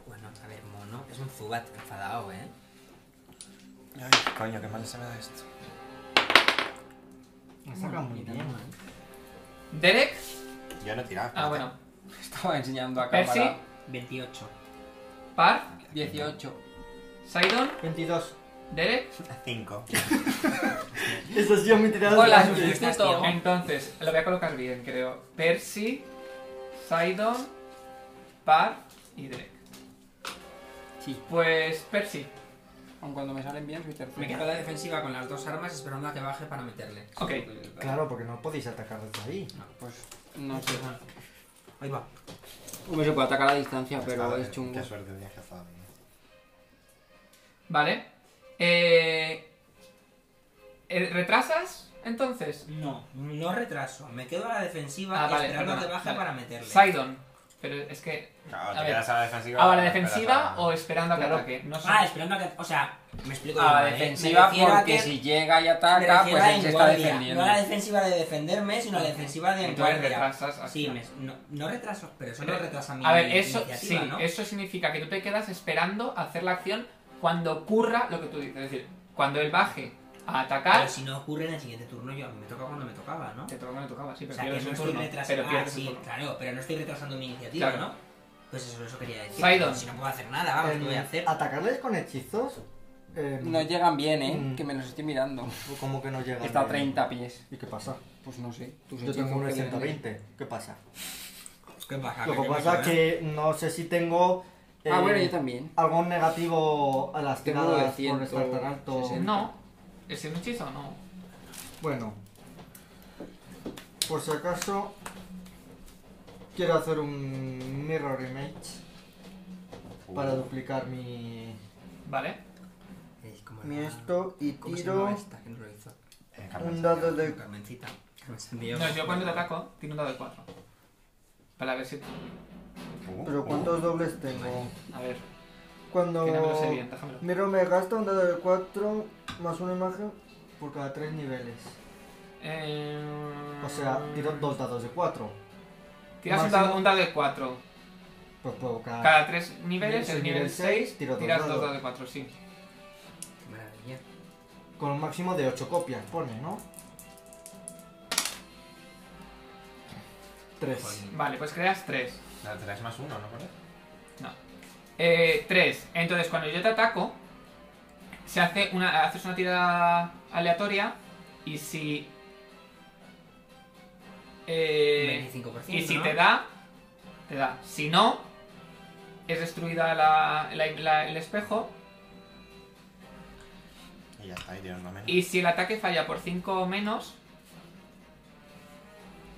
[SPEAKER 2] Bueno, a ver, mono. Es un Zubat enfadado, ¿eh?
[SPEAKER 5] Ay, coño, qué mal se me da esto.
[SPEAKER 4] Me saca muy bien.
[SPEAKER 1] Derek.
[SPEAKER 5] Yo no he tirado.
[SPEAKER 1] Ah, bueno.
[SPEAKER 3] Estaba enseñando a
[SPEAKER 1] Percy.
[SPEAKER 3] cámara.
[SPEAKER 2] 28.
[SPEAKER 1] Par.
[SPEAKER 3] 18.
[SPEAKER 1] Sidon.
[SPEAKER 4] 22.
[SPEAKER 1] Derek.
[SPEAKER 5] 5.
[SPEAKER 4] Eso ha sido muy tirado.
[SPEAKER 3] Hola,
[SPEAKER 4] de-
[SPEAKER 3] sustituto.
[SPEAKER 1] Entonces, lo voy a colocar bien, creo. Percy. Sidon. Par. Y Derek.
[SPEAKER 3] Sí.
[SPEAKER 1] Pues Percy.
[SPEAKER 3] Aun cuando me salen bien, soy tercero.
[SPEAKER 2] Me quedo a la defensiva con las dos armas esperando a que baje para meterle.
[SPEAKER 1] Ok.
[SPEAKER 4] Claro, porque no podéis atacar desde ahí.
[SPEAKER 3] Pues no sé.
[SPEAKER 2] Ahí va.
[SPEAKER 3] Hombre, se puede atacar a distancia, pero es chungo.
[SPEAKER 5] Qué suerte tienes que hacer.
[SPEAKER 1] Vale. Eh, eh, ¿Retrasas? Entonces.
[SPEAKER 2] No, no retraso. Me quedo a la defensiva
[SPEAKER 1] Ah, vale,
[SPEAKER 2] esperando a que
[SPEAKER 1] perdona,
[SPEAKER 2] baje
[SPEAKER 1] vale.
[SPEAKER 2] para meterle.
[SPEAKER 1] Sidon. Pero es que.
[SPEAKER 5] Claro,
[SPEAKER 1] A
[SPEAKER 5] te
[SPEAKER 1] ver.
[SPEAKER 5] quedas a la defensiva.
[SPEAKER 1] ¿Ahora la
[SPEAKER 5] esperas
[SPEAKER 1] defensiva
[SPEAKER 5] a-
[SPEAKER 1] o esperando a que
[SPEAKER 4] Claro.
[SPEAKER 1] ataque? No sé.
[SPEAKER 2] Ah, esperando a que. O sea, me explico.
[SPEAKER 3] A
[SPEAKER 2] bien
[SPEAKER 3] la
[SPEAKER 2] mal, ¿eh? Me
[SPEAKER 3] defensiva
[SPEAKER 2] refiero a
[SPEAKER 3] porque
[SPEAKER 2] que-
[SPEAKER 3] si llega y
[SPEAKER 2] me
[SPEAKER 3] ataca,
[SPEAKER 2] refiero
[SPEAKER 3] pues
[SPEAKER 2] a
[SPEAKER 3] él se
[SPEAKER 2] en
[SPEAKER 3] está
[SPEAKER 2] guardia,
[SPEAKER 3] defendiendo.
[SPEAKER 2] No a la defensiva de defenderme, sino a la defensiva de en
[SPEAKER 1] Entonces
[SPEAKER 2] guardia.
[SPEAKER 1] retrasas. así.
[SPEAKER 2] Sí, me- no, no retraso, pero eso no retrasa mi
[SPEAKER 1] A ver, eso sí,
[SPEAKER 2] iniciativa, ¿no?
[SPEAKER 1] eso significa que tú te quedas esperando a hacer la acción cuando ocurra lo que tú dices. Es decir, cuando él baje a atacar,
[SPEAKER 2] Pero si no ocurre en el siguiente turno, yo a mí me toca cuando me tocaba, ¿no?
[SPEAKER 1] te toca cuando tocaba, sí,
[SPEAKER 2] O
[SPEAKER 1] pero
[SPEAKER 2] sea, que
[SPEAKER 1] pierdes
[SPEAKER 2] no
[SPEAKER 1] un
[SPEAKER 2] estoy
[SPEAKER 1] turno.
[SPEAKER 2] retrasando.
[SPEAKER 1] Pero
[SPEAKER 2] Ah,
[SPEAKER 1] pierdes un
[SPEAKER 2] sí,
[SPEAKER 1] turno.
[SPEAKER 2] claro, pero no estoy retrasando mi iniciativa,
[SPEAKER 1] Claro.
[SPEAKER 2] ¿no? Pues eso, eso quería decir. Pues
[SPEAKER 1] Sidon.
[SPEAKER 2] Si no puedo hacer nada,
[SPEAKER 3] Ah, pues
[SPEAKER 2] vamos, ¿qué voy a
[SPEAKER 4] Em,
[SPEAKER 2] hacer?
[SPEAKER 4] Atacarles con hechizos. em,
[SPEAKER 3] No llegan bien, eh.
[SPEAKER 4] Mm.
[SPEAKER 3] Que me los estoy mirando.
[SPEAKER 4] ¿Cómo que no llega?
[SPEAKER 3] Está a 30 pies.
[SPEAKER 4] ¿Y qué pasa?
[SPEAKER 3] Pues no sé. Tus
[SPEAKER 4] Yo tengo
[SPEAKER 3] hechizos
[SPEAKER 4] un de
[SPEAKER 3] que Ah,
[SPEAKER 4] 120. ¿Qué pasa?
[SPEAKER 2] ¿Qué pasa?
[SPEAKER 4] Lo
[SPEAKER 2] ¿Qué-
[SPEAKER 4] que
[SPEAKER 2] qué
[SPEAKER 4] pasa
[SPEAKER 2] pasa,
[SPEAKER 4] es
[SPEAKER 2] eh?
[SPEAKER 4] que no sé si tengo.
[SPEAKER 3] vienen. Ah,
[SPEAKER 4] eh,
[SPEAKER 3] bueno, yo también.
[SPEAKER 4] Algún negativo a las
[SPEAKER 3] Tengo
[SPEAKER 4] tiradas por
[SPEAKER 3] 900,
[SPEAKER 4] estar tan alto.
[SPEAKER 3] 60.
[SPEAKER 1] No, es un hechizo, no.
[SPEAKER 4] Bueno. Por si acaso. Quiero hacer un mirror image
[SPEAKER 5] Uh,
[SPEAKER 4] para duplicar mi.
[SPEAKER 1] Vale.
[SPEAKER 2] Ey, ¿cómo
[SPEAKER 4] mi
[SPEAKER 2] era?
[SPEAKER 4] esto y
[SPEAKER 2] ¿Cómo se
[SPEAKER 4] tiro
[SPEAKER 2] llamaba esta? ¿Quién lo hizo?
[SPEAKER 5] eh, Carmen,
[SPEAKER 4] un dado de.
[SPEAKER 2] Carmencita. Carmen Sandiego.
[SPEAKER 1] No, yo cuando te ataco, tiene un dado de 4. Para ver si.
[SPEAKER 5] uh,
[SPEAKER 4] Pero
[SPEAKER 5] uh,
[SPEAKER 4] ¿cuántos dobles tengo?
[SPEAKER 1] A ver,
[SPEAKER 4] Cuando.
[SPEAKER 1] que no me lo sé bien, déjamelo.
[SPEAKER 4] Miro, me gasta un dado de 4 más una imagen por cada 3 niveles.
[SPEAKER 1] Eh...
[SPEAKER 4] O sea, tiro dos dados de 4.
[SPEAKER 1] Tiras un
[SPEAKER 4] Máximo-
[SPEAKER 1] dado, un dado de 4.
[SPEAKER 4] Pues puedo cada.
[SPEAKER 1] Cada 3 niveles,
[SPEAKER 4] Nivel
[SPEAKER 1] el nivel
[SPEAKER 4] seis, nivel
[SPEAKER 1] 6,
[SPEAKER 4] seis, tiro dos
[SPEAKER 1] tiras 2
[SPEAKER 4] dados.
[SPEAKER 1] dados de 4, sí.
[SPEAKER 2] Qué maravilla.
[SPEAKER 4] Con un máximo de 8 copias, pone, ¿no? 3.
[SPEAKER 2] Joder.
[SPEAKER 1] Vale, pues creas 3.
[SPEAKER 5] La 3 más 1, ¿no? Por eso.
[SPEAKER 1] No. Eh, 3. Entonces, cuando yo te ataco, se hace una, haces una tirada aleatoria y si... Eh,
[SPEAKER 2] 25%.
[SPEAKER 1] y si
[SPEAKER 2] ¿no?
[SPEAKER 1] te da, te da. Si no, es destruida la- la- la- el espejo
[SPEAKER 5] Y ya está, y tienes uno menos.
[SPEAKER 1] Y si el ataque falla por 5 o menos,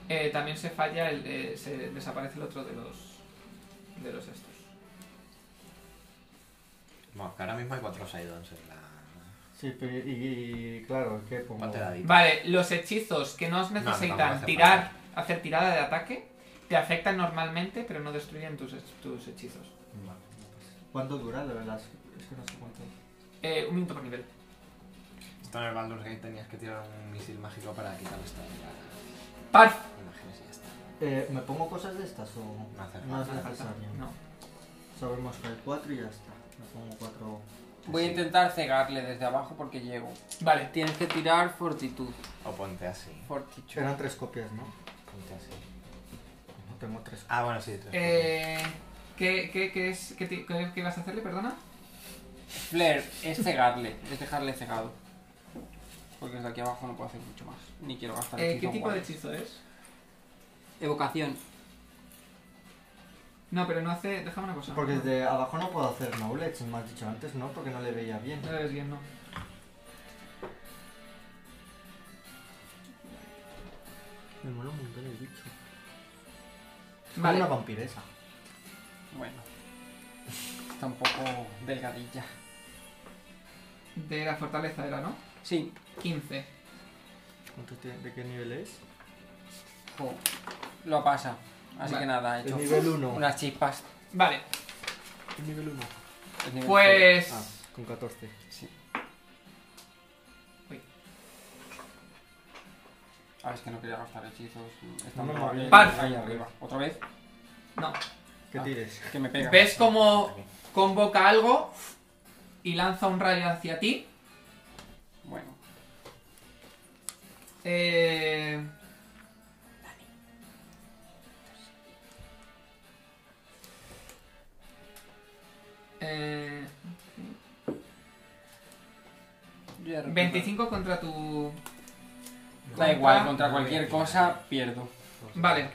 [SPEAKER 1] eh, también se falla, el, eh, se desaparece el otro de los de los estos.
[SPEAKER 5] Bueno, que ahora mismo hay 4 Sidons en la.
[SPEAKER 4] Sí, pero y, y claro, es que pongo.
[SPEAKER 5] Ponte dadito.
[SPEAKER 1] Vale, los hechizos que no os
[SPEAKER 5] no
[SPEAKER 1] necesitan
[SPEAKER 5] hace
[SPEAKER 1] tirar, hacer tirada de ataque, te afectan normalmente, pero no destruyen tus, hech- tus hechizos.
[SPEAKER 4] ¿Cuánto dura, de verdad? Es que no sé cuánto.
[SPEAKER 1] Eh, un minuto por nivel.
[SPEAKER 5] Esto en el Baldur's Gate tenías que tirar un misil mágico para quitar esta de la
[SPEAKER 1] ¡Parf!
[SPEAKER 5] imagen y ya está.
[SPEAKER 4] Eh, ¿Me pongo cosas de estas o.?
[SPEAKER 5] No hace
[SPEAKER 4] No es
[SPEAKER 5] falta.
[SPEAKER 4] necesario.
[SPEAKER 1] No.
[SPEAKER 4] Sabemos que hay 4 y ya está. Me pongo 4.
[SPEAKER 3] Voy a intentar cegarle desde abajo porque llego.
[SPEAKER 1] Vale.
[SPEAKER 3] Tienes que tirar fortitud.
[SPEAKER 5] O ponte así.
[SPEAKER 3] Fortitud.
[SPEAKER 4] Eran 3 copias, ¿no?
[SPEAKER 5] Ponte así.
[SPEAKER 4] No tengo 3
[SPEAKER 5] Ah, bueno, sí, 3.
[SPEAKER 1] Eh, ¿qué, qué, qué es, qué, ti- qué- qué vas a hacerle, perdona?
[SPEAKER 3] Flair es cegarle, es dejarle cegado. Porque desde aquí abajo no puedo hacer mucho más. Ni quiero gastar
[SPEAKER 1] Eh,
[SPEAKER 3] hechizo
[SPEAKER 1] ¿Qué
[SPEAKER 3] en
[SPEAKER 1] tipo de
[SPEAKER 3] guardia.
[SPEAKER 1] hechizo es?
[SPEAKER 3] Evocación.
[SPEAKER 1] No, pero no hace... Déjame una cosa.
[SPEAKER 4] Porque
[SPEAKER 1] no,
[SPEAKER 4] desde abajo no puedo hacer knowledge, me has dicho antes, ¿no? Porque no le veía bien.
[SPEAKER 1] no le ves bien, no.
[SPEAKER 4] Me mola un montón el bicho.
[SPEAKER 1] Vale.
[SPEAKER 4] Una vampiresa.
[SPEAKER 3] Bueno. Está un poco delgadilla.
[SPEAKER 1] De la fortaleza era, ¿no?
[SPEAKER 3] Sí.
[SPEAKER 1] 15.
[SPEAKER 4] ¿Cuánto tiene- ¿De qué nivel es?
[SPEAKER 3] Jo. lo pasa. Así
[SPEAKER 1] Vale.
[SPEAKER 3] que nada, he
[SPEAKER 4] El
[SPEAKER 3] hecho
[SPEAKER 4] nivel uno.
[SPEAKER 3] unas chispas.
[SPEAKER 1] Vale,
[SPEAKER 4] El nivel 1.
[SPEAKER 3] El nivel
[SPEAKER 1] pues.
[SPEAKER 4] Ah, con 14.
[SPEAKER 3] cero. Ah, es que no quería gastar hechizos. Está
[SPEAKER 4] No me
[SPEAKER 3] muy
[SPEAKER 4] moví.
[SPEAKER 3] bien.
[SPEAKER 1] Par.
[SPEAKER 3] Ahí arriba. Otra vez,
[SPEAKER 1] No.
[SPEAKER 4] ¿Qué
[SPEAKER 3] Ah.
[SPEAKER 4] tires?
[SPEAKER 3] que me pega.
[SPEAKER 1] ¿Ves cómo convoca algo y lanza un rayo hacia ti?
[SPEAKER 3] Bueno,
[SPEAKER 1] Eh, eh,
[SPEAKER 3] yo ya recupero.
[SPEAKER 1] 25 contra tu...
[SPEAKER 3] Da
[SPEAKER 1] contra-
[SPEAKER 3] igual, contra cualquier cosa pierdo.
[SPEAKER 1] Vale.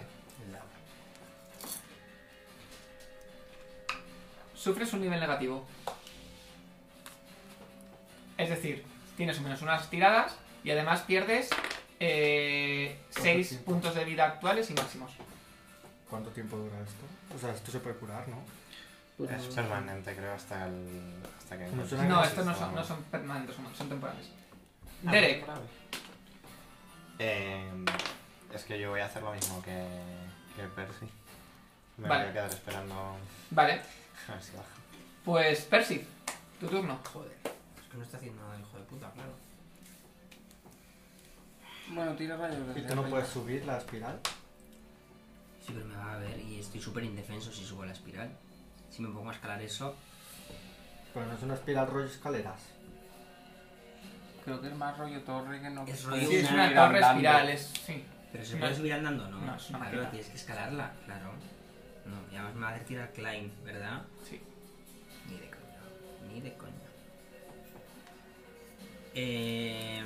[SPEAKER 1] Sufres un nivel negativo. Es decir, tienes menos unas tiradas y además pierdes 6
[SPEAKER 4] tiempo?
[SPEAKER 1] puntos de vida actuales y máximos.
[SPEAKER 4] ¿Cuánto tiempo dura esto? O sea, esto se puede curar, ¿no?
[SPEAKER 5] Es permanente, creo, hasta el. Hasta que
[SPEAKER 4] No suena
[SPEAKER 5] encuentres
[SPEAKER 1] No,
[SPEAKER 5] el
[SPEAKER 1] estos no son,
[SPEAKER 5] sistema.
[SPEAKER 1] no son permanentes, son, son temporales.
[SPEAKER 5] Ah,
[SPEAKER 1] Derek,
[SPEAKER 5] bravo. Eh, es que yo voy a hacer lo mismo que, que Percy. Me
[SPEAKER 1] Vale.
[SPEAKER 5] voy a quedar esperando a
[SPEAKER 1] vale.
[SPEAKER 5] ver si baja.
[SPEAKER 1] Pues Percy, tu turno.
[SPEAKER 2] Joder. Es que no está haciendo nada, hijo de puta, claro.
[SPEAKER 3] Bueno, tira rayos.
[SPEAKER 4] ¿Y
[SPEAKER 3] desde
[SPEAKER 4] tú no
[SPEAKER 3] arriba.
[SPEAKER 4] puedes subir la espiral?
[SPEAKER 2] Sí, pero me va a ver y estoy súper indefenso si subo la espiral. Si me pongo a escalar eso,
[SPEAKER 4] Pero no es una espiral rollo escaleras.
[SPEAKER 3] Creo que es más rollo torre que no.
[SPEAKER 2] Es rollo
[SPEAKER 3] puedes
[SPEAKER 1] Sí, es
[SPEAKER 3] subir
[SPEAKER 1] una torre
[SPEAKER 3] andando.
[SPEAKER 1] espiral, es... Sí.
[SPEAKER 2] Pero se
[SPEAKER 1] No.
[SPEAKER 2] puede subir andando, ¿no?
[SPEAKER 1] No, es una
[SPEAKER 2] Claro,
[SPEAKER 1] máquina.
[SPEAKER 2] tienes que escalarla, claro. No, y además me va a hacer tirar climb, ¿verdad?
[SPEAKER 1] Sí.
[SPEAKER 2] Ni de coña, ni de coña. Eh...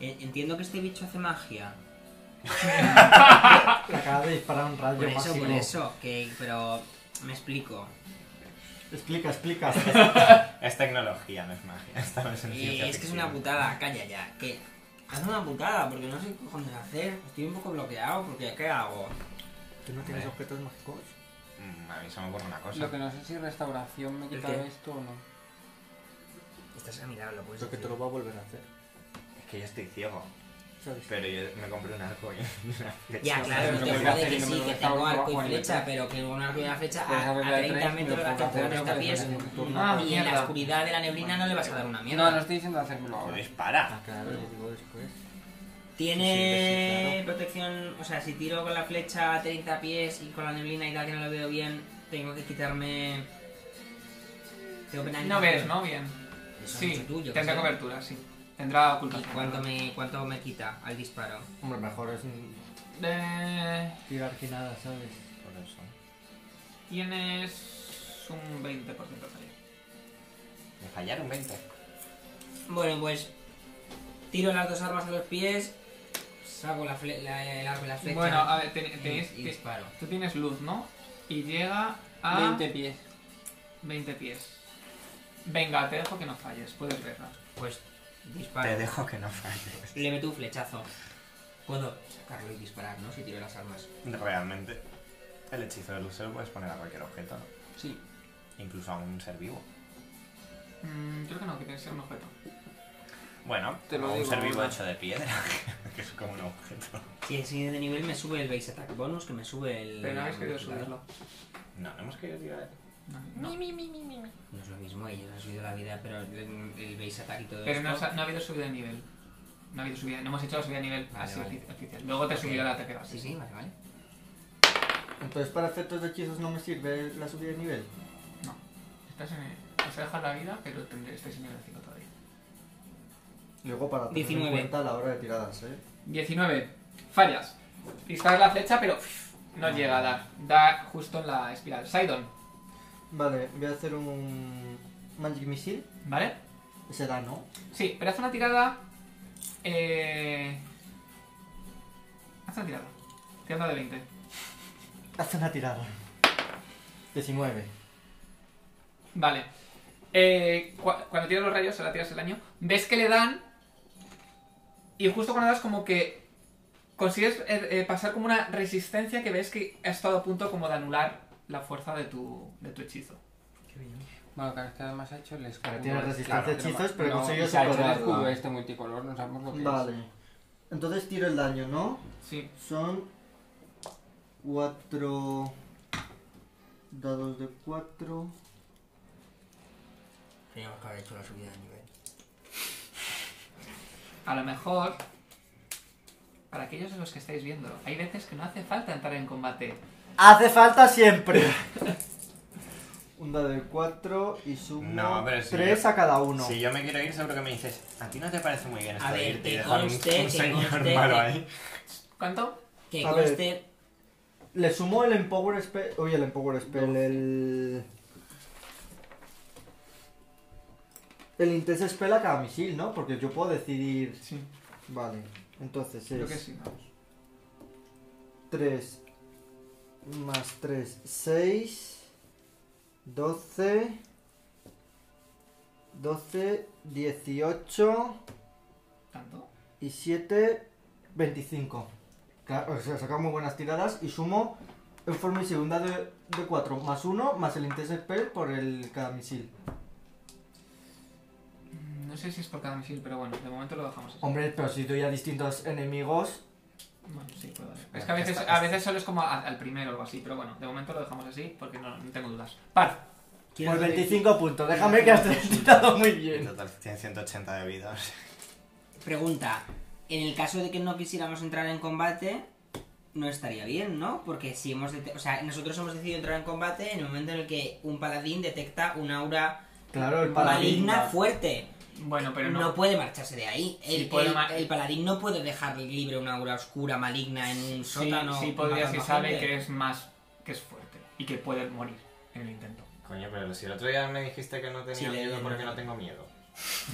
[SPEAKER 2] en- Entiendo que este bicho hace magia.
[SPEAKER 4] Le acaba de disparar un rayo
[SPEAKER 2] Por eso,
[SPEAKER 4] máximo.
[SPEAKER 2] por eso, que, pero me explico.
[SPEAKER 4] Explica, [laughs] explica.
[SPEAKER 5] Es tecnología, no es magia. [laughs] Esta no es en
[SPEAKER 2] Eh,
[SPEAKER 5] ciencia
[SPEAKER 2] es que es
[SPEAKER 5] ficción.
[SPEAKER 2] una putada, calla ya, que haz una putada, porque no sé qué cojones hacer. Estoy un poco bloqueado, porque ¿qué hago?
[SPEAKER 4] ¿Tú no tienes objetos mágicos?
[SPEAKER 5] Mm, a mí se me ocurre una cosa.
[SPEAKER 3] Lo que no sé si restauración me
[SPEAKER 2] ¿El
[SPEAKER 3] quita
[SPEAKER 2] qué?
[SPEAKER 3] esto o no.
[SPEAKER 2] Estás a mirarlo, pues.
[SPEAKER 4] Creo que te lo va a volver a hacer.
[SPEAKER 5] Es que yo estoy ciego.
[SPEAKER 4] ¿Sabes?
[SPEAKER 5] Pero yo me compré un arco y [laughs] una flecha.
[SPEAKER 2] Ya, claro,
[SPEAKER 3] Pero
[SPEAKER 2] no te
[SPEAKER 3] que me
[SPEAKER 2] jode
[SPEAKER 3] hace
[SPEAKER 2] que
[SPEAKER 3] que no
[SPEAKER 2] sí,
[SPEAKER 3] me
[SPEAKER 2] que
[SPEAKER 3] deja
[SPEAKER 2] tengo
[SPEAKER 3] un
[SPEAKER 2] arco y
[SPEAKER 3] trabajo en el
[SPEAKER 2] flecha,
[SPEAKER 3] pecho.
[SPEAKER 2] pero que un arco y una flecha
[SPEAKER 3] Puedes
[SPEAKER 2] a,
[SPEAKER 3] arreglar
[SPEAKER 2] a
[SPEAKER 3] el
[SPEAKER 2] 30
[SPEAKER 3] tren,
[SPEAKER 2] metros de
[SPEAKER 3] pero
[SPEAKER 2] la cabeza no
[SPEAKER 3] puedes hacer
[SPEAKER 2] está
[SPEAKER 3] el
[SPEAKER 2] pies.
[SPEAKER 3] tren en un turno.
[SPEAKER 1] Ah,
[SPEAKER 2] Y en la
[SPEAKER 1] mierda.
[SPEAKER 2] oscuridad de la neblina no le vas a dar una
[SPEAKER 3] No, no
[SPEAKER 2] mierda.
[SPEAKER 3] estoy diciendo hacérmelo ahora.
[SPEAKER 5] Joder, para.
[SPEAKER 4] Ah, claro, yo digo después.
[SPEAKER 2] Tiene
[SPEAKER 4] Sí, sí, claro.
[SPEAKER 2] protección, o sea, si tiro con la flecha a 30 pies y con la neblina y tal que no lo veo bien, tengo que quitarme... Tengo penalización.
[SPEAKER 1] No ves, ¿no? Bien.
[SPEAKER 2] Eso es
[SPEAKER 1] Sí,
[SPEAKER 2] mucho tuyo,
[SPEAKER 1] tendrá
[SPEAKER 2] ¿sí?
[SPEAKER 1] cobertura, sí. Tendrá
[SPEAKER 2] ¿Y
[SPEAKER 1] ocultación.
[SPEAKER 2] cuánto me, cuánto me quita al disparo?
[SPEAKER 4] Hombre, mejor es mm,
[SPEAKER 1] Eh,
[SPEAKER 4] tirar que nada, ¿sabes?
[SPEAKER 5] Por eso.
[SPEAKER 1] Tienes un 20% de fallo.
[SPEAKER 5] Me fallaron 20.
[SPEAKER 2] Bueno, pues tiro las dos armas a los pies, saco la fle- la- el arco y la flecha
[SPEAKER 1] Bueno, a ver, ten-
[SPEAKER 2] y-
[SPEAKER 1] tenéis-
[SPEAKER 2] y
[SPEAKER 1] te-
[SPEAKER 2] disparo.
[SPEAKER 1] tú tienes luz, ¿no? Y llega a 20,
[SPEAKER 3] 20 pies.
[SPEAKER 1] pies. Venga, te dejo que no falles, puedes verla.
[SPEAKER 2] Pues
[SPEAKER 5] Te
[SPEAKER 4] Eh,
[SPEAKER 2] disparo.
[SPEAKER 5] dejo que no falles. [laughs]
[SPEAKER 2] Le meto un flechazo. Puedo sacarlo y disparar, ¿no? Si tiro las armas.
[SPEAKER 5] Realmente, el hechizo de luz se lo puedes poner a cualquier objeto, ¿no?
[SPEAKER 3] Sí.
[SPEAKER 5] incluso a un ser vivo.
[SPEAKER 1] Mm, creo que no, que tiene que ser un objeto.
[SPEAKER 5] Bueno,
[SPEAKER 3] Te lo
[SPEAKER 5] a un
[SPEAKER 3] digo,
[SPEAKER 5] ser vivo
[SPEAKER 3] mamá.
[SPEAKER 5] hecho de piedra, [laughs] que es como un objeto.
[SPEAKER 2] Si el siguiente nivel me sube el base attack bonus, que me sube el.
[SPEAKER 1] Pero no habéis querido
[SPEAKER 2] el-
[SPEAKER 1] subirlo.
[SPEAKER 5] No, no hemos querido tirar.
[SPEAKER 1] No, no.
[SPEAKER 2] No es lo mismo, ellos han subido la vida, pero el, el base attack y todo
[SPEAKER 1] Pero no,
[SPEAKER 2] esto.
[SPEAKER 1] has- no ha habido subida de nivel. No ha habido subida, no hemos hecho la subida de nivel
[SPEAKER 2] Vale,
[SPEAKER 1] así
[SPEAKER 2] vale.
[SPEAKER 1] ofi- oficial. Luego te subirá el ataque base.
[SPEAKER 2] Sí, sí, vale, vale.
[SPEAKER 4] Entonces, para efectos de hechizos no me sirve la subida de nivel.
[SPEAKER 1] No. Estás en el- Os he dejado la vida, pero tendré, estáis en nivel 5 todavía.
[SPEAKER 4] Luego, para tener
[SPEAKER 2] 19.
[SPEAKER 4] en cuenta a la hora de tiradas, ¿eh?
[SPEAKER 1] 19. Fallas. Disparas la flecha, pero pff, no llega a dar. Da justo en la espiral. Sidon,
[SPEAKER 4] Vale, voy a hacer un Magic Missile.
[SPEAKER 1] ¿vale?
[SPEAKER 4] Será, ¿no?
[SPEAKER 1] Sí, pero haz una tirada. Eh... Haz una tirada. Tirada de 20.
[SPEAKER 4] Haz una tirada. 19.
[SPEAKER 1] Vale. Eh, cua- cuando tiras los rayos, ahora tiras el daño. Ves que le dan. Y justo cuando das, como que. Consigues eh, eh, pasar como una resistencia que ves que ha estado a punto como de anular la fuerza de tu, de tu hechizo.
[SPEAKER 2] Qué bien.
[SPEAKER 3] Bueno, claro, es que además ha hecho el escudo.
[SPEAKER 4] Porque tiene resistencia a hechizos, pero
[SPEAKER 3] no,
[SPEAKER 4] consiguió
[SPEAKER 3] y se ha hecho el
[SPEAKER 4] superarlo.
[SPEAKER 3] escudo este multicolor, no sabemos lo que es.
[SPEAKER 4] Ah. Vale. Entonces tiro el daño, ¿no?
[SPEAKER 1] Sí.
[SPEAKER 4] Son cuatro dados de cuatro.
[SPEAKER 2] Teníamos que haber hecho la subida de nivel.
[SPEAKER 1] A lo mejor, para aquellos de los que estáis viendo, hay veces que no hace falta entrar en combate.
[SPEAKER 4] Hace falta siempre. Un dado de cuatro y sumo
[SPEAKER 5] No, pero si
[SPEAKER 4] tres
[SPEAKER 5] yo-
[SPEAKER 4] a cada uno.
[SPEAKER 5] Si yo me quiero ir, seguro que me dices, ¿a ti no te parece muy bien esto
[SPEAKER 2] A
[SPEAKER 5] de
[SPEAKER 2] ver,
[SPEAKER 5] irte y
[SPEAKER 2] que
[SPEAKER 5] dejar un,
[SPEAKER 2] conste,
[SPEAKER 5] un
[SPEAKER 2] que
[SPEAKER 5] señor
[SPEAKER 2] conste
[SPEAKER 5] malo
[SPEAKER 2] que-
[SPEAKER 5] ahí?
[SPEAKER 1] ¿Cuánto?
[SPEAKER 2] Que
[SPEAKER 4] A ver.
[SPEAKER 2] conste.
[SPEAKER 4] Le sumo el Empower Spell. Uy, el Empower Spell, el. El Intense Spell a cada misil, ¿no? Porque yo puedo decidir.
[SPEAKER 1] Sí,
[SPEAKER 4] Vale, entonces
[SPEAKER 1] creo que
[SPEAKER 4] es
[SPEAKER 1] sí, vamos.
[SPEAKER 4] 3 más 3, 6, 12, 12, 18
[SPEAKER 1] ¿Tanto?
[SPEAKER 4] y 7, 25. Claro, o sea, saca muy buenas tiradas y sumo en forma y segunda de, 4 más 1 más el intense spell por el cada misil.
[SPEAKER 1] Mm, No sé si es por cada misil, pero bueno, de momento lo dejamos así.
[SPEAKER 4] Hombre, pero si doy a distintos enemigos,
[SPEAKER 1] Bueno, sí, puedo dar. Es que a veces, a veces solo es como a- al primero o algo así, pero bueno, de momento lo dejamos así porque no, no tengo dudas. Par.
[SPEAKER 2] Quiero
[SPEAKER 4] por
[SPEAKER 2] saber-
[SPEAKER 4] 25 puntos. Déjame que has tirado muy
[SPEAKER 5] En
[SPEAKER 4] bien.
[SPEAKER 5] total, tiene 180 de vida. o sea.
[SPEAKER 2] Pregunta. En el caso de que no quisiéramos entrar en combate, no estaría bien, ¿no? Porque si hemos. dete- O sea, nosotros hemos decidido entrar en combate en el momento en el que un paladín detecta un aura
[SPEAKER 4] Claro, el paladín.
[SPEAKER 2] maligna fuerte.
[SPEAKER 1] Bueno, pero
[SPEAKER 2] no.
[SPEAKER 1] no.
[SPEAKER 2] puede marcharse de ahí.
[SPEAKER 1] Sí
[SPEAKER 2] El,
[SPEAKER 1] puede
[SPEAKER 2] el-
[SPEAKER 1] mar-
[SPEAKER 2] el paladín no puede dejar libre una aura oscura maligna en un
[SPEAKER 1] Sí,
[SPEAKER 2] sótano.
[SPEAKER 1] sí podría si sabe
[SPEAKER 2] bastante.
[SPEAKER 1] que es más, que es fuerte y que puede morir en el
[SPEAKER 4] [laughs]
[SPEAKER 1] intento.
[SPEAKER 5] Coño, pero si el otro día me dijiste que no tenía
[SPEAKER 2] Sí, le-
[SPEAKER 5] miedo
[SPEAKER 2] le-
[SPEAKER 5] porque no tengo miedo.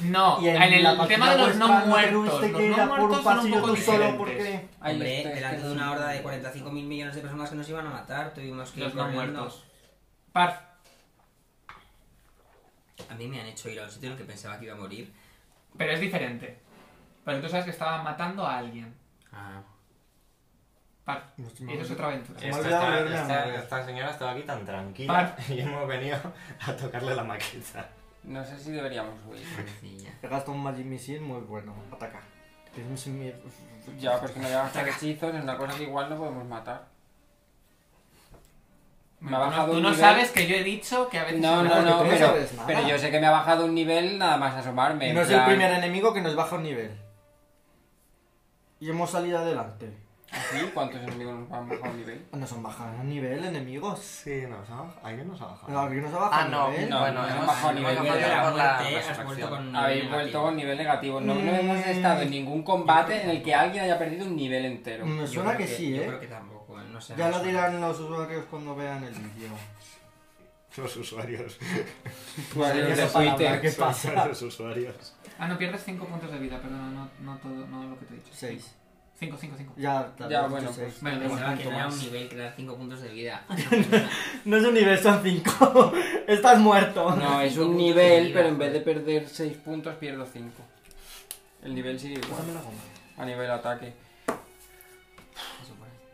[SPEAKER 1] No,
[SPEAKER 4] Y
[SPEAKER 1] en el
[SPEAKER 4] la máquina
[SPEAKER 1] tema de los no
[SPEAKER 4] vuestra te
[SPEAKER 1] muertos,
[SPEAKER 4] tuviste
[SPEAKER 1] los
[SPEAKER 4] este que ir
[SPEAKER 1] no
[SPEAKER 4] a por un
[SPEAKER 1] muertos son un
[SPEAKER 4] pasillo
[SPEAKER 1] poco
[SPEAKER 4] tú solo
[SPEAKER 1] diferentes.
[SPEAKER 4] porque...
[SPEAKER 3] Ahí
[SPEAKER 2] Hombre,
[SPEAKER 3] está, es que
[SPEAKER 2] delante
[SPEAKER 3] es
[SPEAKER 2] de una
[SPEAKER 3] un-
[SPEAKER 2] horda de 45 mil millones de personas que nos iban a matar, tuvimos que
[SPEAKER 1] Los
[SPEAKER 2] ir
[SPEAKER 1] no
[SPEAKER 2] corriendo.
[SPEAKER 1] muertos. Par.
[SPEAKER 2] A mí me han hecho ir a un sitio en el que pensaba que iba a
[SPEAKER 4] [laughs]
[SPEAKER 2] morir.
[SPEAKER 1] Pero es diferente. Pero tú sabes que estaban matando a alguien.
[SPEAKER 2] Ah.
[SPEAKER 1] Par.
[SPEAKER 4] No estoy
[SPEAKER 1] Y eso es
[SPEAKER 4] mal.
[SPEAKER 1] otra aventura.
[SPEAKER 4] Eh.
[SPEAKER 5] Esta,
[SPEAKER 4] olvidado
[SPEAKER 5] esta-
[SPEAKER 4] leerle la
[SPEAKER 5] esta-
[SPEAKER 4] mano.
[SPEAKER 5] esta señora estaba aquí tan tranquila
[SPEAKER 1] Par.
[SPEAKER 5] [laughs] y hemos venido a tocarle la maqueta.
[SPEAKER 3] No sé si deberíamos huir.
[SPEAKER 2] Sencilla.
[SPEAKER 4] Te gasta un Magic Missile muy bueno. Ataca. Tienes un sin miedo.
[SPEAKER 3] Ya, porque no voy a gastar hechizos en una cosa que igual no podemos matar. Me ha
[SPEAKER 1] Tú no-
[SPEAKER 3] bajado
[SPEAKER 1] tú
[SPEAKER 3] un
[SPEAKER 1] no
[SPEAKER 3] nivel.
[SPEAKER 1] sabes que yo he dicho que a veces... es
[SPEAKER 3] No, no,
[SPEAKER 1] mejor
[SPEAKER 3] no,
[SPEAKER 4] tú no
[SPEAKER 3] pero,
[SPEAKER 4] sabes nada.
[SPEAKER 3] pero yo sé que me ha bajado un nivel nada más asomarme. en
[SPEAKER 4] No es el
[SPEAKER 3] plan-
[SPEAKER 4] primer enemigo que nos baja un nivel. Y hemos salido adelante.
[SPEAKER 3] ¿Sí? ¿Cuántos enemigos nos han bajado un nivel?
[SPEAKER 4] Nos han bajado un nivel, enemigos.
[SPEAKER 5] Sí, nos ha bajado. ¿Alguien nos ha bajado?
[SPEAKER 4] ¿A quién nos ha bajado
[SPEAKER 5] Ah, no,
[SPEAKER 4] nivel?
[SPEAKER 3] no,
[SPEAKER 5] bueno,
[SPEAKER 3] nos han
[SPEAKER 5] hemos
[SPEAKER 3] bajado
[SPEAKER 5] hemos
[SPEAKER 3] nivel,
[SPEAKER 5] bajado
[SPEAKER 3] pero
[SPEAKER 5] nivel
[SPEAKER 2] la
[SPEAKER 5] por la
[SPEAKER 2] muerte, has
[SPEAKER 5] resurrección.
[SPEAKER 2] vuelto con-
[SPEAKER 3] Habéis
[SPEAKER 2] Negativo.
[SPEAKER 3] vuelto con nivel negativo. No, no
[SPEAKER 4] Mm.
[SPEAKER 3] hemos estado en ningún combate en el que alguien haya perdido un nivel entero.
[SPEAKER 4] Me
[SPEAKER 2] Yo
[SPEAKER 4] suena
[SPEAKER 2] creo
[SPEAKER 4] que, sí,
[SPEAKER 2] Yo
[SPEAKER 4] eh.
[SPEAKER 2] creo que tampoco, eh, no sé.
[SPEAKER 4] Ya
[SPEAKER 2] no
[SPEAKER 4] lo
[SPEAKER 2] sé.
[SPEAKER 4] dirán los usuarios cuando vean el vídeo.
[SPEAKER 5] Los usuarios.
[SPEAKER 4] Pues
[SPEAKER 3] Usuarios de
[SPEAKER 4] Esa palabra,
[SPEAKER 3] Twitter.
[SPEAKER 4] ¿Qué pasa?
[SPEAKER 5] Los usuarios.
[SPEAKER 1] Ah, no, pierdes 5 puntos de vida, perdona, no, no, todo, no lo que te he dicho.
[SPEAKER 4] Seis.
[SPEAKER 1] 5, 5, 5.
[SPEAKER 4] Ya,
[SPEAKER 3] Ya,
[SPEAKER 4] has dicho
[SPEAKER 3] bueno,
[SPEAKER 4] seis.
[SPEAKER 1] pues, vale,
[SPEAKER 4] Un
[SPEAKER 2] Pensaba que
[SPEAKER 4] punto
[SPEAKER 2] era un
[SPEAKER 4] más.
[SPEAKER 2] nivel que era 5 puntos de
[SPEAKER 4] [laughs]
[SPEAKER 2] vida.
[SPEAKER 4] No es un nivel, son cinco. [laughs] Estás muerto.
[SPEAKER 3] No, es
[SPEAKER 2] Cinco
[SPEAKER 3] un
[SPEAKER 2] puntos de
[SPEAKER 3] nivel,
[SPEAKER 2] vida,
[SPEAKER 3] pero en vez de
[SPEAKER 2] joder.
[SPEAKER 3] perder 6 puntos, pierdo 5. El nivel sigue
[SPEAKER 4] Pásame
[SPEAKER 3] igual
[SPEAKER 4] la goma.
[SPEAKER 3] a nivel ataque.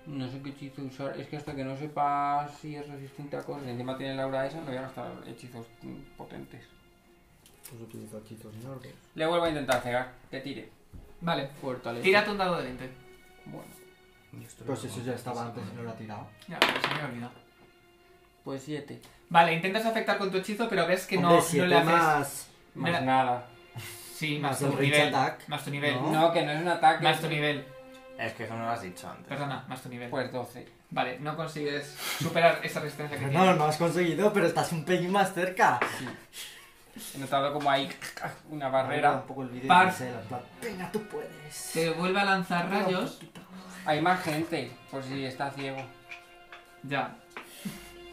[SPEAKER 3] No sé qué hechizo usar. Es que hasta que no sepa si es resistente a cosas y encima tiene la aura esa, no voy a gastar hechizos mm, potentes.
[SPEAKER 4] Pues utilizo hechitos nerdos.
[SPEAKER 3] Le vuelvo a intentar cegar. Que tire.
[SPEAKER 1] Vale,
[SPEAKER 3] Fortaleza.
[SPEAKER 1] tírate un dado de 20.
[SPEAKER 3] Bueno,
[SPEAKER 4] Pues eso ya estaba antes y no lo he tirado.
[SPEAKER 1] Ya, pero se me ha olvidado.
[SPEAKER 3] pues 7.
[SPEAKER 1] Vale, intentas afectar con tu hechizo, pero ves que no,
[SPEAKER 4] Hombre,
[SPEAKER 1] no
[SPEAKER 4] siete
[SPEAKER 1] le haces...
[SPEAKER 4] más.
[SPEAKER 3] Más
[SPEAKER 1] Mira.
[SPEAKER 3] nada.
[SPEAKER 1] Sí,
[SPEAKER 4] Más
[SPEAKER 1] más,
[SPEAKER 4] el
[SPEAKER 1] tu
[SPEAKER 4] reach
[SPEAKER 1] nivel.
[SPEAKER 4] attack,
[SPEAKER 1] Más tu nivel.
[SPEAKER 4] ¿no?
[SPEAKER 3] No, que no es un ataque.
[SPEAKER 1] Más tu nivel.
[SPEAKER 5] Es que eso no lo has dicho antes.
[SPEAKER 1] Perdona, más tu nivel.
[SPEAKER 3] Pues 12.
[SPEAKER 1] Vale, no consigues superar esa resistencia que
[SPEAKER 4] No,
[SPEAKER 1] tienes.
[SPEAKER 4] no has conseguido, pero estás un pelín más cerca.
[SPEAKER 3] He notado como hay una
[SPEAKER 4] Mira
[SPEAKER 3] barrera.
[SPEAKER 4] Un poco el vídeo
[SPEAKER 1] Par.
[SPEAKER 4] de Gisela, en plan, Venga, tú puedes.
[SPEAKER 1] Te vuelve a lanzar rayos.
[SPEAKER 3] Hay más gente, por si está ciego.
[SPEAKER 1] Ya.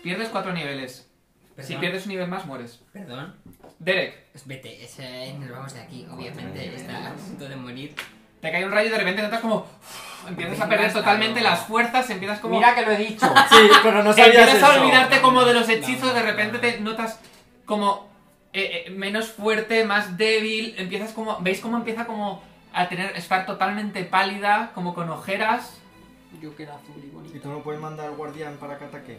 [SPEAKER 1] Pierdes cuatro niveles. Si
[SPEAKER 2] Perdón,
[SPEAKER 1] pierdes un nivel más, mueres.
[SPEAKER 2] Perdón.
[SPEAKER 1] Derek,
[SPEAKER 2] Pues Vete, ese- nos vamos de aquí, obviamente.
[SPEAKER 4] eh.
[SPEAKER 2] Está a punto de morir.
[SPEAKER 1] te cae un rayo y de repente notas como. Empiezas a perder
[SPEAKER 2] Basta,
[SPEAKER 1] totalmente
[SPEAKER 2] no.
[SPEAKER 1] las fuerzas, empiezas como.
[SPEAKER 3] Mira que lo he dicho.
[SPEAKER 4] Sí, pero no sabías
[SPEAKER 1] empiezas
[SPEAKER 4] eso.
[SPEAKER 1] a olvidarte como de los
[SPEAKER 2] No,
[SPEAKER 1] hechizos,
[SPEAKER 2] no,
[SPEAKER 1] de
[SPEAKER 2] no.
[SPEAKER 1] repente te notas como eh, eh, menos fuerte, más débil, empiezas como, veis cómo empieza como a tener, estar totalmente pálida, como con ojeras,
[SPEAKER 3] Yo que era azul y bonito.
[SPEAKER 4] ¿Y tú no puedes mandar al guardián para que ataque?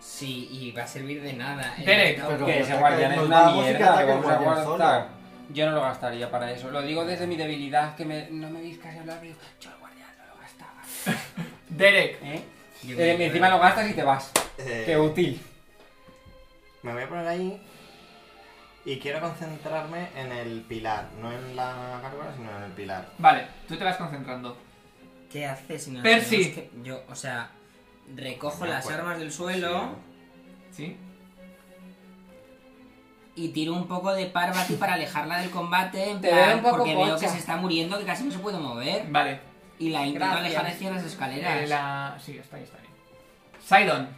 [SPEAKER 2] Sí, y va a servir de nada. eh.
[SPEAKER 1] Derek,
[SPEAKER 2] No,
[SPEAKER 4] pero-
[SPEAKER 3] que ese
[SPEAKER 4] ataque-
[SPEAKER 3] guardián es
[SPEAKER 4] nos
[SPEAKER 3] una
[SPEAKER 4] vamos y que
[SPEAKER 3] mierda,
[SPEAKER 4] ataque
[SPEAKER 3] lo
[SPEAKER 4] el
[SPEAKER 3] vamos a
[SPEAKER 4] guardián solo.
[SPEAKER 3] guardar. Yo no lo gastaría para eso. Lo digo desde mi debilidad, que me, no me deis casi hablar, pero yo, yo el guardián no lo gastaba.
[SPEAKER 1] Derek,
[SPEAKER 3] ¿Eh?
[SPEAKER 2] yo
[SPEAKER 3] Eh,
[SPEAKER 2] me-
[SPEAKER 3] encima lo gastas y te vas.
[SPEAKER 5] Eh,
[SPEAKER 3] Qué útil.
[SPEAKER 5] Me voy a poner ahí y quiero concentrarme en el pilar, no en la gárgola, sino en el pilar.
[SPEAKER 1] vale, tú te vas concentrando.
[SPEAKER 2] ¿Qué haces si no
[SPEAKER 1] Percy.
[SPEAKER 2] tenemos que- Yo, o sea, recojo
[SPEAKER 5] No
[SPEAKER 2] las
[SPEAKER 5] puedo.
[SPEAKER 2] armas del suelo
[SPEAKER 1] ¿Sí?
[SPEAKER 2] y tiro un poco de Parvati para alejarla del combate. En
[SPEAKER 3] Te
[SPEAKER 2] plan,
[SPEAKER 3] veo un poco
[SPEAKER 2] porque veo
[SPEAKER 3] pocha.
[SPEAKER 2] que se está muriendo, que casi no se puede mover.
[SPEAKER 1] Vale.
[SPEAKER 2] Y la intento
[SPEAKER 3] Gracias.
[SPEAKER 2] alejar hacia las escaleras.
[SPEAKER 1] Eh, la... Sí, está ahí, está bien. Sidon.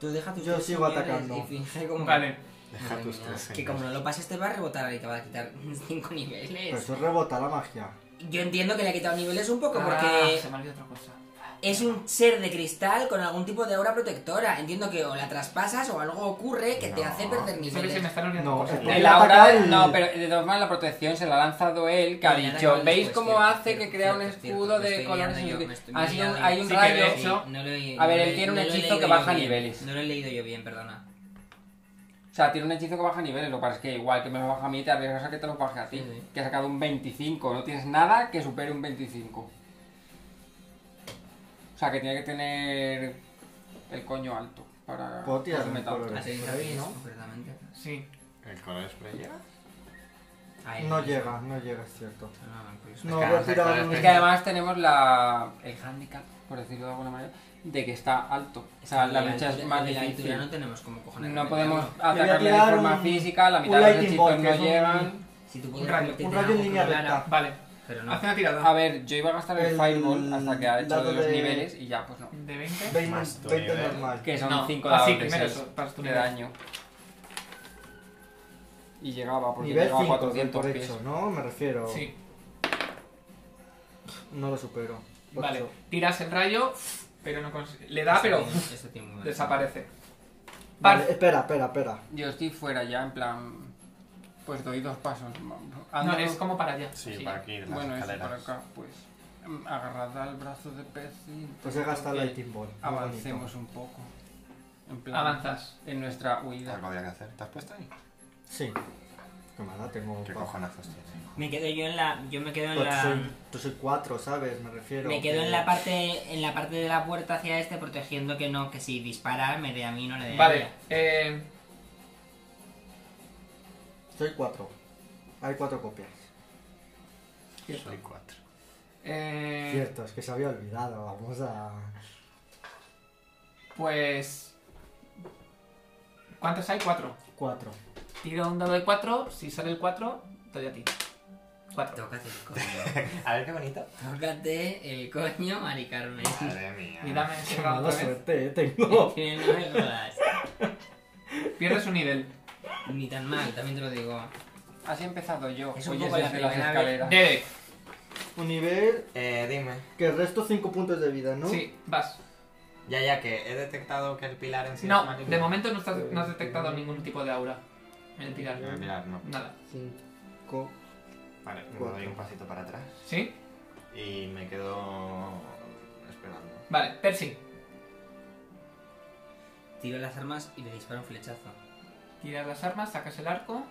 [SPEAKER 2] Tú deja tus
[SPEAKER 4] Yo
[SPEAKER 2] tres
[SPEAKER 4] sigo
[SPEAKER 2] uniones
[SPEAKER 4] atacando.
[SPEAKER 2] Y finge como.
[SPEAKER 1] Vale.
[SPEAKER 5] Deja
[SPEAKER 2] Madre
[SPEAKER 5] tus
[SPEAKER 2] mía,
[SPEAKER 5] tres
[SPEAKER 2] Que como no lo pases te va a rebotar y te va a quitar [laughs] 5
[SPEAKER 4] Pero
[SPEAKER 2] niveles.
[SPEAKER 4] eso rebota la magia.
[SPEAKER 2] Yo entiendo que le ha quitado niveles un poco
[SPEAKER 1] Ah,
[SPEAKER 2] porque
[SPEAKER 1] se me ha olvidado otra cosa.
[SPEAKER 2] es un ser de cristal con algún tipo de aura protectora. Entiendo que o la traspasas o algo ocurre que te
[SPEAKER 5] No.
[SPEAKER 2] hace perder
[SPEAKER 1] Sé que se me
[SPEAKER 2] niveles.
[SPEAKER 1] están olvidando
[SPEAKER 4] No,
[SPEAKER 1] cosas.
[SPEAKER 4] espera.
[SPEAKER 3] El
[SPEAKER 4] Le
[SPEAKER 3] aura,
[SPEAKER 4] ataca el-
[SPEAKER 3] no, pero de todas maneras la protección se la ha lanzado él, que ha
[SPEAKER 2] Le ha
[SPEAKER 3] dicho,
[SPEAKER 2] atacado
[SPEAKER 3] ¿veis
[SPEAKER 2] después,
[SPEAKER 3] cómo
[SPEAKER 2] cierto,
[SPEAKER 3] hace que
[SPEAKER 2] cierto,
[SPEAKER 3] crea un
[SPEAKER 2] cierto, cierto,
[SPEAKER 3] escudo
[SPEAKER 2] me
[SPEAKER 3] de
[SPEAKER 2] estoy
[SPEAKER 3] colores?
[SPEAKER 2] liando yo, me estoy
[SPEAKER 3] Ha sido-
[SPEAKER 2] liando.
[SPEAKER 3] Hay un
[SPEAKER 1] Sí, que
[SPEAKER 3] rayo...
[SPEAKER 1] de hecho-
[SPEAKER 2] No lo he-
[SPEAKER 3] A ver,
[SPEAKER 2] no
[SPEAKER 3] él
[SPEAKER 2] lo he-
[SPEAKER 3] tiene
[SPEAKER 2] no
[SPEAKER 3] un
[SPEAKER 2] lo he
[SPEAKER 3] hechizo que
[SPEAKER 2] leído
[SPEAKER 3] baja
[SPEAKER 2] yo bien.
[SPEAKER 3] niveles.
[SPEAKER 2] No lo he leído yo bien, perdona.
[SPEAKER 3] O sea, tiene un hechizo que baja niveles, lo que pasa es que igual que me lo baja a mí, te arriesgas a que te lo baje a ti.
[SPEAKER 2] Sí, sí.
[SPEAKER 3] Que ha sacado un 25, no tienes nada que supere un 25. O sea, que tiene que tener el coño alto para...
[SPEAKER 4] Puedo tirar
[SPEAKER 3] para
[SPEAKER 4] un
[SPEAKER 3] metal.
[SPEAKER 4] color.
[SPEAKER 2] Ha tenido
[SPEAKER 4] Ahí,
[SPEAKER 2] bien,
[SPEAKER 4] Pues ¿no?
[SPEAKER 2] concretamente.
[SPEAKER 1] Sí.
[SPEAKER 5] ¿El color spray llega?
[SPEAKER 2] Ahí,
[SPEAKER 4] No
[SPEAKER 2] ahí.
[SPEAKER 4] llega, no llega, es cierto.
[SPEAKER 2] Ah, pues-
[SPEAKER 4] No,
[SPEAKER 5] Es que
[SPEAKER 4] voy a
[SPEAKER 5] hace
[SPEAKER 4] tirar
[SPEAKER 5] colores
[SPEAKER 4] un...
[SPEAKER 3] Es que además tenemos la... el handicap, por decirlo de alguna manera, de que está alto. O sea, la
[SPEAKER 2] Y
[SPEAKER 3] lucha es
[SPEAKER 2] altura-
[SPEAKER 3] más
[SPEAKER 2] y la
[SPEAKER 3] difícil.
[SPEAKER 2] altura no tenemos como cojones.
[SPEAKER 3] No
[SPEAKER 2] meterlo.
[SPEAKER 3] podemos
[SPEAKER 4] voy a
[SPEAKER 3] atacarle de
[SPEAKER 4] tirar
[SPEAKER 3] forma
[SPEAKER 4] un-
[SPEAKER 3] física, la
[SPEAKER 4] un
[SPEAKER 3] mitad de los
[SPEAKER 4] lightning bolt,
[SPEAKER 3] hechizos
[SPEAKER 4] que
[SPEAKER 3] no
[SPEAKER 4] es un-
[SPEAKER 3] llevan.
[SPEAKER 2] Si tú
[SPEAKER 1] Un
[SPEAKER 2] puedes
[SPEAKER 1] rayo-
[SPEAKER 2] convertirte
[SPEAKER 4] un
[SPEAKER 2] en
[SPEAKER 4] rayo en
[SPEAKER 2] algo
[SPEAKER 4] línea
[SPEAKER 2] con Lara,
[SPEAKER 4] recta.
[SPEAKER 1] Vale.
[SPEAKER 2] Pero no.
[SPEAKER 1] Haz una tirada.
[SPEAKER 3] A ver, yo iba a gastar el,
[SPEAKER 4] El
[SPEAKER 3] Fireball hasta que ha hecho
[SPEAKER 4] dado
[SPEAKER 3] de los
[SPEAKER 4] de-
[SPEAKER 3] niveles y ya pues no.
[SPEAKER 1] ¿De 20?
[SPEAKER 4] 20,
[SPEAKER 5] Más ¿eh? tu
[SPEAKER 4] 20
[SPEAKER 5] nivel.
[SPEAKER 4] normal.
[SPEAKER 3] Que son
[SPEAKER 1] No.
[SPEAKER 3] 5
[SPEAKER 1] Ah, sí,
[SPEAKER 3] dados de
[SPEAKER 1] primero
[SPEAKER 3] seis
[SPEAKER 1] eso, para tu
[SPEAKER 3] de
[SPEAKER 1] nivel.
[SPEAKER 3] daño. Y llegaba, porque
[SPEAKER 4] Nivel
[SPEAKER 3] llegaba a
[SPEAKER 4] 5 del
[SPEAKER 3] 400
[SPEAKER 4] por
[SPEAKER 3] pies.
[SPEAKER 4] hecho, ¿no? Me refiero.
[SPEAKER 1] Sí.
[SPEAKER 4] No lo supero.
[SPEAKER 1] Vale.
[SPEAKER 4] Ocho.
[SPEAKER 1] Tiras el rayo, pero no consigues. Le da, pero
[SPEAKER 2] Eso tiene muy mal.
[SPEAKER 1] desaparece.
[SPEAKER 4] Vale,
[SPEAKER 1] Parf.
[SPEAKER 4] espera, espera, espera.
[SPEAKER 3] Yo estoy fuera ya, en plan... Pues doy dos pasos. Ando-
[SPEAKER 1] No, es como para allá.
[SPEAKER 5] Sí,
[SPEAKER 3] sí.
[SPEAKER 5] para aquí, las
[SPEAKER 3] Bueno, eso
[SPEAKER 5] escaleras.
[SPEAKER 3] para acá, pues... mm, Agarrada al brazo de pez y...
[SPEAKER 4] Pues he gastado
[SPEAKER 3] que
[SPEAKER 4] el Lightning Ball. Muy
[SPEAKER 3] Avancemos un poco. En plan...
[SPEAKER 1] Avanzas.
[SPEAKER 3] En nuestra huida.
[SPEAKER 5] Algo había que hacer. ¿Te has puesto ahí?
[SPEAKER 4] bonito. Sí. Que nada, tengo.
[SPEAKER 5] ¿Qué
[SPEAKER 4] pa-
[SPEAKER 5] cojonazos tienes?
[SPEAKER 2] Me quedo yo en la. Yo me quedo en
[SPEAKER 4] Pues
[SPEAKER 2] la.
[SPEAKER 4] soy, yo soy 4, ¿sabes? Me refiero.
[SPEAKER 2] Me quedo
[SPEAKER 4] que-
[SPEAKER 2] en la parte. En la parte de la puerta hacia este, protegiendo que no, que si dispara me dé a mí, no le dé a
[SPEAKER 1] Vale.
[SPEAKER 2] ella.
[SPEAKER 1] Eh,
[SPEAKER 4] Soy 4. Hay 4 copias.
[SPEAKER 5] Soy cuatro. [laughs]
[SPEAKER 1] eh,
[SPEAKER 4] Cierto, es que se había olvidado. Vamos a.
[SPEAKER 1] pues. ¿Cuántos hay? Cuatro.
[SPEAKER 4] 4.
[SPEAKER 1] Tira un dado de cuatro. Si sale el cuatro, te doy a ti. Cuatro.
[SPEAKER 2] Tócate el coño.
[SPEAKER 5] A ver qué bonito.
[SPEAKER 2] Tócate el coño, Mari Carmen.
[SPEAKER 5] Madre mía.
[SPEAKER 1] Y dame ese
[SPEAKER 4] [laughs] Qué
[SPEAKER 1] dado
[SPEAKER 4] mala
[SPEAKER 1] otra vez.
[SPEAKER 4] suerte, eh,
[SPEAKER 1] [laughs]
[SPEAKER 2] [laughs]
[SPEAKER 4] tengo.
[SPEAKER 2] Que no me jodas.
[SPEAKER 1] Pierdes un nivel.
[SPEAKER 2] Ni tan mal, también te lo digo.
[SPEAKER 3] Así he empezado yo.
[SPEAKER 2] Es un
[SPEAKER 3] Oye,
[SPEAKER 2] poco la
[SPEAKER 3] desde las
[SPEAKER 2] primera vez.
[SPEAKER 3] escaleras.
[SPEAKER 1] Derek.
[SPEAKER 4] Un nivel
[SPEAKER 5] Eh, dime.
[SPEAKER 4] que resto 5 puntos de vida, ¿no?
[SPEAKER 1] Sí, vas.
[SPEAKER 5] Ya, ya que he detectado que el pilar en sí es
[SPEAKER 1] No,
[SPEAKER 5] maligno.
[SPEAKER 1] de momento no, estás- no has detectado ningún tipo de aura. En el pilar.
[SPEAKER 5] El pilar no.
[SPEAKER 1] Nada.
[SPEAKER 4] 5.
[SPEAKER 5] Vale, me
[SPEAKER 4] Cuatro.
[SPEAKER 5] doy un pasito para atrás
[SPEAKER 1] ¿Sí?
[SPEAKER 5] y me quedo esperando.
[SPEAKER 1] Vale, Percy.
[SPEAKER 2] Tiro las armas y le disparo un flechazo.
[SPEAKER 1] Tiras las armas, sacas el arco.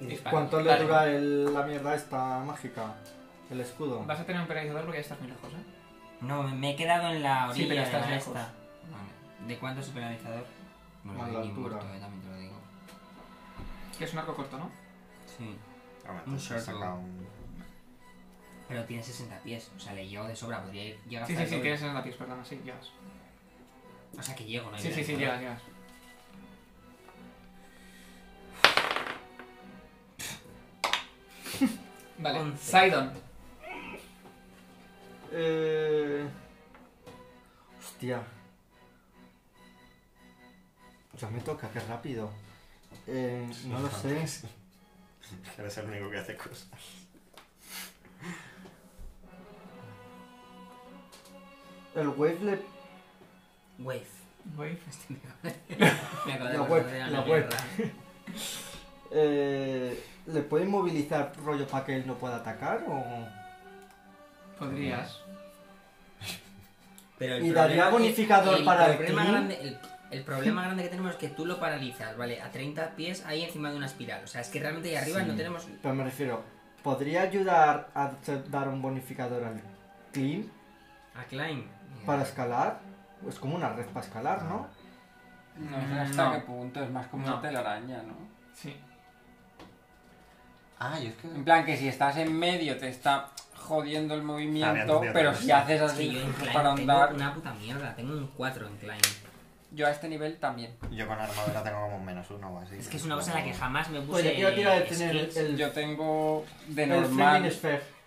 [SPEAKER 1] y disparas.
[SPEAKER 4] ¿Cuánto le
[SPEAKER 1] Vale.
[SPEAKER 4] dura el- la mierda esta mágica? El escudo.
[SPEAKER 1] Vas a tener un penalizador porque ya estás muy lejos, ¿eh?
[SPEAKER 2] No, me- me he quedado en la orilla
[SPEAKER 1] Sí, pero estás
[SPEAKER 2] de la
[SPEAKER 1] lejos.
[SPEAKER 2] esta. Vale. ¿De cuánto es el penalizador? Bueno,
[SPEAKER 4] Más
[SPEAKER 2] de
[SPEAKER 4] la
[SPEAKER 2] ni
[SPEAKER 4] altura.
[SPEAKER 2] muerto, eh, también te lo digo.
[SPEAKER 1] Que es un arco corto, ¿no?
[SPEAKER 2] Sí.
[SPEAKER 5] Ah,
[SPEAKER 2] Un
[SPEAKER 5] entonces he
[SPEAKER 2] shortbow.
[SPEAKER 5] sacado un-
[SPEAKER 2] Pero tiene 60 pies, o sea, le llego de sobra, podría ir- llegar
[SPEAKER 1] Sí, sí,
[SPEAKER 2] hasta el
[SPEAKER 1] sí,
[SPEAKER 2] doble.
[SPEAKER 1] tienes en la pies, perdón, sí, llegas.
[SPEAKER 2] O sea, que llego, no hay
[SPEAKER 1] Sí, sí, sí,
[SPEAKER 2] penalizador.
[SPEAKER 1] llegas, llegas. Vale,
[SPEAKER 2] Once.
[SPEAKER 1] Sidon.
[SPEAKER 4] Eh... Hostia. Ya me toca, qué rápido. Eh, no lo sé.
[SPEAKER 5] Eres el único que hace cosas.
[SPEAKER 4] El wave le... [laughs]
[SPEAKER 2] Wave.
[SPEAKER 1] Wave.
[SPEAKER 2] Este me acabo de- me acabo de
[SPEAKER 4] La
[SPEAKER 2] acordar
[SPEAKER 4] web,
[SPEAKER 2] de la
[SPEAKER 4] la
[SPEAKER 2] mierda.
[SPEAKER 4] eh, ¿Le puede inmovilizar rollo para que él no pueda atacar o...?
[SPEAKER 1] Podrías.
[SPEAKER 2] Pero el
[SPEAKER 4] Y daría
[SPEAKER 2] problema-
[SPEAKER 4] bonificador
[SPEAKER 2] el
[SPEAKER 4] para el
[SPEAKER 2] problema
[SPEAKER 4] clean.
[SPEAKER 2] grande- el, el problema grande que tenemos es que tú lo paralizas, ¿vale? A 30 pies ahí encima de una espiral. O sea, es que realmente ahí arriba
[SPEAKER 4] Sí.
[SPEAKER 2] no tenemos.
[SPEAKER 4] Pero me refiero, ¿podría ayudar a hacer- dar un bonificador al clean
[SPEAKER 2] A climb.
[SPEAKER 4] para escalar? Es como una red para escalar, ¿no?
[SPEAKER 3] No sé hasta
[SPEAKER 1] No.
[SPEAKER 3] qué punto, es más como
[SPEAKER 1] No.
[SPEAKER 3] una telaraña, ¿no?
[SPEAKER 1] Sí.
[SPEAKER 5] Ah, yo es que.
[SPEAKER 3] En plan que si estás en medio te está jodiendo el
[SPEAKER 5] Ah,
[SPEAKER 3] movimiento,
[SPEAKER 5] entendido,
[SPEAKER 3] pero
[SPEAKER 5] entendido.
[SPEAKER 3] si haces
[SPEAKER 2] Es que
[SPEAKER 3] así
[SPEAKER 2] yo
[SPEAKER 3] [laughs]
[SPEAKER 2] en climb
[SPEAKER 3] para
[SPEAKER 2] tengo
[SPEAKER 3] andar,
[SPEAKER 2] una puta mierda, tengo un 4 en climb.
[SPEAKER 3] yo a este nivel también.
[SPEAKER 5] Yo con armadura tengo como un menos uno o así.
[SPEAKER 2] Es que es una cosa en la que jamás me puse.
[SPEAKER 4] Pues yo quiero tirar de tener
[SPEAKER 2] skills.
[SPEAKER 4] el,
[SPEAKER 3] Yo tengo de
[SPEAKER 4] el Flaming
[SPEAKER 3] normal
[SPEAKER 4] Sphere.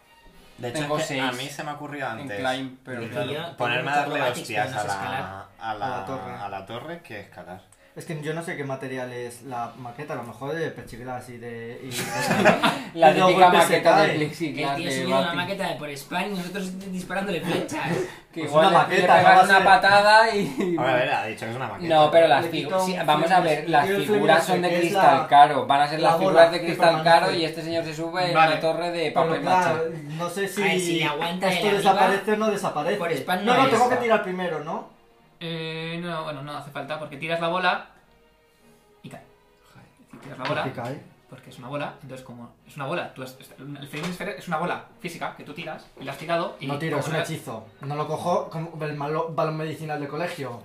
[SPEAKER 5] De hecho,
[SPEAKER 3] Tengo
[SPEAKER 5] es que
[SPEAKER 3] seis
[SPEAKER 5] a mí se me ocurrió
[SPEAKER 3] en
[SPEAKER 5] antes.
[SPEAKER 3] climb,
[SPEAKER 2] Y
[SPEAKER 3] pero
[SPEAKER 2] que
[SPEAKER 3] claro.
[SPEAKER 2] yo-
[SPEAKER 5] Ponerme a
[SPEAKER 2] tengo
[SPEAKER 5] darle
[SPEAKER 2] acrobatics,
[SPEAKER 5] hostias
[SPEAKER 2] pero no
[SPEAKER 5] a
[SPEAKER 2] sé escalar.
[SPEAKER 5] la, a, la,
[SPEAKER 4] A la torre.
[SPEAKER 5] a la torre que escalar.
[SPEAKER 4] Es que yo no sé qué material es la maqueta, a lo mejor de pechiglas así de. y-
[SPEAKER 3] La
[SPEAKER 4] y luego
[SPEAKER 3] típica
[SPEAKER 4] golpe se
[SPEAKER 3] maqueta
[SPEAKER 4] cae.
[SPEAKER 3] de
[SPEAKER 2] El
[SPEAKER 3] plexiglas
[SPEAKER 2] tío
[SPEAKER 3] de
[SPEAKER 2] subiendo una
[SPEAKER 3] Bati.
[SPEAKER 2] maqueta de por Spam y nosotros disparándole flechas.
[SPEAKER 3] Que
[SPEAKER 4] Pues
[SPEAKER 3] igual
[SPEAKER 4] una
[SPEAKER 3] le- le
[SPEAKER 4] maqueta, no va a
[SPEAKER 3] pegas una
[SPEAKER 4] ser-
[SPEAKER 3] patada y...
[SPEAKER 5] A ver, a ver, ha dicho que es una
[SPEAKER 3] [laughs]
[SPEAKER 5] maqueta.
[SPEAKER 3] No, pero las
[SPEAKER 4] Le quito
[SPEAKER 3] figuras.
[SPEAKER 4] un
[SPEAKER 3] vamos a ver,
[SPEAKER 4] fleminese.
[SPEAKER 3] las
[SPEAKER 4] Yo el
[SPEAKER 3] figuras son de
[SPEAKER 4] fleminese, que es
[SPEAKER 3] cristal
[SPEAKER 4] la-
[SPEAKER 3] caro. Van a ser
[SPEAKER 4] la
[SPEAKER 3] las
[SPEAKER 4] bola
[SPEAKER 3] figuras de
[SPEAKER 4] que
[SPEAKER 3] cristal
[SPEAKER 4] permanece.
[SPEAKER 3] caro y este señor se sube en
[SPEAKER 1] Vale.
[SPEAKER 3] una torre de
[SPEAKER 4] Pero
[SPEAKER 3] papel maché.
[SPEAKER 4] claro, no sé si.
[SPEAKER 2] A ver, si aguanta
[SPEAKER 4] esto
[SPEAKER 2] el arriba,
[SPEAKER 4] desaparece o no desaparece.
[SPEAKER 2] por spam
[SPEAKER 4] no,
[SPEAKER 2] no
[SPEAKER 4] no,
[SPEAKER 2] es.
[SPEAKER 4] tengo que tirar primero, ¿no?
[SPEAKER 1] Eh, no, bueno, no hace falta porque tiras la bola y cae. Joder, si tiras la
[SPEAKER 4] Que
[SPEAKER 1] bola
[SPEAKER 4] cae.
[SPEAKER 1] porque es una bola, entonces como es una bola, tú has- el Flaming Sphere es una bola física que tú tiras y la has tirado y
[SPEAKER 4] No tiro, es
[SPEAKER 1] como
[SPEAKER 4] un
[SPEAKER 1] la-
[SPEAKER 4] hechizo. No lo cojo como el malo- balón medicinal del colegio.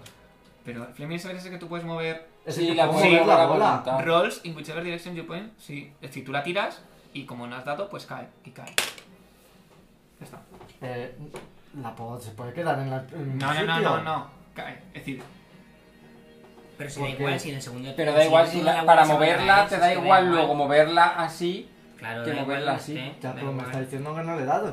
[SPEAKER 1] Pero el Flaming Sphere es el que tú puedes mover
[SPEAKER 4] Es
[SPEAKER 3] Sí,
[SPEAKER 4] el que
[SPEAKER 3] la
[SPEAKER 4] puedo
[SPEAKER 1] puedo
[SPEAKER 4] mover
[SPEAKER 1] mover
[SPEAKER 4] la
[SPEAKER 3] a
[SPEAKER 4] bola.
[SPEAKER 3] voluntad. Ah.
[SPEAKER 1] rolls in whichever direction you point. Sí, es decir, tú la tiras y como no has dado, pues cae y cae. Ya está.
[SPEAKER 4] Eh, la puedo, se puede quedar en la. en
[SPEAKER 1] No, no,
[SPEAKER 4] el
[SPEAKER 1] no,
[SPEAKER 4] sitio.
[SPEAKER 1] no, no. Cae. Es decir,
[SPEAKER 2] Pero si da
[SPEAKER 4] ¿Por qué?
[SPEAKER 2] igual si en el segundo
[SPEAKER 3] Pero da igual si
[SPEAKER 2] en
[SPEAKER 3] la-
[SPEAKER 2] la
[SPEAKER 3] para
[SPEAKER 2] bola se va a
[SPEAKER 3] moverla
[SPEAKER 2] caer,
[SPEAKER 3] te
[SPEAKER 2] si
[SPEAKER 3] da
[SPEAKER 2] es que
[SPEAKER 3] igual luego moverla así.
[SPEAKER 2] Claro,
[SPEAKER 3] que
[SPEAKER 2] da igual
[SPEAKER 3] moverla
[SPEAKER 2] donde
[SPEAKER 3] así.
[SPEAKER 2] esté,
[SPEAKER 4] Ya,
[SPEAKER 2] da
[SPEAKER 4] pero me
[SPEAKER 2] igual.
[SPEAKER 4] está diciendo que no le he dado.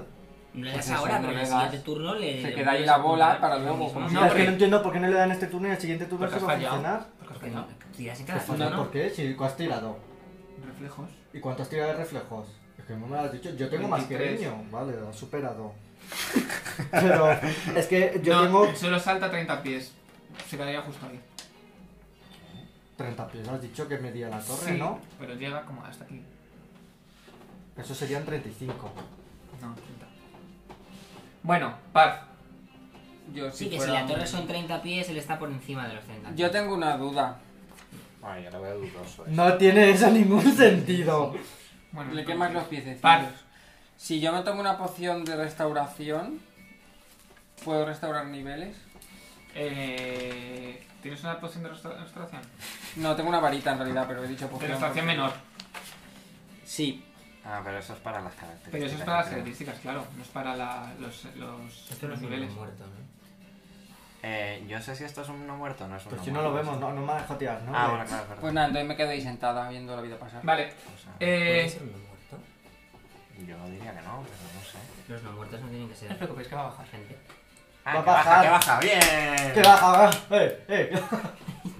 [SPEAKER 2] No le
[SPEAKER 3] Pues
[SPEAKER 2] das
[SPEAKER 3] eso,
[SPEAKER 2] ahora,
[SPEAKER 3] no
[SPEAKER 2] pero en
[SPEAKER 3] le
[SPEAKER 2] el
[SPEAKER 3] das.
[SPEAKER 2] siguiente turno le.
[SPEAKER 3] Se
[SPEAKER 2] le
[SPEAKER 3] queda ahí
[SPEAKER 2] vuelves
[SPEAKER 3] la
[SPEAKER 2] a
[SPEAKER 3] bola
[SPEAKER 2] apuntar
[SPEAKER 3] para
[SPEAKER 2] con el
[SPEAKER 3] luego,
[SPEAKER 2] mismo
[SPEAKER 3] como
[SPEAKER 1] No,
[SPEAKER 4] Mira,
[SPEAKER 2] movimiento.
[SPEAKER 4] es que
[SPEAKER 1] porque-
[SPEAKER 4] no entiendo por qué no le dan este turno y el siguiente turno
[SPEAKER 1] Porque
[SPEAKER 4] se
[SPEAKER 1] has
[SPEAKER 4] va a
[SPEAKER 1] fallado.
[SPEAKER 4] funcionar.
[SPEAKER 1] porque has
[SPEAKER 2] Porque no,
[SPEAKER 1] fallado.
[SPEAKER 2] tiras en
[SPEAKER 4] ¿Te
[SPEAKER 2] cada turno.
[SPEAKER 4] falta
[SPEAKER 2] ¿no?
[SPEAKER 4] por qué? Si has tirado.
[SPEAKER 1] Reflejos.
[SPEAKER 4] ¿Y cuánto has tirado de reflejos? Es que no me lo has dicho. Yo tengo más que
[SPEAKER 1] 23.
[SPEAKER 4] niño. Vale, lo has superado. [laughs] Pero es que yo
[SPEAKER 1] no,
[SPEAKER 4] tengo
[SPEAKER 1] solo salta 30 pies. Se quedaría justo ahí.
[SPEAKER 4] 30 pies. Has dicho que medía la torre,
[SPEAKER 1] Sí,
[SPEAKER 4] ¿no?
[SPEAKER 1] Pero llega como hasta aquí.
[SPEAKER 4] Eso serían 35.
[SPEAKER 1] Pues. No, 30. Bueno, Paz.
[SPEAKER 3] Yo
[SPEAKER 2] Sí,
[SPEAKER 3] si
[SPEAKER 2] que si
[SPEAKER 3] fuera
[SPEAKER 2] la
[SPEAKER 3] un-
[SPEAKER 2] torre son 30 pies, él está por encima de los 30.
[SPEAKER 3] Yo tengo una duda.
[SPEAKER 5] Bueno, yo lo veo dudoso. eh.
[SPEAKER 4] No tiene eso ningún sentido.
[SPEAKER 1] Bueno,
[SPEAKER 3] Le
[SPEAKER 1] entonces,
[SPEAKER 3] quemas los piececitos.
[SPEAKER 1] Par.
[SPEAKER 3] Si yo me tomo una poción de restauración, ¿puedo restaurar niveles?
[SPEAKER 1] eh, ¿Tienes una poción de resta- restauración?
[SPEAKER 3] No, tengo una varita en realidad, pero he dicho
[SPEAKER 1] De
[SPEAKER 3] poción.
[SPEAKER 1] restauración menor.
[SPEAKER 3] Sí.
[SPEAKER 5] Ah, pero eso es para las características.
[SPEAKER 1] Pero eso es para las
[SPEAKER 5] yo creo.
[SPEAKER 1] características, claro. No es para la- los, los,
[SPEAKER 2] Esto no
[SPEAKER 1] los
[SPEAKER 2] es un
[SPEAKER 1] niveles.
[SPEAKER 2] muerto, ¿no?
[SPEAKER 5] Eh, yo sé si esto es un no muerto o no es un
[SPEAKER 4] Pero
[SPEAKER 5] no
[SPEAKER 4] Pues si no lo
[SPEAKER 5] muerto.
[SPEAKER 4] vemos, no, no me ha dejado tirar, ¿no?
[SPEAKER 5] Ah, bueno, claro, perdón.
[SPEAKER 3] Pues nada, entonces me quedo ahí sentada viendo la vida pasar.
[SPEAKER 1] Vale.
[SPEAKER 5] O sea,
[SPEAKER 2] ¿Puede
[SPEAKER 1] Eh,
[SPEAKER 2] ser un no muerto?
[SPEAKER 5] Yo diría que no, pero no sé.
[SPEAKER 2] Los no muertos no tienen
[SPEAKER 1] no
[SPEAKER 2] que
[SPEAKER 1] os
[SPEAKER 2] ser
[SPEAKER 1] preocupéis, que va a bajar.
[SPEAKER 2] gente.
[SPEAKER 5] Ah,
[SPEAKER 4] Va a
[SPEAKER 5] que baja,
[SPEAKER 4] bajar.
[SPEAKER 5] que baja, bien.
[SPEAKER 4] Que baja, va. Eh, eh.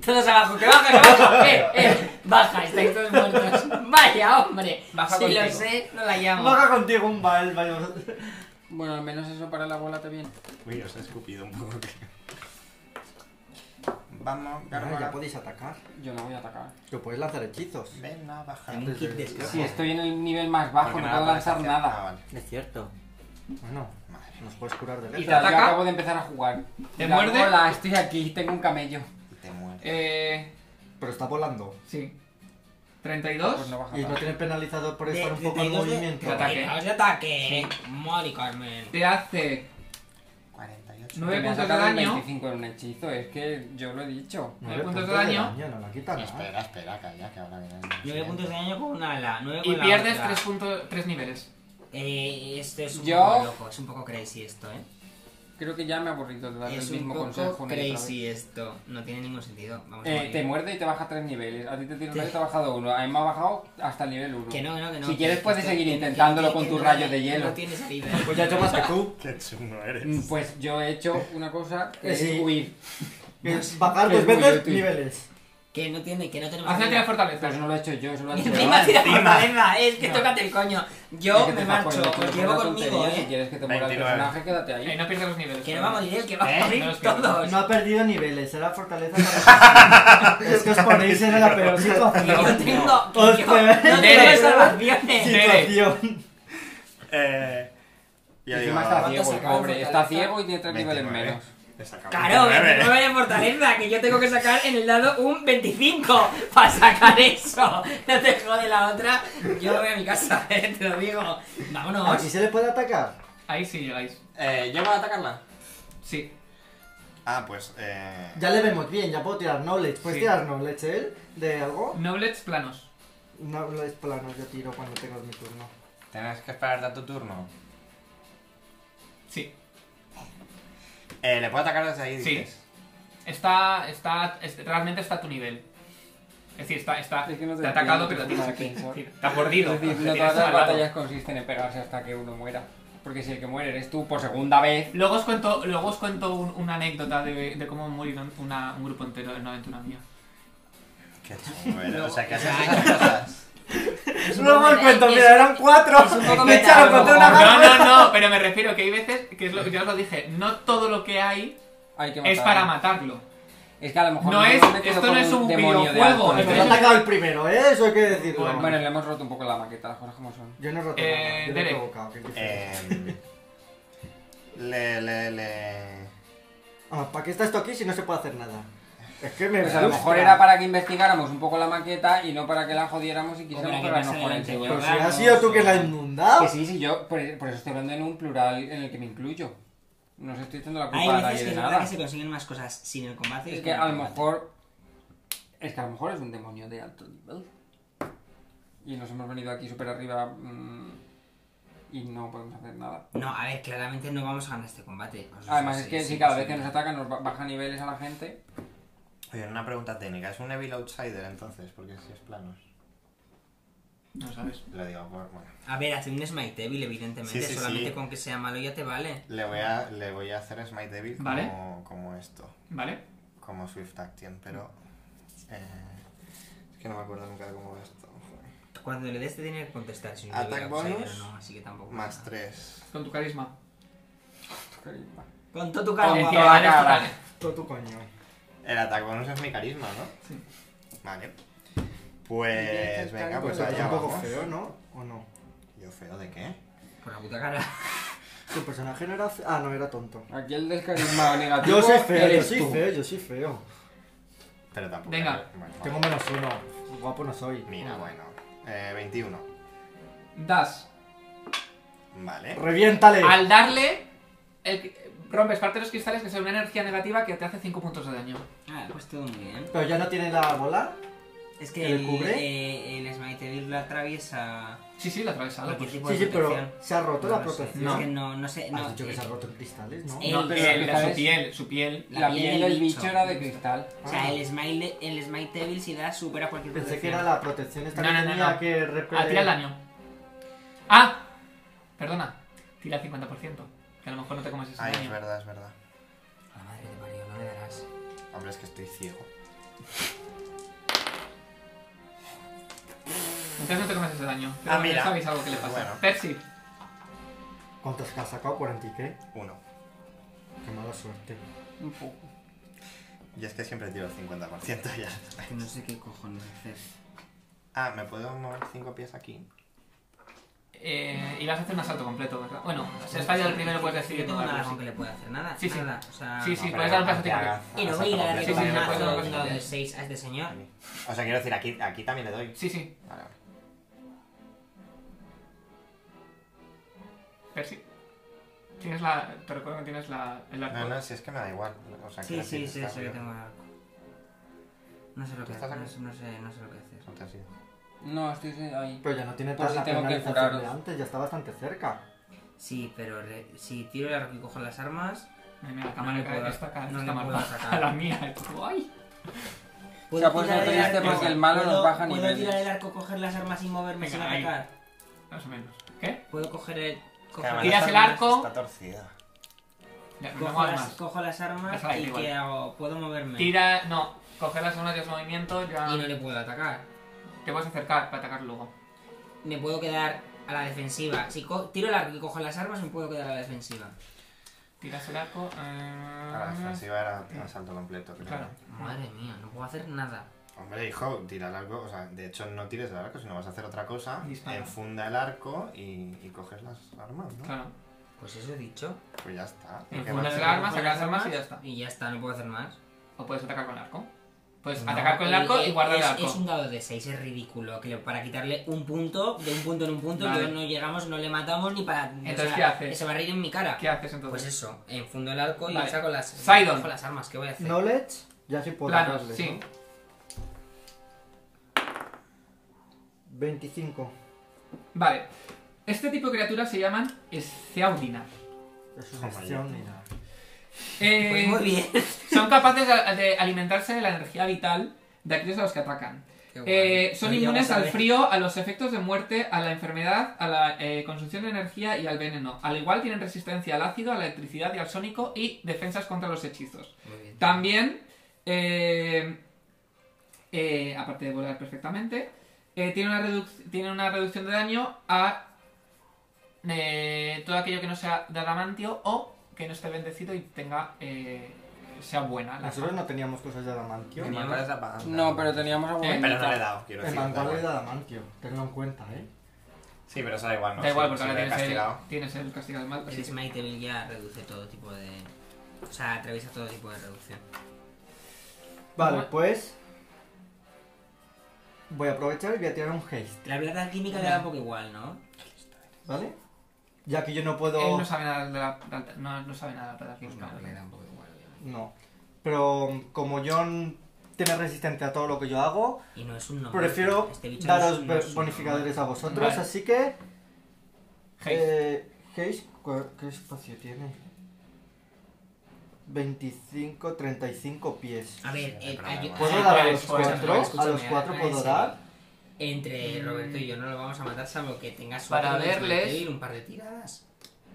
[SPEAKER 2] Todos abajo, que baja, que baja. Eh, eh, baja, estáis todos muertos. Vaya, hombre.
[SPEAKER 1] Baja
[SPEAKER 2] si lo
[SPEAKER 1] contigo.
[SPEAKER 2] sé, no la llamo.
[SPEAKER 4] Baja contigo un bael, vaya.
[SPEAKER 3] Bueno, al menos eso para la bola te viene.
[SPEAKER 5] Uy, os he escupido un poco. Vamos,
[SPEAKER 4] Ah, ya
[SPEAKER 5] Gárgola.
[SPEAKER 4] podéis atacar.
[SPEAKER 3] Yo no voy a atacar.
[SPEAKER 4] Que podéis lanzar hechizos.
[SPEAKER 5] Ven a bajar.
[SPEAKER 2] Un kit de escape.
[SPEAKER 3] Si estoy en el nivel más bajo,
[SPEAKER 5] Porque
[SPEAKER 3] no
[SPEAKER 5] nada,
[SPEAKER 3] puedo lanzar
[SPEAKER 5] parece- Ah,
[SPEAKER 3] nada.
[SPEAKER 5] vale.
[SPEAKER 2] Es cierto.
[SPEAKER 4] Bueno,
[SPEAKER 5] Madre.
[SPEAKER 4] nos puedes curar de
[SPEAKER 3] Y
[SPEAKER 1] te
[SPEAKER 4] letra.
[SPEAKER 3] tal, yo
[SPEAKER 1] ataca?
[SPEAKER 3] acabo de empezar a jugar.
[SPEAKER 1] ¿Te
[SPEAKER 3] La
[SPEAKER 1] muerde?
[SPEAKER 3] bola, estoy aquí, tengo un camello.
[SPEAKER 5] Te mueres.
[SPEAKER 1] Eh,
[SPEAKER 4] Pero está volando.
[SPEAKER 1] sí.
[SPEAKER 3] Pues
[SPEAKER 1] 32.
[SPEAKER 3] no baja
[SPEAKER 4] Y no
[SPEAKER 3] tanto.
[SPEAKER 4] tiene penalizador por estar un poco en movimiento.
[SPEAKER 2] De ataque. Os de ataque. Mori, Carmen.
[SPEAKER 1] Te hace
[SPEAKER 5] 48.
[SPEAKER 1] nueve
[SPEAKER 3] Que me ha
[SPEAKER 1] puntos de
[SPEAKER 3] sacado un
[SPEAKER 1] daño.
[SPEAKER 3] 25 en un hechizo, es que yo lo he dicho.
[SPEAKER 1] nueve puntos de daño.
[SPEAKER 4] No la ¿eh? quita nada.
[SPEAKER 5] Espera, espera, calla, que ahora viene. el
[SPEAKER 2] 9
[SPEAKER 5] siguiente.
[SPEAKER 2] puntos de daño con una ala. 9 con
[SPEAKER 1] y
[SPEAKER 2] la
[SPEAKER 1] pierdes
[SPEAKER 2] otra.
[SPEAKER 1] 3, puntos 3 niveles.
[SPEAKER 2] Eh, esto es un
[SPEAKER 3] Yo-
[SPEAKER 2] poco loco, es un poco crazy esto, ¿eh?
[SPEAKER 3] Creo que ya me he aburrido de dar el
[SPEAKER 2] Es un
[SPEAKER 3] mismo
[SPEAKER 2] poco
[SPEAKER 3] consejo. una y otra vez.
[SPEAKER 2] crazy esto, no tiene ningún sentido. Vamos a
[SPEAKER 3] Eh,
[SPEAKER 2] morir.
[SPEAKER 3] te muerde y te baja tres niveles. A ti te tira un
[SPEAKER 2] Te-
[SPEAKER 3] rayo y te ha bajado uno. A mí me ha bajado hasta el nivel uno.
[SPEAKER 2] Que no, que no, que no.
[SPEAKER 3] Si quieres
[SPEAKER 2] que-
[SPEAKER 3] puedes
[SPEAKER 2] que-
[SPEAKER 3] seguir
[SPEAKER 2] que-
[SPEAKER 3] intentándolo
[SPEAKER 2] que-
[SPEAKER 3] con
[SPEAKER 2] que
[SPEAKER 3] tu
[SPEAKER 2] no
[SPEAKER 3] rayo
[SPEAKER 2] tiene-
[SPEAKER 3] de
[SPEAKER 2] que
[SPEAKER 3] hielo.
[SPEAKER 2] No tienes salida. eh.
[SPEAKER 3] [laughs]
[SPEAKER 4] Pues ya he hecho más que tú.
[SPEAKER 5] Qué chungo
[SPEAKER 3] Mm,
[SPEAKER 5] eres.
[SPEAKER 3] Pues yo he hecho una cosa que
[SPEAKER 4] Eh,
[SPEAKER 3] es
[SPEAKER 4] sí.
[SPEAKER 3] huir.
[SPEAKER 4] Es bajar
[SPEAKER 3] que
[SPEAKER 4] dos
[SPEAKER 3] es muy
[SPEAKER 4] veces
[SPEAKER 3] útil.
[SPEAKER 4] niveles.
[SPEAKER 2] Que no tiene, que no tenemos
[SPEAKER 1] Hace una tira de
[SPEAKER 2] salida.
[SPEAKER 1] fortaleza.
[SPEAKER 3] Pero eso no lo he hecho yo, eso lo ha hecho
[SPEAKER 2] Encima
[SPEAKER 3] Iván.
[SPEAKER 2] tira fortaleza, es que
[SPEAKER 1] No.
[SPEAKER 2] tócate el coño.
[SPEAKER 3] Es
[SPEAKER 2] Yo
[SPEAKER 3] que te
[SPEAKER 2] me
[SPEAKER 3] estás
[SPEAKER 2] marcho,
[SPEAKER 3] poniendo
[SPEAKER 2] os
[SPEAKER 3] tú con
[SPEAKER 2] llevo
[SPEAKER 3] una
[SPEAKER 2] conmigo,
[SPEAKER 3] tontería. Si
[SPEAKER 2] ¿eh?
[SPEAKER 3] quieres que te muera el
[SPEAKER 5] 29.
[SPEAKER 3] personaje, quédate
[SPEAKER 1] Eh,
[SPEAKER 3] ahí.
[SPEAKER 1] no pierdes los niveles.
[SPEAKER 2] Que no
[SPEAKER 1] pero-
[SPEAKER 2] va a morir, que va a
[SPEAKER 5] ¿Eh?
[SPEAKER 1] No los
[SPEAKER 2] morir
[SPEAKER 1] pierdas.
[SPEAKER 2] todos.
[SPEAKER 4] No ha perdido niveles, era fortaleza. para- es que os ponéis en la peor
[SPEAKER 2] Que yo
[SPEAKER 4] situación.
[SPEAKER 2] tengo, que
[SPEAKER 4] Os
[SPEAKER 2] yo
[SPEAKER 4] peor-
[SPEAKER 2] no
[SPEAKER 1] Tere.
[SPEAKER 2] tengo salvaciones.
[SPEAKER 4] situación.
[SPEAKER 5] Eh. Yo digo,
[SPEAKER 3] Encima está
[SPEAKER 2] ¿cuánto
[SPEAKER 3] ciego el
[SPEAKER 2] sacaba
[SPEAKER 3] pobre.
[SPEAKER 2] de
[SPEAKER 3] Está
[SPEAKER 2] fortaleza?
[SPEAKER 3] ciego y tiene tres niveles
[SPEAKER 5] 29.
[SPEAKER 3] menos.
[SPEAKER 5] Te saca
[SPEAKER 2] Claro, 29 de fortaleza, que yo tengo que sacar en el dado un 25 para sacar eso. No te jode la otra. Yo me voy a mi casa, [laughs] eh, te lo digo.
[SPEAKER 4] ¿Aquí
[SPEAKER 2] Vámonos.
[SPEAKER 4] se le puede atacar?
[SPEAKER 1] Ahí sí llegáis.
[SPEAKER 5] Eh, ¿Llego a atacarla?
[SPEAKER 1] Sí.
[SPEAKER 5] Ah, pues. Eh...
[SPEAKER 4] Ya le vemos bien, ya puedo tirar knowledge. ¿Puedes
[SPEAKER 1] Sí.
[SPEAKER 4] tirar knowledge él? ¿De algo?
[SPEAKER 1] Noblets planos.
[SPEAKER 4] Knowledge plano yo tiro cuando tengo mi turno.
[SPEAKER 5] Tienes que esperar a tu turno.
[SPEAKER 1] Sí.
[SPEAKER 5] Eh, ¿Le puedo atacar desde ahí?
[SPEAKER 1] Sí.
[SPEAKER 5] dices?
[SPEAKER 1] Está, está, es- realmente está a tu nivel. Es decir, está, está,
[SPEAKER 3] Es que no te
[SPEAKER 1] te ha atacado, pero
[SPEAKER 3] entiendo,
[SPEAKER 1] te,
[SPEAKER 3] no
[SPEAKER 1] te,
[SPEAKER 3] te entiendo.
[SPEAKER 1] te ha mordido.
[SPEAKER 3] Es
[SPEAKER 1] [laughs]
[SPEAKER 3] decir,
[SPEAKER 1] te
[SPEAKER 3] no
[SPEAKER 1] tienes
[SPEAKER 3] todas las
[SPEAKER 1] al lado.
[SPEAKER 3] batallas consisten en pegarse hasta que uno muera. Porque si el que muere eres tú por segunda vez.
[SPEAKER 1] Luego os cuento, luego os cuento un- una anécdota de, de cómo murieron una- un grupo entero en una aventura mía.
[SPEAKER 5] Qué
[SPEAKER 3] [laughs]
[SPEAKER 5] chungo, ¿eh? O sea, que haces
[SPEAKER 2] Luego-
[SPEAKER 5] esas cosas.
[SPEAKER 4] Luego el cuento, mira, eran
[SPEAKER 3] [laughs]
[SPEAKER 4] cuatro.
[SPEAKER 2] es un poco
[SPEAKER 4] Me
[SPEAKER 2] meta, a
[SPEAKER 4] echaron
[SPEAKER 2] lo
[SPEAKER 4] contra
[SPEAKER 2] mejor.
[SPEAKER 4] una
[SPEAKER 1] No,
[SPEAKER 4] mano.
[SPEAKER 1] no, no, pero me refiero que hay veces, que es lo, ya os lo dije, no todo lo que hay
[SPEAKER 3] Hay que
[SPEAKER 1] es
[SPEAKER 3] matarlo.
[SPEAKER 1] para matarlo.
[SPEAKER 3] Es que a lo mejor
[SPEAKER 1] No
[SPEAKER 3] nos
[SPEAKER 1] es-
[SPEAKER 3] hemos metido
[SPEAKER 1] esto
[SPEAKER 3] con
[SPEAKER 1] no es un
[SPEAKER 3] demonio de
[SPEAKER 1] videojuego,
[SPEAKER 3] alto
[SPEAKER 1] esto
[SPEAKER 4] Me
[SPEAKER 3] nivel.
[SPEAKER 4] ha atacado el primero, ¿eh? Eso hay que decirlo.
[SPEAKER 3] Bueno, le hemos roto un poco la maqueta, las cosas como son.
[SPEAKER 4] Yo no he roto
[SPEAKER 1] Eh,
[SPEAKER 4] nada, yo no he
[SPEAKER 1] Derek.
[SPEAKER 4] provocado. ¿qué quieres decir?
[SPEAKER 5] Eh, le, le, le.
[SPEAKER 4] Ah, ¿Para qué está esto aquí si no se puede hacer nada? Es que me.
[SPEAKER 3] Pues a lo
[SPEAKER 4] frustra.
[SPEAKER 3] mejor era para que investigáramos un poco la maqueta y no para que la jodiéramos y
[SPEAKER 2] Hombre,
[SPEAKER 3] quisiéramos
[SPEAKER 2] que
[SPEAKER 3] pegarnos Pues-
[SPEAKER 2] pasa
[SPEAKER 3] por
[SPEAKER 2] adelante,
[SPEAKER 3] encima.
[SPEAKER 2] güey.
[SPEAKER 4] Pero si has sido tú que la has
[SPEAKER 3] Que
[SPEAKER 4] inundado.
[SPEAKER 3] sí, sí, yo por, por eso estoy hablando en un plural en el que me incluyo. No os estoy echando la
[SPEAKER 2] Hay
[SPEAKER 3] culpa a
[SPEAKER 2] veces
[SPEAKER 3] nadie
[SPEAKER 2] que
[SPEAKER 3] de
[SPEAKER 2] es verdad
[SPEAKER 3] nada.
[SPEAKER 2] que se consiguen más cosas sin el combate.
[SPEAKER 3] Es
[SPEAKER 2] con
[SPEAKER 3] que
[SPEAKER 2] el
[SPEAKER 3] a lo
[SPEAKER 2] combate.
[SPEAKER 3] mejor. Es que a lo mejor es un demonio de alto nivel. Y nos hemos venido aquí súper arriba. mm, y no podemos hacer nada.
[SPEAKER 2] No, a ver, claramente no vamos a ganar este combate. O sea,
[SPEAKER 3] Además,
[SPEAKER 2] sí,
[SPEAKER 3] es que
[SPEAKER 2] sí,
[SPEAKER 3] si cada vez que
[SPEAKER 2] posible.
[SPEAKER 3] nos atacan nos ba- baja niveles a la gente.
[SPEAKER 5] Oye, una pregunta técnica. ¿Es un Evil Outsider entonces? Porque si es planos.
[SPEAKER 1] No sabes.
[SPEAKER 5] Lo digo por. Bueno.
[SPEAKER 2] A ver, hace un Smite Devil, evidentemente.
[SPEAKER 5] Sí, sí,
[SPEAKER 2] solamente
[SPEAKER 5] sí.
[SPEAKER 2] con que sea malo ya te vale.
[SPEAKER 5] Le voy a, le voy a hacer Smite Devil
[SPEAKER 1] Vale.
[SPEAKER 5] como, como esto.
[SPEAKER 1] ¿Vale?
[SPEAKER 5] Como Swift Action, pero. Eh, es que no me acuerdo nunca de cómo va esto. joder.
[SPEAKER 2] Cuando le des te tiene que contestar. Si no
[SPEAKER 5] Attack
[SPEAKER 2] hubiera outsider
[SPEAKER 5] bonus,
[SPEAKER 2] o No, así que tampoco.
[SPEAKER 5] Más
[SPEAKER 2] pasa.
[SPEAKER 5] 3.
[SPEAKER 1] Con tu carisma.
[SPEAKER 3] Carisma.
[SPEAKER 2] Con todo tu
[SPEAKER 1] Es
[SPEAKER 2] calma.
[SPEAKER 1] que eres total.
[SPEAKER 4] Todo tu coño.
[SPEAKER 5] El ataque bonus es mi carisma, ¿no?
[SPEAKER 1] Sí.
[SPEAKER 5] Vale.
[SPEAKER 3] Tiene que
[SPEAKER 5] Pues
[SPEAKER 3] estar
[SPEAKER 5] venga, pues
[SPEAKER 4] Pero
[SPEAKER 3] con-
[SPEAKER 4] está
[SPEAKER 5] allá
[SPEAKER 4] un poco
[SPEAKER 5] vamos.
[SPEAKER 4] feo, ¿no? ¿O no?
[SPEAKER 5] ¿Yo feo de qué?
[SPEAKER 2] Por la puta cara.
[SPEAKER 4] Tu personaje no era. fe- Ah, no, era tonto.
[SPEAKER 3] Aquí el del carisma [laughs] negativo.
[SPEAKER 4] Yo soy feo, yo
[SPEAKER 3] eres
[SPEAKER 4] soy
[SPEAKER 3] tú.
[SPEAKER 4] feo, yo soy feo.
[SPEAKER 5] Pero tampoco.
[SPEAKER 1] Venga.
[SPEAKER 5] bueno, vale.
[SPEAKER 4] Tengo menos uno. Guapo no soy.
[SPEAKER 5] Mira, bueno. Eh, 21.
[SPEAKER 1] Das.
[SPEAKER 5] Vale.
[SPEAKER 4] ¡Reviéntale!
[SPEAKER 1] Al darle, el- rompes parte de los cristales que son una energía negativa que te hace 5 puntos de daño.
[SPEAKER 2] Ah, pues todo muy bien.
[SPEAKER 4] Pero ya no tiene la bola.
[SPEAKER 2] Es que
[SPEAKER 4] ¿Que le
[SPEAKER 2] el,
[SPEAKER 4] cubre?
[SPEAKER 2] eh, el Smite Devil lo atraviesa.
[SPEAKER 1] Sí, sí, la atravesado. pues.
[SPEAKER 2] cualquier tipo
[SPEAKER 4] Sí,
[SPEAKER 2] de
[SPEAKER 4] sí, pero
[SPEAKER 2] protección.
[SPEAKER 4] se ha roto la
[SPEAKER 2] No lo sé.
[SPEAKER 4] protección.
[SPEAKER 2] Es que no, no sé. No,
[SPEAKER 4] Has dicho que
[SPEAKER 2] eh,
[SPEAKER 4] se ha roto en cristales, ¿no?
[SPEAKER 2] Eh,
[SPEAKER 1] No,
[SPEAKER 3] pero
[SPEAKER 1] el-
[SPEAKER 3] ¿sabes?
[SPEAKER 1] su piel, su piel.
[SPEAKER 2] La
[SPEAKER 3] La
[SPEAKER 2] piel
[SPEAKER 3] piel
[SPEAKER 2] del
[SPEAKER 3] del
[SPEAKER 2] bicho.
[SPEAKER 3] bicho era de cristal.
[SPEAKER 2] O sea,
[SPEAKER 4] Ah.
[SPEAKER 2] el Smite, el Smite Devil si da supera cualquier
[SPEAKER 4] Pensé que
[SPEAKER 2] protección.
[SPEAKER 4] era la protección esta
[SPEAKER 1] No,
[SPEAKER 4] que
[SPEAKER 1] no, no,
[SPEAKER 4] tenía
[SPEAKER 1] no.
[SPEAKER 4] que
[SPEAKER 1] Ah,
[SPEAKER 4] repeler.
[SPEAKER 1] tira el daño. ¡Ah! Perdona, tira el 50%. Que a lo mejor no te comes ese
[SPEAKER 5] Ay, es
[SPEAKER 1] daño.
[SPEAKER 5] verdad, es verdad.
[SPEAKER 2] La madre que te parió, no le darás.
[SPEAKER 5] Hombre, es que estoy ciego.
[SPEAKER 1] Entonces no te comes ese daño. Pero
[SPEAKER 5] Ah,
[SPEAKER 1] bueno,
[SPEAKER 5] mira.
[SPEAKER 1] ya sabéis algo que le pasa.
[SPEAKER 5] Bueno.
[SPEAKER 1] Percy,
[SPEAKER 4] ¿Cuántos que has sacado? ¿40 y qué?
[SPEAKER 5] Uno.
[SPEAKER 4] Qué mala suerte.
[SPEAKER 3] Un poco.
[SPEAKER 5] Y es que siempre tiro el 50% [laughs] ya.
[SPEAKER 2] Que no sé qué cojones hacer.
[SPEAKER 5] Ah, ¿me puedo mover 5 pies aquí?
[SPEAKER 1] eh, ibas a hacer un asalto completo, ¿verdad? Bueno, si has fallado el primero, puedes decidir
[SPEAKER 2] Yo tengo
[SPEAKER 1] tomar
[SPEAKER 2] nada
[SPEAKER 1] algo,
[SPEAKER 2] con que
[SPEAKER 1] sí.
[SPEAKER 2] le pueda hacer nada.
[SPEAKER 1] Sí, sí.
[SPEAKER 2] Nada, o sea...
[SPEAKER 1] Sí, sí,
[SPEAKER 5] No,
[SPEAKER 1] puedes
[SPEAKER 5] pero
[SPEAKER 1] dar un paso
[SPEAKER 5] aunque
[SPEAKER 1] técnico.
[SPEAKER 5] haga-
[SPEAKER 2] Y no
[SPEAKER 5] haga
[SPEAKER 2] voy a ir a
[SPEAKER 1] Sí,
[SPEAKER 5] saco
[SPEAKER 2] darle
[SPEAKER 1] sí,
[SPEAKER 2] con
[SPEAKER 1] sí,
[SPEAKER 2] un
[SPEAKER 1] no puedes
[SPEAKER 2] mazo
[SPEAKER 1] dar
[SPEAKER 2] de
[SPEAKER 1] nada.
[SPEAKER 2] 6 a este señor.
[SPEAKER 5] completo. O sea, quiero decir, aquí, aquí también le doy.
[SPEAKER 1] Sí, sí,
[SPEAKER 5] Vale, vale.
[SPEAKER 1] Percy. Tienes la. Te recuerdo que tienes la. El arco.
[SPEAKER 5] No, no, si es que me da igual. O sea,
[SPEAKER 2] Sí,
[SPEAKER 5] quiero
[SPEAKER 2] sí,
[SPEAKER 5] decir,
[SPEAKER 2] sí,
[SPEAKER 5] está
[SPEAKER 2] sí, yo
[SPEAKER 5] bien.
[SPEAKER 2] tengo el arco. No sé lo
[SPEAKER 5] ¿Tú
[SPEAKER 2] que
[SPEAKER 5] estás
[SPEAKER 2] hacer, no
[SPEAKER 5] aquí?
[SPEAKER 2] sé, no sé, no sé lo que hacer.
[SPEAKER 5] No te has ido.
[SPEAKER 3] No, estoy ahí.
[SPEAKER 4] Pero ya no tiene
[SPEAKER 3] Pues
[SPEAKER 4] tanta
[SPEAKER 3] sí tengo que
[SPEAKER 4] penalización
[SPEAKER 3] curaros.
[SPEAKER 4] de antes, ya está bastante cerca.
[SPEAKER 2] Sí, pero re- si tiro el arco y cojo las armas...
[SPEAKER 1] Ay, mira, la
[SPEAKER 2] No
[SPEAKER 1] cámara
[SPEAKER 2] le
[SPEAKER 1] que
[SPEAKER 2] puedo-
[SPEAKER 1] está acá.
[SPEAKER 2] no
[SPEAKER 1] está
[SPEAKER 2] le
[SPEAKER 1] mal
[SPEAKER 2] puedo
[SPEAKER 1] baja [laughs]
[SPEAKER 2] sacar.
[SPEAKER 1] La mía. el tipo, ¡Ay!
[SPEAKER 3] Se ha puesto
[SPEAKER 2] tirar el
[SPEAKER 3] triste
[SPEAKER 2] arco-
[SPEAKER 3] este porque el malo nos
[SPEAKER 2] ¿puedo-
[SPEAKER 3] baja
[SPEAKER 2] ¿Puedo
[SPEAKER 3] niveles.
[SPEAKER 2] tirar el arco, coger las armas y moverme
[SPEAKER 1] Venga,
[SPEAKER 2] sin
[SPEAKER 1] ahí.
[SPEAKER 2] atacar?
[SPEAKER 1] Más o menos. ¿Qué?
[SPEAKER 2] ¿Puedo coger el...? coger-
[SPEAKER 5] Cámara,
[SPEAKER 1] Tiras
[SPEAKER 5] esa
[SPEAKER 1] el
[SPEAKER 5] mano
[SPEAKER 1] arco.
[SPEAKER 5] Está torcida.
[SPEAKER 1] Ya, no
[SPEAKER 2] Cojo
[SPEAKER 1] hagas
[SPEAKER 2] las,
[SPEAKER 1] más.
[SPEAKER 2] cojo las armas
[SPEAKER 1] Déjala ahí,
[SPEAKER 2] y
[SPEAKER 1] igual.
[SPEAKER 2] ¿qué hago? ¿Puedo moverme?
[SPEAKER 1] Tira. No. Coger las segundas de los movimientos. Ya.
[SPEAKER 2] Y no le puedo atacar.
[SPEAKER 1] Te puedes acercar para atacar luego.
[SPEAKER 2] Me puedo quedar a la defensiva. Si co- tiro el arco y cojo las armas, me puedo quedar a la defensiva.
[SPEAKER 1] Tiras el arco. eh,
[SPEAKER 5] A
[SPEAKER 2] Ah,
[SPEAKER 5] la defensiva era asalto completo, creo.
[SPEAKER 1] Claro.
[SPEAKER 2] Madre mía, no puedo hacer nada.
[SPEAKER 5] Hombre, hijo, tira el arco. O sea, de hecho, no tires el arco, sino vas a hacer otra cosa.
[SPEAKER 1] Dispara.
[SPEAKER 5] Enfunda el arco y, y coges las armas, ¿no?
[SPEAKER 1] Claro.
[SPEAKER 2] Pues eso he dicho.
[SPEAKER 5] Pues ya está.
[SPEAKER 1] En
[SPEAKER 5] ¿Qué
[SPEAKER 1] fundas
[SPEAKER 5] más?
[SPEAKER 1] de las armas,
[SPEAKER 4] ¿Con
[SPEAKER 1] sacas
[SPEAKER 4] las
[SPEAKER 1] armas y
[SPEAKER 4] armas?
[SPEAKER 1] ya está.
[SPEAKER 2] Y ya está, no puedo hacer más.
[SPEAKER 1] O puedes atacar con el arco. Puedes
[SPEAKER 2] No,
[SPEAKER 1] atacar con el arco y
[SPEAKER 2] es-
[SPEAKER 1] guardar el
[SPEAKER 2] es-
[SPEAKER 1] arco.
[SPEAKER 2] Es un dado de 6, es ridículo. Que para quitarle un punto, de un punto en un punto,
[SPEAKER 1] Vale.
[SPEAKER 2] yo no llegamos, no le matamos ni para.
[SPEAKER 1] Entonces, ¿qué haces?
[SPEAKER 2] Se va a reír en mi cara.
[SPEAKER 1] ¿Qué haces
[SPEAKER 2] Pues
[SPEAKER 1] entonces?
[SPEAKER 2] eso, enfundo el arco
[SPEAKER 1] Vale.
[SPEAKER 2] y saco las,
[SPEAKER 1] Sidon.
[SPEAKER 2] saco las armas. ¿Qué voy a hacer?
[SPEAKER 4] Knowledge, ya sí puedo
[SPEAKER 1] Planos,
[SPEAKER 4] darles,
[SPEAKER 1] sí.
[SPEAKER 4] ¿no? 25.
[SPEAKER 1] Vale. Este tipo de criaturas se llaman Sceaudinar.
[SPEAKER 4] Eso es
[SPEAKER 5] Joder,
[SPEAKER 4] acción.
[SPEAKER 5] tío.
[SPEAKER 1] Eh,
[SPEAKER 2] Pues
[SPEAKER 1] [laughs]
[SPEAKER 2] muy bien.
[SPEAKER 1] Son capaces de de alimentarse de la energía vital de aquellos a los que atacan.
[SPEAKER 2] Qué guay.
[SPEAKER 1] Eh, son
[SPEAKER 2] Pero ya
[SPEAKER 1] inmunes
[SPEAKER 2] vas a
[SPEAKER 1] al
[SPEAKER 2] ver.
[SPEAKER 1] frío, a los efectos de muerte, a la enfermedad, a la eh, consumición de energía y al veneno. Al igual tienen resistencia al ácido, a la electricidad y al sónico y defensas contra los hechizos.
[SPEAKER 2] Muy bien.
[SPEAKER 1] También, eh, eh, aparte de volar perfectamente, eh, tiene, una reduc- tiene una reducción de daño a eh, todo aquello que no sea de adamantio o que no esté bendecido y tenga eh, sea buena. La
[SPEAKER 4] Nosotros no teníamos cosas de adamantio.
[SPEAKER 5] Mi
[SPEAKER 4] En
[SPEAKER 5] mancuerna es apagante.
[SPEAKER 3] No, pero teníamos a
[SPEAKER 1] Eh,
[SPEAKER 5] Pero no le he dado, quiero decir. da
[SPEAKER 4] Vanguardia es de
[SPEAKER 5] igual.
[SPEAKER 4] adamantio, tenlo en cuenta, ¿eh?
[SPEAKER 5] Sí, pero eso da igual, ¿no?
[SPEAKER 1] da igual,
[SPEAKER 5] Sí,
[SPEAKER 1] porque
[SPEAKER 5] se
[SPEAKER 1] ahora
[SPEAKER 5] le ha
[SPEAKER 1] tienes el,
[SPEAKER 5] castigado.
[SPEAKER 1] tienes el castigo del mal. así
[SPEAKER 2] Pues El
[SPEAKER 1] que-
[SPEAKER 2] Smite Evil ya reduce todo tipo de. O sea, atraviesa todo tipo de reducción.
[SPEAKER 4] Vale,
[SPEAKER 1] Bueno.
[SPEAKER 4] pues. Voy a aprovechar y voy a tirar un haste,
[SPEAKER 2] La plata química le da un poco igual, ¿no?
[SPEAKER 4] ¿vale? Ya que yo no
[SPEAKER 1] Él
[SPEAKER 4] puedo.
[SPEAKER 1] no sabe nada de la plata. No, no sabe nada de la plata química.
[SPEAKER 4] Pues
[SPEAKER 2] le da un poco igual, obviamente.
[SPEAKER 4] No. Pero mm, como John tiene resistente a todo lo que yo hago,
[SPEAKER 2] Y no es un nombre.
[SPEAKER 4] prefiero
[SPEAKER 2] este bicho no es
[SPEAKER 4] daros
[SPEAKER 2] un- no es
[SPEAKER 4] be-
[SPEAKER 2] un
[SPEAKER 4] bonificadores a
[SPEAKER 2] nombre.
[SPEAKER 4] vosotros,
[SPEAKER 1] Vale.
[SPEAKER 4] así que.
[SPEAKER 1] Haste.
[SPEAKER 4] eh, haste, ¿cu- ¿qué espacio tiene? 25, 35 pies.
[SPEAKER 2] A ver, eh,
[SPEAKER 5] Pero da
[SPEAKER 2] ay-
[SPEAKER 5] igual.
[SPEAKER 4] ¿Puedo
[SPEAKER 2] ay,
[SPEAKER 4] dar a
[SPEAKER 2] ay,
[SPEAKER 4] los
[SPEAKER 2] escúchame,
[SPEAKER 4] cuatro? ¿A los
[SPEAKER 2] escúchame,
[SPEAKER 4] cuatro
[SPEAKER 2] ay,
[SPEAKER 4] puedo
[SPEAKER 2] sí.
[SPEAKER 4] dar?
[SPEAKER 2] Entre
[SPEAKER 1] Mm.
[SPEAKER 2] Roberto y yo no lo vamos a matar, salvo que tenga su
[SPEAKER 1] Para
[SPEAKER 2] ataque de
[SPEAKER 1] verles-
[SPEAKER 2] Smite Evil, un par de tiradas.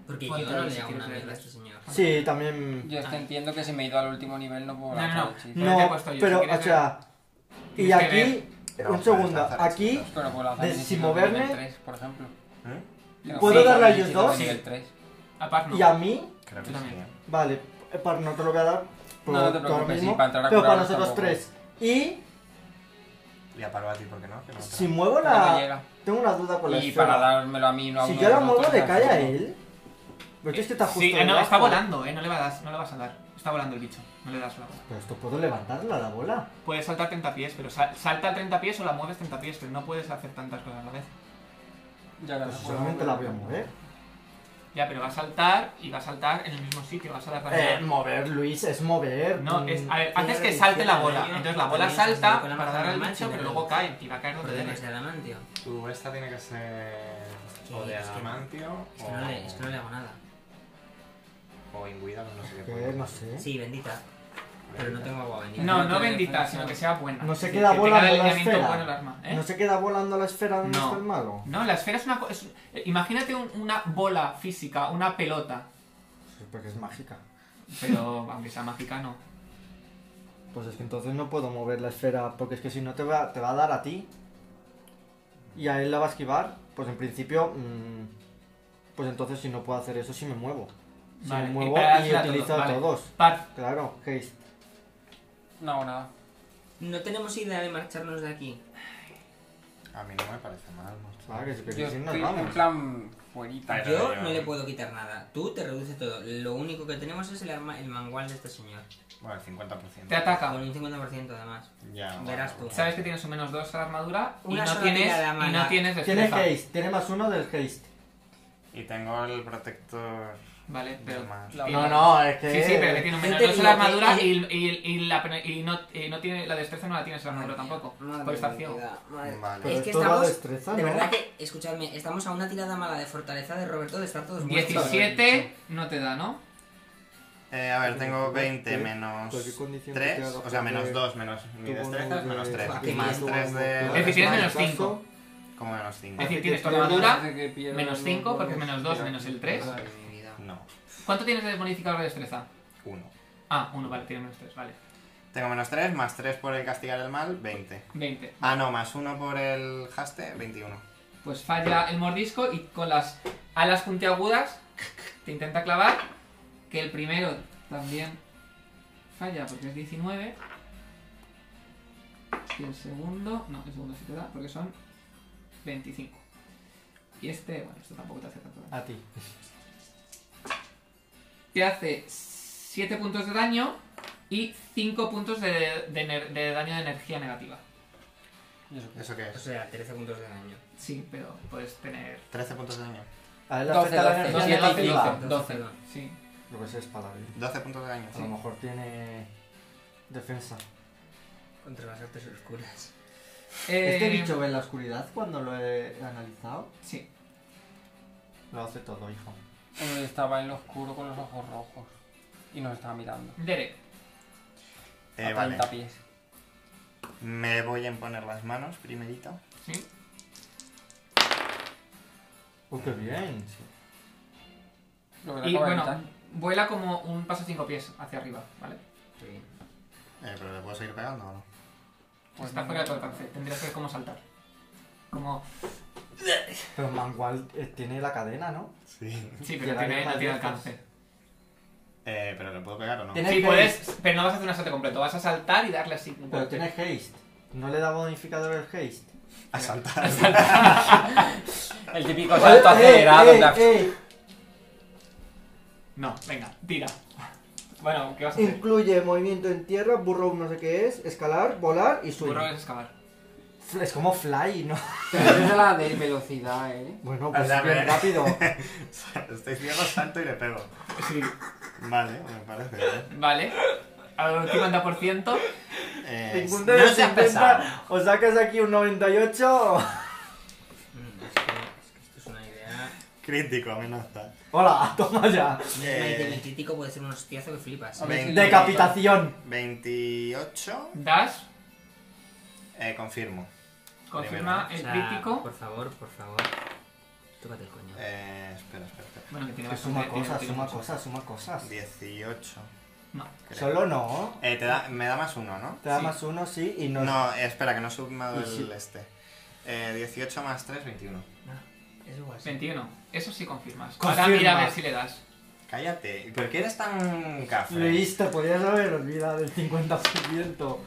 [SPEAKER 2] Porque yo
[SPEAKER 1] Cuéntale
[SPEAKER 2] no
[SPEAKER 1] si
[SPEAKER 2] le hago
[SPEAKER 1] quieres
[SPEAKER 2] una mierda a
[SPEAKER 1] verles.
[SPEAKER 2] este señor.
[SPEAKER 4] Sí, también.
[SPEAKER 3] Yo te entiendo que si me he ido al último nivel no
[SPEAKER 1] No,
[SPEAKER 3] puedo
[SPEAKER 1] no,
[SPEAKER 3] lanzar
[SPEAKER 1] no.
[SPEAKER 3] hechizos.
[SPEAKER 1] Pero te he
[SPEAKER 4] No,
[SPEAKER 1] puesto yo,
[SPEAKER 4] pero,
[SPEAKER 1] si quieres
[SPEAKER 4] o sea, y
[SPEAKER 1] tienes que
[SPEAKER 4] aquí,
[SPEAKER 5] ver.
[SPEAKER 4] un
[SPEAKER 5] No,
[SPEAKER 4] segundo,
[SPEAKER 5] puedes lanzar
[SPEAKER 4] aquí,
[SPEAKER 5] hechizos.
[SPEAKER 3] Pero puedo lanzar
[SPEAKER 4] De-
[SPEAKER 3] hechizos
[SPEAKER 4] sin
[SPEAKER 3] de
[SPEAKER 4] moverme.
[SPEAKER 3] nivel 3, por ejemplo.
[SPEAKER 5] ¿Eh?
[SPEAKER 3] Pero
[SPEAKER 4] ¿Puedo
[SPEAKER 3] puedo
[SPEAKER 4] darle a
[SPEAKER 3] lanzar
[SPEAKER 4] ellos
[SPEAKER 3] hechizos de
[SPEAKER 4] dos?
[SPEAKER 3] nivel 3.
[SPEAKER 1] A Paz no.
[SPEAKER 4] y a mí,
[SPEAKER 5] Creo
[SPEAKER 1] Tú
[SPEAKER 5] que sí.
[SPEAKER 1] también.
[SPEAKER 4] vale, eh, para, no te lo voy a dar, por-
[SPEAKER 3] No, no te
[SPEAKER 4] tú ahora
[SPEAKER 3] preocupes, sí,
[SPEAKER 4] mismo,
[SPEAKER 3] para entrar a
[SPEAKER 4] pero para
[SPEAKER 3] curarlos
[SPEAKER 4] nosotros
[SPEAKER 3] tampoco.
[SPEAKER 4] tres. Y
[SPEAKER 5] Y a Parvati, ¿por qué no? Que no
[SPEAKER 4] si
[SPEAKER 5] entra.
[SPEAKER 4] muevo
[SPEAKER 3] No me
[SPEAKER 4] la...
[SPEAKER 3] llega.
[SPEAKER 4] Tengo una duda con la
[SPEAKER 3] Y
[SPEAKER 4] esfera.
[SPEAKER 3] para dármelo a mí no a
[SPEAKER 4] Si
[SPEAKER 3] uno
[SPEAKER 4] yo
[SPEAKER 3] de
[SPEAKER 4] la
[SPEAKER 3] los
[SPEAKER 4] muevo,
[SPEAKER 3] dos,
[SPEAKER 4] le
[SPEAKER 3] no,
[SPEAKER 4] cae a
[SPEAKER 3] no.
[SPEAKER 4] él. Porque este está justo
[SPEAKER 1] Sí, eh, no,
[SPEAKER 4] debajo.
[SPEAKER 1] está volando, eh. No le, va a dar- no le vas a dar. Está volando el bicho. No le das la bola.
[SPEAKER 4] Pero esto puedo levantarla, la bola.
[SPEAKER 1] Puedes saltar 30 pies, pero sal- salta al 30 pies o la mueves 30 pies, pero no puedes hacer tantas cosas a la vez.
[SPEAKER 3] Ya la
[SPEAKER 4] Pues
[SPEAKER 3] puedo
[SPEAKER 4] solamente la voy a mover.
[SPEAKER 1] Ya, pero va a saltar y va a saltar en el mismo sitio. Vas a dar
[SPEAKER 4] Eh, mm,
[SPEAKER 1] también.
[SPEAKER 4] mover, Luis, es mover.
[SPEAKER 1] No, es, a ver, haces que
[SPEAKER 4] Quiere
[SPEAKER 1] salte la
[SPEAKER 4] decir-
[SPEAKER 1] bola. Entonces la bola
[SPEAKER 2] También
[SPEAKER 1] salta
[SPEAKER 2] con la
[SPEAKER 1] para dar al
[SPEAKER 2] máquina
[SPEAKER 1] bicho, pero
[SPEAKER 2] de-
[SPEAKER 1] luego cae y va a caer donde
[SPEAKER 2] Porque no
[SPEAKER 1] debe.
[SPEAKER 2] es de adamantio.
[SPEAKER 5] Tu esta tiene que ser.
[SPEAKER 2] Sí,
[SPEAKER 5] O de
[SPEAKER 2] es que no.
[SPEAKER 5] adamantio.
[SPEAKER 2] Es que, no le, es que no le hago nada.
[SPEAKER 5] O imbuida, pues no sé qué.
[SPEAKER 4] Que
[SPEAKER 5] pone.
[SPEAKER 4] Eh, No sé.
[SPEAKER 2] Sí, bendita. Pero no tengo agua bendita.
[SPEAKER 1] No,
[SPEAKER 3] Tiene
[SPEAKER 1] no bendita,
[SPEAKER 3] defensa.
[SPEAKER 1] sino que sea buena.
[SPEAKER 4] No se
[SPEAKER 1] Es
[SPEAKER 4] queda
[SPEAKER 1] decir, tenga
[SPEAKER 4] volando la
[SPEAKER 1] alineamiento
[SPEAKER 4] esfera.
[SPEAKER 1] bueno el arma, ¿eh?
[SPEAKER 4] ¿No se queda volando la esfera donde
[SPEAKER 1] No.
[SPEAKER 4] está el malo?
[SPEAKER 1] No, la esfera es una cosa. Imagínate un- una bola física, una pelota.
[SPEAKER 4] Sí, porque es mágica.
[SPEAKER 1] Pero aunque sea mágica, no.
[SPEAKER 4] Pues es que entonces no puedo mover la esfera, porque es que si no te va, te va a dar a ti. Y a él la va a esquivar, pues en principio... mm, pues entonces si no puedo hacer eso, si me muevo. Si
[SPEAKER 1] Vale,
[SPEAKER 4] me
[SPEAKER 1] y
[SPEAKER 4] muevo
[SPEAKER 1] para
[SPEAKER 4] y,
[SPEAKER 1] dársela a
[SPEAKER 4] utilizo
[SPEAKER 1] todos,
[SPEAKER 4] a
[SPEAKER 1] vale.
[SPEAKER 4] todos.
[SPEAKER 1] Par.
[SPEAKER 4] Claro, haste.
[SPEAKER 3] No hago nada.
[SPEAKER 2] No tenemos idea de marcharnos de aquí.
[SPEAKER 5] A mí no me parece mal, mucho.
[SPEAKER 4] Vale, Ah, que si
[SPEAKER 3] Yo
[SPEAKER 4] queréis ir, nos
[SPEAKER 3] estoy en
[SPEAKER 4] vamos.
[SPEAKER 3] plan fuerita.
[SPEAKER 5] Pero
[SPEAKER 2] Yo
[SPEAKER 5] yo-
[SPEAKER 2] no le puedo quitar nada. Tú te reduces todo. Lo único que tenemos es el arma, el mangual de este señor.
[SPEAKER 5] Bueno, el 50%.
[SPEAKER 1] Te ataca.
[SPEAKER 2] Con un 50% además.
[SPEAKER 5] Ya.
[SPEAKER 2] Verás tú.
[SPEAKER 1] Sabes que tienes un menos 2 a la armadura y
[SPEAKER 2] Una
[SPEAKER 1] no,
[SPEAKER 2] sola
[SPEAKER 1] tienes,
[SPEAKER 2] tirada
[SPEAKER 1] y
[SPEAKER 2] mala.
[SPEAKER 1] no tienes
[SPEAKER 4] Tiene
[SPEAKER 1] destreza.
[SPEAKER 4] haste, tiene más uno del haste.
[SPEAKER 5] Y tengo el protector.
[SPEAKER 2] Eh,
[SPEAKER 1] Vale, pero.
[SPEAKER 5] Del más.
[SPEAKER 1] tiene-
[SPEAKER 4] No, no, es que...
[SPEAKER 1] Sí, sí, pero que tiene un
[SPEAKER 2] Yo
[SPEAKER 1] menos
[SPEAKER 2] te
[SPEAKER 1] 2 a la
[SPEAKER 2] digo que-
[SPEAKER 1] armadura y, y- y la, pre- y no, y no tiene, la destreza no la tienes a la armadura tampoco.
[SPEAKER 2] Madre
[SPEAKER 1] Puede estar
[SPEAKER 2] mía,
[SPEAKER 1] ciego.
[SPEAKER 2] madre.
[SPEAKER 5] Vale.
[SPEAKER 4] Pero
[SPEAKER 2] Es que
[SPEAKER 4] esto va
[SPEAKER 2] estamos-
[SPEAKER 4] destreza,
[SPEAKER 2] De
[SPEAKER 4] ¿no?
[SPEAKER 2] verdad que, escuchadme, estamos a una tirada mala de fortaleza de Roberto de estar todos muertos.
[SPEAKER 1] 17 no te da, ¿no?
[SPEAKER 5] Eh, a ver, tengo
[SPEAKER 4] ¿Qué?
[SPEAKER 5] 20
[SPEAKER 4] ¿Qué?
[SPEAKER 5] menos
[SPEAKER 4] ¿Pero pues, qué condición te
[SPEAKER 5] 3,
[SPEAKER 4] haga
[SPEAKER 5] o sea,
[SPEAKER 4] poner
[SPEAKER 5] menos 2, menos mi
[SPEAKER 4] Tu
[SPEAKER 5] destreza
[SPEAKER 4] bonus
[SPEAKER 5] es menos
[SPEAKER 4] de-
[SPEAKER 5] 3,
[SPEAKER 2] Joaquín,
[SPEAKER 5] más
[SPEAKER 4] tu
[SPEAKER 5] 3
[SPEAKER 4] bonus
[SPEAKER 5] de...
[SPEAKER 4] de-
[SPEAKER 1] Es decir, tienes menos
[SPEAKER 4] Caso,
[SPEAKER 1] cinco.
[SPEAKER 5] Como menos 5.
[SPEAKER 1] Es decir,
[SPEAKER 4] que
[SPEAKER 1] tienes tu
[SPEAKER 4] pierdas-
[SPEAKER 1] armadura,
[SPEAKER 3] Desde que pierdo
[SPEAKER 1] menos
[SPEAKER 3] los
[SPEAKER 1] 5, porque
[SPEAKER 3] bonos,
[SPEAKER 1] menos 2,
[SPEAKER 3] ya.
[SPEAKER 1] menos el 3.
[SPEAKER 2] Madre de mi vida.
[SPEAKER 5] No,
[SPEAKER 1] ¿Cuánto tienes de bonificador de destreza?
[SPEAKER 5] 1.
[SPEAKER 1] Ah, 1, vale, tienes menos 3, vale.
[SPEAKER 5] Tengo menos 3, más 3 por el castigar el mal, 20.
[SPEAKER 1] 20.
[SPEAKER 5] Ah, no, más 1 por el haste, 21.
[SPEAKER 1] Pues falla el mordisco y con las alas puntiagudas te intenta clavar. Que el primero también falla porque es 19. Y el segundo, no, el segundo sí te da porque son 25. Y este, bueno, esto tampoco te hace tanto daño.
[SPEAKER 4] A ti.
[SPEAKER 1] te hace 7 puntos de daño y 5 puntos de, de ener- de daño de energía negativa.
[SPEAKER 3] ¿Y eso qué?
[SPEAKER 5] ¿Eso qué
[SPEAKER 2] O
[SPEAKER 5] es?
[SPEAKER 2] sea, 13 puntos de daño.
[SPEAKER 1] Sí, pero puedes tener...
[SPEAKER 5] 13 puntos de daño.
[SPEAKER 4] A él le
[SPEAKER 3] 12,
[SPEAKER 4] afecta la
[SPEAKER 3] 12,
[SPEAKER 4] energía
[SPEAKER 3] 12,
[SPEAKER 4] negativa.
[SPEAKER 2] 12.
[SPEAKER 1] Sí.
[SPEAKER 4] Lo que sé es paladín.
[SPEAKER 5] 12 puntos de daño.
[SPEAKER 4] A lo mejor tiene defensa.
[SPEAKER 2] Contra las artes oscuras.
[SPEAKER 4] ¿Este
[SPEAKER 1] Eh,
[SPEAKER 4] bicho ve en la oscuridad cuando lo he analizado?
[SPEAKER 1] Sí.
[SPEAKER 4] Lo hace todo, hijo.
[SPEAKER 3] Hombre, Eh, estaba en lo oscuro con los ojos rojos. Y nos estaba mirando.
[SPEAKER 1] Derek.
[SPEAKER 5] Eh,
[SPEAKER 3] a
[SPEAKER 5] vale.
[SPEAKER 3] 30 pies.
[SPEAKER 5] Me voy a imponer las manos primerito.
[SPEAKER 1] Sí.
[SPEAKER 4] ¡Uh, qué bien!
[SPEAKER 3] Lo que le
[SPEAKER 1] Y
[SPEAKER 3] acabo de
[SPEAKER 1] bueno,
[SPEAKER 3] quitar.
[SPEAKER 1] vuela como un paso cinco pies hacia arriba, ¿vale?
[SPEAKER 2] Sí.
[SPEAKER 5] Eh, pero le puedo seguir pegando o no.
[SPEAKER 3] Pues
[SPEAKER 1] Está
[SPEAKER 3] no.
[SPEAKER 1] fuera de tu alcance. Tendrías que ver cómo saltar. Como...
[SPEAKER 4] Pero Mangual eh, tiene la cadena, ¿no?
[SPEAKER 5] Sí.
[SPEAKER 1] Sí, pero
[SPEAKER 4] Llegaría
[SPEAKER 1] tiene, no
[SPEAKER 4] más
[SPEAKER 1] tiene
[SPEAKER 4] lejos.
[SPEAKER 1] alcance.
[SPEAKER 5] Eh, pero le puedo pegar o no.
[SPEAKER 4] Tiene- Tienes
[SPEAKER 1] Sí,
[SPEAKER 4] que-
[SPEAKER 1] puedes, pero no vas a hacer un asalto completo. Vas a saltar y darle así un
[SPEAKER 4] Pero
[SPEAKER 1] golpe.
[SPEAKER 4] tiene haste. ¿No le da bonificador el haste?
[SPEAKER 5] [laughs] Asaltar.
[SPEAKER 3] El típico salto acelerado.
[SPEAKER 4] Eh,
[SPEAKER 3] [laughs]
[SPEAKER 4] eh, [laughs]
[SPEAKER 3] en la-
[SPEAKER 4] eh,
[SPEAKER 1] No, venga, tira. Bueno, ¿qué vas a hacer?
[SPEAKER 4] Incluye movimiento en tierra, burro no sé qué es, escalar, volar y
[SPEAKER 1] Burro
[SPEAKER 4] subir.
[SPEAKER 1] es excavar.
[SPEAKER 4] Es como fly, ¿no?
[SPEAKER 3] Pero es de la de velocidad, eh.
[SPEAKER 4] [laughs] Bueno, pues
[SPEAKER 5] O sea,
[SPEAKER 4] es bien [laughs]
[SPEAKER 5] me-
[SPEAKER 4] rápido.
[SPEAKER 5] Estoy ciego, salto y le pego.
[SPEAKER 1] Sí.
[SPEAKER 5] Vale, me parece bien.
[SPEAKER 1] Vale. A un 50%.
[SPEAKER 5] Eh,
[SPEAKER 4] Ninguno de
[SPEAKER 5] no
[SPEAKER 4] los
[SPEAKER 5] seas
[SPEAKER 4] 50,
[SPEAKER 5] pesado.
[SPEAKER 4] O sacas aquí un 98.
[SPEAKER 2] Mm, es, que, es que esto es una idea.
[SPEAKER 5] Crítico, amenaza.
[SPEAKER 4] [laughs] Hola, toma ya.
[SPEAKER 2] No es una idea
[SPEAKER 5] Eh,
[SPEAKER 2] de crítico, puede ser un hostiazo que flipas.
[SPEAKER 3] A ver si le-
[SPEAKER 4] Decapitación.
[SPEAKER 5] 28.
[SPEAKER 1] Dash.
[SPEAKER 5] Eh, confirmo.
[SPEAKER 1] Confirma
[SPEAKER 2] O
[SPEAKER 1] el
[SPEAKER 2] sea,
[SPEAKER 1] crítico.
[SPEAKER 2] Por favor, por favor. Tócate el coño.
[SPEAKER 5] Eh, espera, espera, espera.
[SPEAKER 1] Bueno, que tiene
[SPEAKER 4] Que suma
[SPEAKER 1] bastante- tiene-
[SPEAKER 4] cosas,
[SPEAKER 1] tiene
[SPEAKER 4] suma
[SPEAKER 1] mucho.
[SPEAKER 4] cosas, suma cosas.
[SPEAKER 5] 18.
[SPEAKER 1] No.
[SPEAKER 5] creo.
[SPEAKER 4] Solo no.
[SPEAKER 5] Eh, te da, me da más uno, ¿no?
[SPEAKER 4] Te da
[SPEAKER 1] Sí.
[SPEAKER 4] más uno, sí, y no.
[SPEAKER 5] No, eh, espera, que no he sumado
[SPEAKER 4] Y
[SPEAKER 5] el
[SPEAKER 4] sí.
[SPEAKER 5] este. Eh, 18 más 3, 21.
[SPEAKER 2] Es igual. sí.
[SPEAKER 1] 21. Eso sí confirmas.
[SPEAKER 4] Confirma.
[SPEAKER 1] Ahora mira a ver si le das.
[SPEAKER 5] Cállate. ¿Por qué eres tan café?
[SPEAKER 4] Leíste, podías haber olvidado el 50%.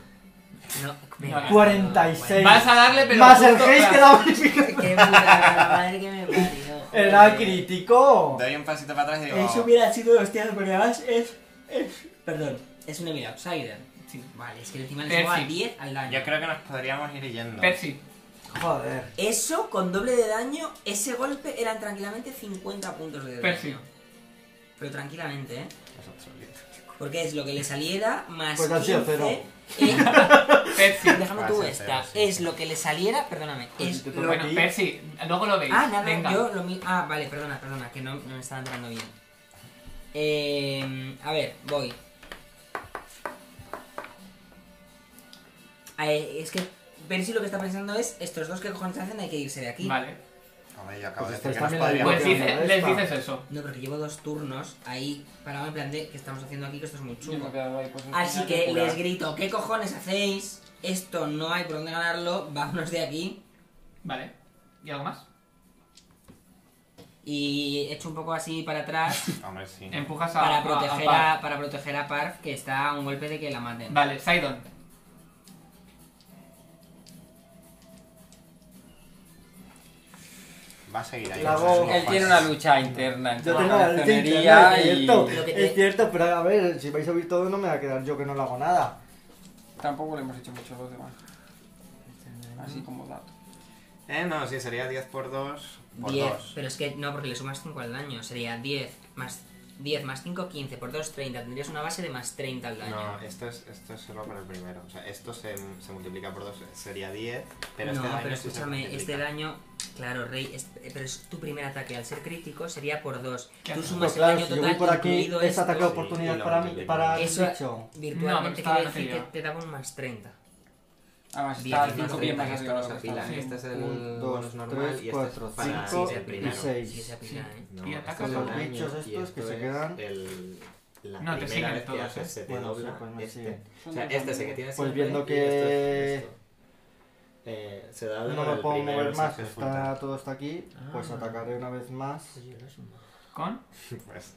[SPEAKER 2] No,
[SPEAKER 1] No,
[SPEAKER 2] venga,
[SPEAKER 1] no.
[SPEAKER 4] 46.
[SPEAKER 1] Vas a darle, pero.
[SPEAKER 4] Más el
[SPEAKER 1] justo
[SPEAKER 4] haste
[SPEAKER 1] tras-
[SPEAKER 4] que da
[SPEAKER 1] [laughs]
[SPEAKER 4] bonificador.
[SPEAKER 2] Qué puta madre que me parió. joder.
[SPEAKER 4] Era crítico.
[SPEAKER 5] Doy un pasito para atrás y digo.
[SPEAKER 2] Eso hubiera sido hostiazo, pero además es. es perdón, es un Evil Outsider.
[SPEAKER 1] Sí.
[SPEAKER 2] Vale, es que encima le
[SPEAKER 1] Percy.
[SPEAKER 2] suba 10 al daño.
[SPEAKER 5] Yo creo que nos podríamos ir yendo.
[SPEAKER 1] Percy.
[SPEAKER 4] Joder.
[SPEAKER 2] Eso, con doble de daño, ese golpe eran tranquilamente 50 puntos de daño.
[SPEAKER 1] Percy.
[SPEAKER 2] Pero tranquilamente, ¿eh?
[SPEAKER 5] Nosotros solitos.
[SPEAKER 2] Porque es lo que le saliera más
[SPEAKER 4] Pues han sido
[SPEAKER 2] 15,
[SPEAKER 5] [laughs]
[SPEAKER 1] Percy.
[SPEAKER 2] eh, déjame tú
[SPEAKER 5] Ah, sí,
[SPEAKER 2] esta.
[SPEAKER 5] cero, sí. Pues
[SPEAKER 2] Es lo que le saliera, perdóname. Es
[SPEAKER 4] te
[SPEAKER 2] lo-
[SPEAKER 4] toca
[SPEAKER 1] Pues Bueno,
[SPEAKER 4] aquí.
[SPEAKER 1] Percy, luego lo veis.
[SPEAKER 2] Ah, nada,
[SPEAKER 1] Venga.
[SPEAKER 2] yo lo mi- Ah, vale, perdona, perdona, que no, no me estaba entrando bien. Eh, a ver, voy. Ah, eh, es que Percy lo que está pensando es, estos dos que cojones hacen hay que irse de aquí.
[SPEAKER 1] Vale.
[SPEAKER 5] Hombre, yo acabo
[SPEAKER 4] Pues
[SPEAKER 5] de decir
[SPEAKER 4] estáis
[SPEAKER 5] que nos
[SPEAKER 4] también
[SPEAKER 5] podríamos
[SPEAKER 1] Pues
[SPEAKER 4] que
[SPEAKER 5] ir.
[SPEAKER 1] dice-
[SPEAKER 4] no
[SPEAKER 1] les
[SPEAKER 4] está.
[SPEAKER 1] dices eso.
[SPEAKER 2] No, porque llevo dos turnos ahí parado en plan de que estamos haciendo aquí, que esto es muy
[SPEAKER 3] Yo me
[SPEAKER 2] chungo.
[SPEAKER 3] he quedado ahí, pues,
[SPEAKER 2] Así
[SPEAKER 3] enseñando
[SPEAKER 2] que
[SPEAKER 3] curar.
[SPEAKER 2] les grito, ¿qué cojones hacéis? Esto no hay por dónde ganarlo, vámonos de aquí.
[SPEAKER 1] Vale. ¿Y algo más?
[SPEAKER 2] Y echo un poco así para atrás
[SPEAKER 5] Hombre, sí.
[SPEAKER 1] Empujas a. a-
[SPEAKER 2] para
[SPEAKER 1] a
[SPEAKER 2] proteger
[SPEAKER 1] Parf.
[SPEAKER 2] a, para proteger a Parf, que está a un golpe de que la maten.
[SPEAKER 1] Vale, Sidon.
[SPEAKER 5] Va a seguir ahí.
[SPEAKER 4] La
[SPEAKER 5] no sé
[SPEAKER 4] voz-
[SPEAKER 5] si lo
[SPEAKER 3] Él tiene una
[SPEAKER 5] pasa.
[SPEAKER 3] lucha interna. entre
[SPEAKER 4] Yo
[SPEAKER 3] la
[SPEAKER 4] tengo la lucha
[SPEAKER 3] mercenería
[SPEAKER 4] interna, es
[SPEAKER 3] y-
[SPEAKER 4] cierto,
[SPEAKER 2] Lo que te-
[SPEAKER 4] es cierto, pero a ver, si vais a oír todo no me va a quedar yo que no lo hago nada.
[SPEAKER 3] Tampoco le hemos hecho mucho a los demás. Así como dato.
[SPEAKER 5] Eh, no, sí, sería 10 por 2. Por
[SPEAKER 2] 10,
[SPEAKER 5] 2.
[SPEAKER 2] pero es que no, porque le sumas 5 al daño, sería 10 más 10 más 5, 15, por 2, 30, tendrías una base de más 30 al daño.
[SPEAKER 5] No, esto es, esto es solo para el primero. O sea, esto se, se multiplica por 2, sería 10. Pero
[SPEAKER 2] No,
[SPEAKER 5] este daño
[SPEAKER 2] pero
[SPEAKER 5] sí se
[SPEAKER 2] escúchame, este
[SPEAKER 5] multiplica.
[SPEAKER 2] daño, claro, Rey, es- eh, pero es tu primer ataque, al ser crítico sería por 2.
[SPEAKER 1] Claro.
[SPEAKER 2] Tú
[SPEAKER 1] Pero
[SPEAKER 2] sumas
[SPEAKER 4] Pero Pues claro,
[SPEAKER 2] el daño
[SPEAKER 4] si yo
[SPEAKER 2] total,
[SPEAKER 4] voy por aquí,
[SPEAKER 2] incluido
[SPEAKER 4] es
[SPEAKER 2] esto,
[SPEAKER 4] ataque de
[SPEAKER 5] sí, y
[SPEAKER 4] oportunidad
[SPEAKER 5] lo
[SPEAKER 4] para mí,
[SPEAKER 5] multiplico.
[SPEAKER 4] para el
[SPEAKER 2] Eso-
[SPEAKER 4] bicho.
[SPEAKER 1] No, pero
[SPEAKER 2] virtualmente
[SPEAKER 1] estaba
[SPEAKER 2] quiere
[SPEAKER 1] en
[SPEAKER 2] decir que
[SPEAKER 1] aquella.
[SPEAKER 2] te daba un más 30.
[SPEAKER 3] Además,
[SPEAKER 2] Bien,
[SPEAKER 3] está
[SPEAKER 2] más
[SPEAKER 3] 5
[SPEAKER 2] treinta,
[SPEAKER 3] bien más
[SPEAKER 2] que
[SPEAKER 3] que los
[SPEAKER 2] se
[SPEAKER 3] que
[SPEAKER 2] apilan.
[SPEAKER 3] están.
[SPEAKER 2] Sí.
[SPEAKER 5] Este es
[SPEAKER 4] Un,
[SPEAKER 5] el bonus
[SPEAKER 4] dos,
[SPEAKER 5] normal
[SPEAKER 4] tres,
[SPEAKER 5] y este
[SPEAKER 4] cuatro,
[SPEAKER 5] es para
[SPEAKER 4] cinco
[SPEAKER 2] sí, sí,
[SPEAKER 4] y
[SPEAKER 2] primero. Sí,
[SPEAKER 4] seis.
[SPEAKER 2] se apila, ¿eh?
[SPEAKER 5] No,
[SPEAKER 1] Y
[SPEAKER 5] este
[SPEAKER 1] atacas
[SPEAKER 5] es
[SPEAKER 1] a
[SPEAKER 5] el
[SPEAKER 1] los
[SPEAKER 5] daño
[SPEAKER 4] bichos
[SPEAKER 5] y
[SPEAKER 4] estos que
[SPEAKER 5] esto
[SPEAKER 4] se
[SPEAKER 5] es
[SPEAKER 4] quedan-
[SPEAKER 5] el- la
[SPEAKER 1] No, te
[SPEAKER 5] primera
[SPEAKER 1] siguen
[SPEAKER 5] vez que
[SPEAKER 1] todos,
[SPEAKER 5] haces
[SPEAKER 1] ¿eh?
[SPEAKER 5] se te
[SPEAKER 4] Bueno,
[SPEAKER 5] dobla
[SPEAKER 4] sí, pues me
[SPEAKER 5] este.
[SPEAKER 4] siguen.
[SPEAKER 5] O sea, este es el que tienes
[SPEAKER 4] Pues viendo que-
[SPEAKER 5] eh, se da
[SPEAKER 4] No me puedo mover más, está, todo está aquí, pues
[SPEAKER 2] Ah.
[SPEAKER 4] atacaré una vez más.
[SPEAKER 1] Con.
[SPEAKER 5] Pues,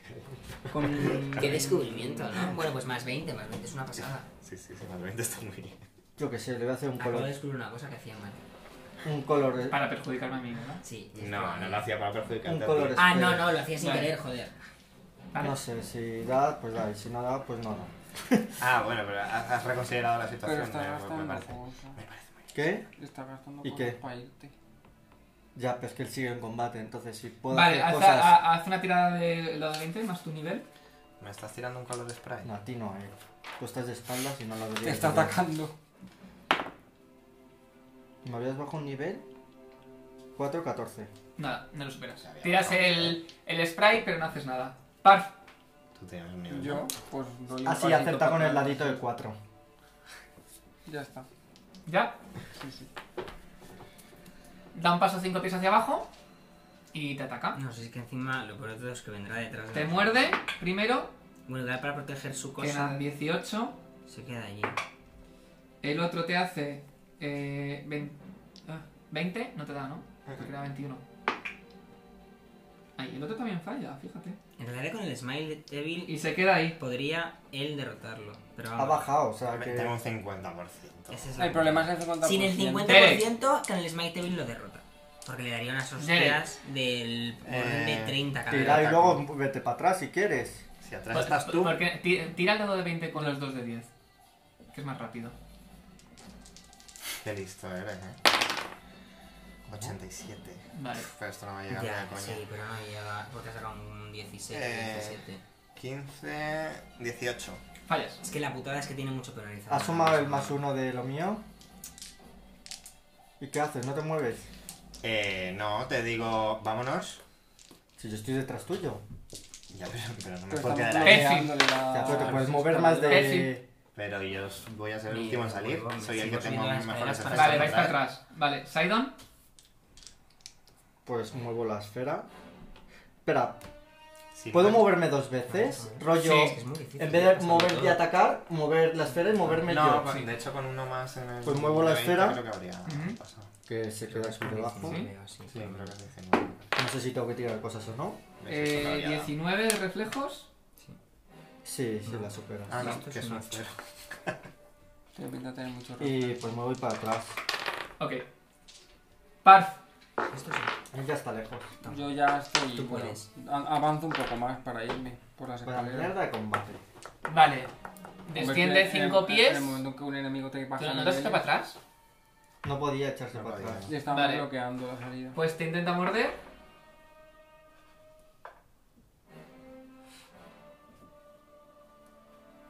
[SPEAKER 5] [laughs]
[SPEAKER 2] Qué descubrimiento, ¿no? Bueno, pues más 20, más 20 es una pasada.
[SPEAKER 5] sí, sí, sí, más 20 está muy bien.
[SPEAKER 4] Yo que sé, le voy a hacer un
[SPEAKER 2] Acabo de
[SPEAKER 4] color.
[SPEAKER 2] descubrir una cosa que hacía mal.
[SPEAKER 4] Un color.
[SPEAKER 1] Para perjudicarme a mí, ¿verdad?
[SPEAKER 2] Sí. es
[SPEAKER 5] No,
[SPEAKER 2] probable.
[SPEAKER 5] no lo hacía para perjudicarte
[SPEAKER 4] Un
[SPEAKER 5] a ti.
[SPEAKER 4] color
[SPEAKER 2] Ah, no, no, lo hacía sin
[SPEAKER 1] Vale.
[SPEAKER 2] querer, joder.
[SPEAKER 1] Vale.
[SPEAKER 4] No sé, si da, pues da, y si no da, pues no da.
[SPEAKER 5] Ah, bueno, pero has has reconsiderado la
[SPEAKER 3] Pero
[SPEAKER 5] situación.
[SPEAKER 3] estás
[SPEAKER 5] me- me,
[SPEAKER 3] gastando
[SPEAKER 5] parece.
[SPEAKER 3] cosas.
[SPEAKER 5] Me parece muy bien.
[SPEAKER 4] ¿Qué?
[SPEAKER 3] Estás gastando
[SPEAKER 4] ¿Y
[SPEAKER 3] cosas
[SPEAKER 4] qué?
[SPEAKER 3] para irte.
[SPEAKER 4] Ya, pero es que él sigue en combate, entonces si puedo
[SPEAKER 1] Vale,
[SPEAKER 4] hacer
[SPEAKER 1] haz,
[SPEAKER 4] cosas...
[SPEAKER 2] ah.
[SPEAKER 1] ha- haz una tirada de lo de 20 más tu nivel.
[SPEAKER 5] ¿Me estás tirando un color spray?
[SPEAKER 4] No, a ti no, eh. Tú estás de espaldas y no la deberías
[SPEAKER 3] Te está
[SPEAKER 4] de ver.
[SPEAKER 3] atacando.
[SPEAKER 4] ¿Me habías bajado un nivel? 4 14.
[SPEAKER 1] Nada, no lo superas.
[SPEAKER 5] Había
[SPEAKER 1] Tiras
[SPEAKER 5] bajado.
[SPEAKER 1] el, el spray, pero no haces nada. Parf.
[SPEAKER 5] Tú tienes un nivel.
[SPEAKER 3] Yo, pues doy un
[SPEAKER 4] Así
[SPEAKER 3] palito
[SPEAKER 4] acerta Ah, con
[SPEAKER 3] para
[SPEAKER 4] el
[SPEAKER 3] atrás.
[SPEAKER 4] ladito del 4.
[SPEAKER 3] Ya está.
[SPEAKER 1] ¿Ya?
[SPEAKER 3] Sí, sí.
[SPEAKER 1] Da un paso 5 pies hacia abajo y te ataca.
[SPEAKER 2] No sé, es que encima lo peor de todo es que vendrá detrás de
[SPEAKER 1] Te
[SPEAKER 2] nosotros.
[SPEAKER 1] muerde primero,
[SPEAKER 2] Bueno, da para proteger su
[SPEAKER 1] que
[SPEAKER 2] cosa.
[SPEAKER 1] dan 18.
[SPEAKER 2] Se queda allí.
[SPEAKER 1] El otro te hace eh, 20, ah, 20, no te da, ¿no? Te queda 21. Ay, el otro también falla, fíjate.
[SPEAKER 2] En realidad con el Smile Devil
[SPEAKER 1] Y se queda ahí.
[SPEAKER 2] podría él derrotarlo. Pero
[SPEAKER 4] Ha
[SPEAKER 2] vamos.
[SPEAKER 4] bajado, o sea que...
[SPEAKER 5] Tengo un 50%.
[SPEAKER 2] Ese es
[SPEAKER 3] El problema es el 50%.
[SPEAKER 2] Sin el 50% con el Smite Devil lo derrota. Porque le daría unas hostias del orden de
[SPEAKER 5] Eh,
[SPEAKER 2] 30 cada
[SPEAKER 4] Tira y
[SPEAKER 5] ataco.
[SPEAKER 4] luego vete para atrás si quieres.
[SPEAKER 5] Si atrás Pues estás tú.
[SPEAKER 1] Porque ti- tira el dado de 20 con los dos de 10. Que es más rápido.
[SPEAKER 5] Qué listo eres, eh. 87.
[SPEAKER 1] Vale.
[SPEAKER 5] Pero esto no va a llegar ni
[SPEAKER 2] Ya,
[SPEAKER 5] de coña.
[SPEAKER 2] sí, pero no llega. Porque ha sacado un 16,
[SPEAKER 5] Eh.
[SPEAKER 2] 17.
[SPEAKER 5] 15. 18.
[SPEAKER 1] Fallas.
[SPEAKER 2] Es que la putada es que tiene mucho penalizado.
[SPEAKER 4] Has sumado el más uno de lo mío. ¿Y qué haces? ¿No te mueves?
[SPEAKER 5] Eh, no, te digo, vámonos.
[SPEAKER 4] Si yo estoy detrás tuyo.
[SPEAKER 5] Ya, pero, pero no me
[SPEAKER 3] Pero
[SPEAKER 5] puedo
[SPEAKER 3] estamos
[SPEAKER 5] quedar ahí.
[SPEAKER 1] bloqueados.
[SPEAKER 3] bloqueándole
[SPEAKER 4] O sea, tú te
[SPEAKER 3] la...
[SPEAKER 4] puedes mover más de...
[SPEAKER 5] Pero yo os- voy a ser el
[SPEAKER 2] Ni-
[SPEAKER 5] último en salir.
[SPEAKER 2] huevón,
[SPEAKER 5] Soy el que
[SPEAKER 2] sigo
[SPEAKER 5] tengo
[SPEAKER 2] subiendo las
[SPEAKER 5] mis mejores
[SPEAKER 2] escaleras
[SPEAKER 1] Vale,
[SPEAKER 2] para-
[SPEAKER 5] efectos.
[SPEAKER 1] vais para
[SPEAKER 5] ¿verdad?
[SPEAKER 1] atrás. Vale, Sidon.
[SPEAKER 4] Pues muevo la esfera. Espera,
[SPEAKER 5] Sí,
[SPEAKER 4] ¿puedo
[SPEAKER 5] no-
[SPEAKER 4] moverme dos veces? Rollo...
[SPEAKER 1] Sí.
[SPEAKER 2] Es muy difícil.
[SPEAKER 4] En vez
[SPEAKER 2] está
[SPEAKER 4] de
[SPEAKER 2] muy
[SPEAKER 4] mover y
[SPEAKER 2] todo.
[SPEAKER 4] atacar, mover la esfera y moverme yo.
[SPEAKER 5] No, con- de hecho con uno más en el.
[SPEAKER 4] Pues muevo la
[SPEAKER 5] de 20
[SPEAKER 4] esfera.
[SPEAKER 5] Creo que habría
[SPEAKER 1] Ujú.
[SPEAKER 5] pasado.
[SPEAKER 4] Que se queda aquí debajo.
[SPEAKER 1] ¿Sí?
[SPEAKER 2] Sí,
[SPEAKER 5] Sí, creo que es 19.
[SPEAKER 4] No sé si tengo que tirar cosas o no.
[SPEAKER 5] ¿Ves? Eso Pues no
[SPEAKER 1] Eh,
[SPEAKER 5] había-
[SPEAKER 1] 19 de reflejos.
[SPEAKER 4] Sí, sí,
[SPEAKER 2] No.
[SPEAKER 4] la supero.
[SPEAKER 5] Ah, no,
[SPEAKER 2] Esto
[SPEAKER 5] que
[SPEAKER 2] es
[SPEAKER 5] es
[SPEAKER 2] un
[SPEAKER 5] un cero.
[SPEAKER 3] Tiene pinta de tener mucho
[SPEAKER 4] Y pues me voy para atrás.
[SPEAKER 1] Ok. Parf.
[SPEAKER 2] Esto sí.
[SPEAKER 4] Él ya está lejos.
[SPEAKER 3] Yo ya estoy.
[SPEAKER 2] Tú
[SPEAKER 3] bueno,
[SPEAKER 2] puedes.
[SPEAKER 3] a- avanzo un poco más para irme por las
[SPEAKER 4] Para
[SPEAKER 3] escaleras.
[SPEAKER 4] mierda de combate.
[SPEAKER 1] Vale.
[SPEAKER 3] Hombre,
[SPEAKER 1] Desciende
[SPEAKER 3] en- en-
[SPEAKER 1] 5
[SPEAKER 3] En
[SPEAKER 1] pies.
[SPEAKER 3] el momento en que un enemigo te
[SPEAKER 1] ¿Tú
[SPEAKER 3] pasa.
[SPEAKER 1] ¿No te has
[SPEAKER 3] niveles,
[SPEAKER 1] hecho para atrás?
[SPEAKER 4] No podía echarse
[SPEAKER 5] No
[SPEAKER 4] para
[SPEAKER 5] podía.
[SPEAKER 4] atrás.
[SPEAKER 3] Y estamos
[SPEAKER 1] Vale.
[SPEAKER 3] bloqueando la salida.
[SPEAKER 1] Pues te intenta morder.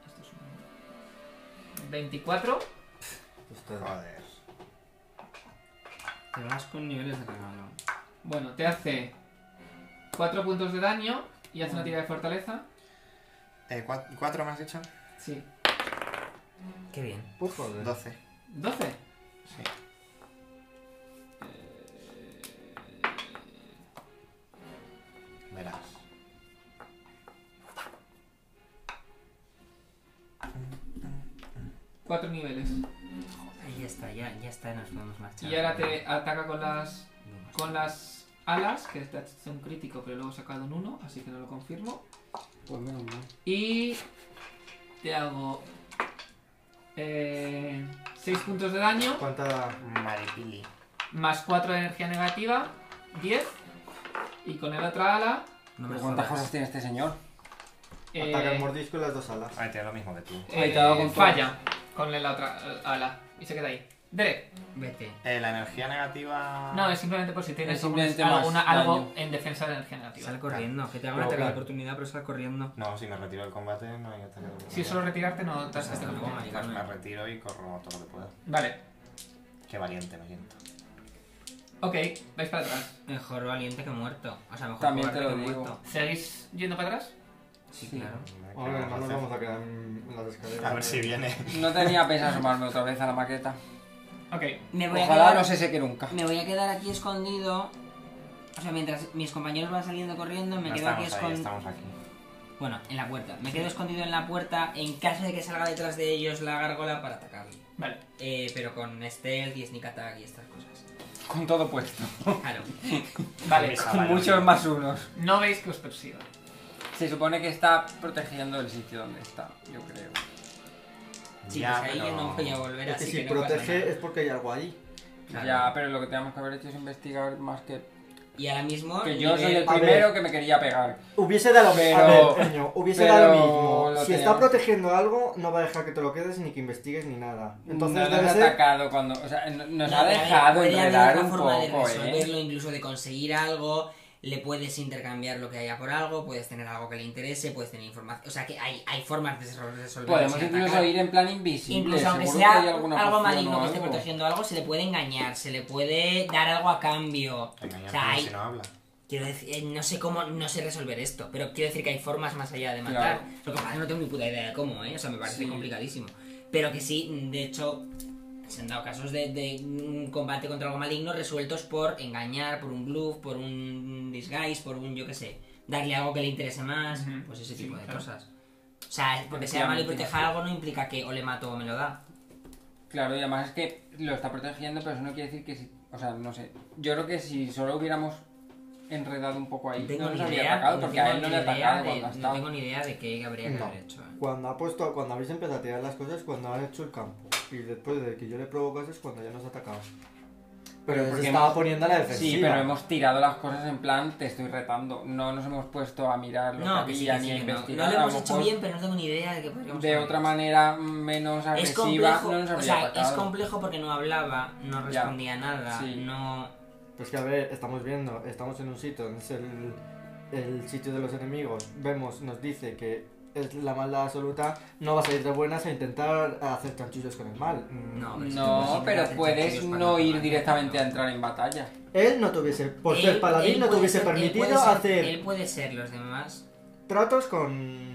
[SPEAKER 1] Esto es un- 24.
[SPEAKER 4] Usted.
[SPEAKER 5] Joder.
[SPEAKER 2] Te vas con niveles de regalo.
[SPEAKER 1] Bueno, te hace 4 puntos de daño y hace una tira de fortaleza.
[SPEAKER 5] Eh, cua- ¿Cuatro me has dicho?
[SPEAKER 1] Sí.
[SPEAKER 2] Qué bien.
[SPEAKER 4] Pues joder.
[SPEAKER 5] 12.
[SPEAKER 1] 12.
[SPEAKER 5] Sí. Verás.
[SPEAKER 1] Cuatro niveles.
[SPEAKER 2] Ahí ya está, ya, ya está, nos podemos marchar.
[SPEAKER 1] Y ahora te ataca con las
[SPEAKER 2] Vamos.
[SPEAKER 1] con las alas, que te hace un crítico, pero luego he sacado un 1, así que no lo confirmo.
[SPEAKER 3] Pues menos mal.
[SPEAKER 1] Y te hago 6 puntos de daño,
[SPEAKER 4] ¿Cuánta...?
[SPEAKER 5] Maripili.
[SPEAKER 1] más 4 de energía negativa, 10. Y con el otra ala,
[SPEAKER 2] No me
[SPEAKER 3] Pero ¿Cuántas
[SPEAKER 2] jodas.
[SPEAKER 3] cosas tiene este señor?
[SPEAKER 1] eh,
[SPEAKER 4] Ataca el mordisco y las dos alas.
[SPEAKER 5] Ah, tiene lo mismo que tú.
[SPEAKER 3] Ahí te ha dado
[SPEAKER 1] eh,
[SPEAKER 3] con todo.
[SPEAKER 1] falla con la otra eh, ala. Y se queda ahí. Derek,
[SPEAKER 2] Vete.
[SPEAKER 5] Eh, la energía negativa.
[SPEAKER 1] no, es simplemente por si tienes
[SPEAKER 3] Es simplemente
[SPEAKER 1] algún-
[SPEAKER 3] más
[SPEAKER 1] alguna- algo
[SPEAKER 3] daño.
[SPEAKER 1] en defensa de energía negativa.
[SPEAKER 2] Sal corriendo, que te hagan
[SPEAKER 5] Pero
[SPEAKER 2] una tercera
[SPEAKER 5] claro.
[SPEAKER 2] oportunidad, pero sal corriendo.
[SPEAKER 5] No, si me retiro del combate, no hay ataque de
[SPEAKER 1] Si es solo retirarte, no te
[SPEAKER 2] Pues
[SPEAKER 1] haces
[SPEAKER 2] hasta luego,
[SPEAKER 1] daño.
[SPEAKER 5] Pues me
[SPEAKER 2] maricarme.
[SPEAKER 5] retiro y corro todo lo que pueda.
[SPEAKER 1] Vale,
[SPEAKER 5] Qué valiente me siento.
[SPEAKER 1] ok, vais para atrás.
[SPEAKER 2] Mejor valiente que muerto. O sea, mejor
[SPEAKER 3] También te
[SPEAKER 2] cobarde
[SPEAKER 3] lo
[SPEAKER 2] que
[SPEAKER 3] digo.
[SPEAKER 2] muerto.
[SPEAKER 1] ¿Seguís yendo para atrás?
[SPEAKER 2] Sí,
[SPEAKER 3] Sí.
[SPEAKER 2] claro.
[SPEAKER 4] Hombre, no nos
[SPEAKER 5] hacer?
[SPEAKER 4] vamos a quedar en las escaleras.
[SPEAKER 5] A ver si viene.
[SPEAKER 3] No tenía pensado asomarme otra vez a la maqueta.
[SPEAKER 1] Ok,
[SPEAKER 2] Me voy, a
[SPEAKER 3] Ojalá
[SPEAKER 2] quedar,
[SPEAKER 3] no se seque nunca.
[SPEAKER 2] me voy a quedar aquí escondido. O sea, mientras mis compañeros van saliendo corriendo, me
[SPEAKER 5] No
[SPEAKER 2] quedo aquí
[SPEAKER 5] estamos ahí,
[SPEAKER 2] escondido.
[SPEAKER 5] estamos aquí.
[SPEAKER 2] Bueno, en la puerta. Me quedo escondido en la puerta en caso de que salga detrás de ellos la gárgola para atacarle.
[SPEAKER 1] vale.
[SPEAKER 2] Eh, pero con stealth y sneak attack y estas cosas.
[SPEAKER 4] [laughs]
[SPEAKER 3] Con todo puesto.
[SPEAKER 2] Claro.
[SPEAKER 1] Vale,
[SPEAKER 5] Esa
[SPEAKER 3] Con
[SPEAKER 5] valentía.
[SPEAKER 3] muchos más unos.
[SPEAKER 1] no veis que os persiga.
[SPEAKER 3] Se supone que está protegiendo el sitio donde está, yo creo.
[SPEAKER 2] Chicos,
[SPEAKER 5] Ya,
[SPEAKER 2] pues ahí yo
[SPEAKER 5] pero-
[SPEAKER 2] no voy a volver,
[SPEAKER 4] Es que
[SPEAKER 2] así
[SPEAKER 4] si
[SPEAKER 2] que no pasa
[SPEAKER 4] protege
[SPEAKER 2] nada.
[SPEAKER 4] es porque hay algo ahí.
[SPEAKER 2] Claro.
[SPEAKER 3] Ya, pero lo que tenemos que haber hecho es investigar más que
[SPEAKER 2] Y ahora mismo.
[SPEAKER 3] Que yo soy
[SPEAKER 2] nivel-
[SPEAKER 3] el
[SPEAKER 4] A ver.
[SPEAKER 3] primero que me quería pegar.
[SPEAKER 4] Hubiese dado lo mismo. A
[SPEAKER 3] Pero-
[SPEAKER 4] ver, coño, hubiese
[SPEAKER 3] pero
[SPEAKER 4] dado lo mismo.
[SPEAKER 3] lo
[SPEAKER 4] si
[SPEAKER 3] tenía.
[SPEAKER 4] está protegiendo algo, no va a dejar que te lo quedes ni que investigues ni nada. Entonces
[SPEAKER 3] no
[SPEAKER 4] debe
[SPEAKER 3] nos ha
[SPEAKER 4] ser.
[SPEAKER 3] atacado cuando. O sea, no- nos
[SPEAKER 2] No,
[SPEAKER 3] ha
[SPEAKER 2] pero a ver,
[SPEAKER 3] dejado
[SPEAKER 2] puede haber
[SPEAKER 3] enredar
[SPEAKER 2] otra
[SPEAKER 3] un
[SPEAKER 2] forma de
[SPEAKER 3] poco, ¿eh?
[SPEAKER 2] resolverlo, incluso de conseguir algo. Le puedes intercambiar lo que haya por algo, puedes tener algo que le interese, puedes tener información. O sea que hay, hay formas de resolverlo.
[SPEAKER 3] Podemos
[SPEAKER 2] sin
[SPEAKER 3] incluso
[SPEAKER 2] atacar.
[SPEAKER 3] ir en plan invisible.
[SPEAKER 2] Incluso aunque
[SPEAKER 3] seguro
[SPEAKER 2] sea
[SPEAKER 3] que hay alguna
[SPEAKER 2] algo
[SPEAKER 3] poción
[SPEAKER 2] maligno
[SPEAKER 3] o
[SPEAKER 2] que esté
[SPEAKER 3] algo.
[SPEAKER 2] protegiendo algo, se le puede engañar, se le puede dar algo a cambio.
[SPEAKER 5] Engañar
[SPEAKER 2] o sea, hay-
[SPEAKER 5] si no habla.
[SPEAKER 2] quiero decir, eh, no sé cómo, no sé resolver esto, pero quiero decir que hay formas más allá de matar.
[SPEAKER 3] Claro.
[SPEAKER 2] Lo que pasa es que no tengo ni puta idea de cómo, ¿eh? O sea, me parece
[SPEAKER 3] Sí.
[SPEAKER 2] complicadísimo. Pero que sí, de hecho, se han dado casos de, de un combate contra algo maligno resueltos por engañar, por un bluff, por un disguise, por un yo qué sé, darle algo que le interese más,
[SPEAKER 1] Ujú.
[SPEAKER 2] pues ese
[SPEAKER 1] Sí,
[SPEAKER 2] tipo de
[SPEAKER 1] claro.
[SPEAKER 2] cosas. O sea, porque sea malo y proteja algo no implica que o le mato o me lo da.
[SPEAKER 3] Claro, y además es que lo está protegiendo, pero eso no quiere decir que si. O sea, no sé. Yo creo que si solo hubiéramos enredado un poco ahí,
[SPEAKER 2] No tengo
[SPEAKER 3] no nos
[SPEAKER 2] ni
[SPEAKER 3] habría
[SPEAKER 2] idea,
[SPEAKER 3] atacado,
[SPEAKER 2] no
[SPEAKER 3] porque
[SPEAKER 2] tengo
[SPEAKER 3] a él no
[SPEAKER 2] ni
[SPEAKER 3] le ha
[SPEAKER 2] idea
[SPEAKER 3] atacado
[SPEAKER 2] de-
[SPEAKER 3] cuando ha
[SPEAKER 2] No
[SPEAKER 3] estado.
[SPEAKER 2] tengo ni idea de qué habría que
[SPEAKER 4] No.
[SPEAKER 2] haber hecho. ¿eh?
[SPEAKER 4] Cuando ha puesto, cuando habéis empezado a tirar las cosas, cuando ha hecho el campo. Y después de que yo le provocase es cuando ya nos ha atacado.
[SPEAKER 3] Pero
[SPEAKER 4] Pero se
[SPEAKER 3] porque
[SPEAKER 4] estaba
[SPEAKER 3] hemos-
[SPEAKER 4] poniendo a la defensiva.
[SPEAKER 3] Sí, pero hemos tirado las cosas en plan, te estoy retando. No nos hemos puesto a mirar lo
[SPEAKER 2] No,
[SPEAKER 3] que
[SPEAKER 2] que sí,
[SPEAKER 3] había
[SPEAKER 2] que sí,
[SPEAKER 3] ni a
[SPEAKER 2] que no.
[SPEAKER 3] investigar.
[SPEAKER 2] No lo
[SPEAKER 3] a
[SPEAKER 2] hemos
[SPEAKER 3] lo
[SPEAKER 2] hecho
[SPEAKER 3] mejor
[SPEAKER 2] bien, pero no tengo ni idea de qué podríamos
[SPEAKER 3] De
[SPEAKER 2] haber
[SPEAKER 3] otra
[SPEAKER 2] hecho.
[SPEAKER 3] manera menos
[SPEAKER 2] Es
[SPEAKER 3] agresiva,
[SPEAKER 2] complejo,
[SPEAKER 3] no nos
[SPEAKER 2] o
[SPEAKER 3] habría
[SPEAKER 2] sea, es
[SPEAKER 3] atacado.
[SPEAKER 2] complejo porque no hablaba, no respondía nada,
[SPEAKER 3] Sí.
[SPEAKER 2] no...
[SPEAKER 4] Pues que a ver, estamos viendo, estamos en un sitio, donde es el, el sitio de los enemigos. Vemos, nos dice que es la maldad absoluta. No vas a ir de buenas a intentar hacer chanchullos con el mal. Mm.
[SPEAKER 2] No, pero, es que tú
[SPEAKER 3] No,
[SPEAKER 2] puedes
[SPEAKER 3] pero
[SPEAKER 2] intentar hacer
[SPEAKER 3] puedes
[SPEAKER 2] chanchullos
[SPEAKER 3] no
[SPEAKER 2] para
[SPEAKER 3] ir
[SPEAKER 2] matar,
[SPEAKER 3] directamente
[SPEAKER 2] ¿no?
[SPEAKER 3] a entrar en batalla.
[SPEAKER 4] Él no tuviese, por
[SPEAKER 2] Él-
[SPEAKER 4] ser
[SPEAKER 2] él
[SPEAKER 4] paladín, no
[SPEAKER 2] puede
[SPEAKER 4] tuviese
[SPEAKER 2] ser- él puede
[SPEAKER 4] permitido
[SPEAKER 2] ser-
[SPEAKER 4] hacer
[SPEAKER 2] Él puede ser, los demás...
[SPEAKER 4] tratos con.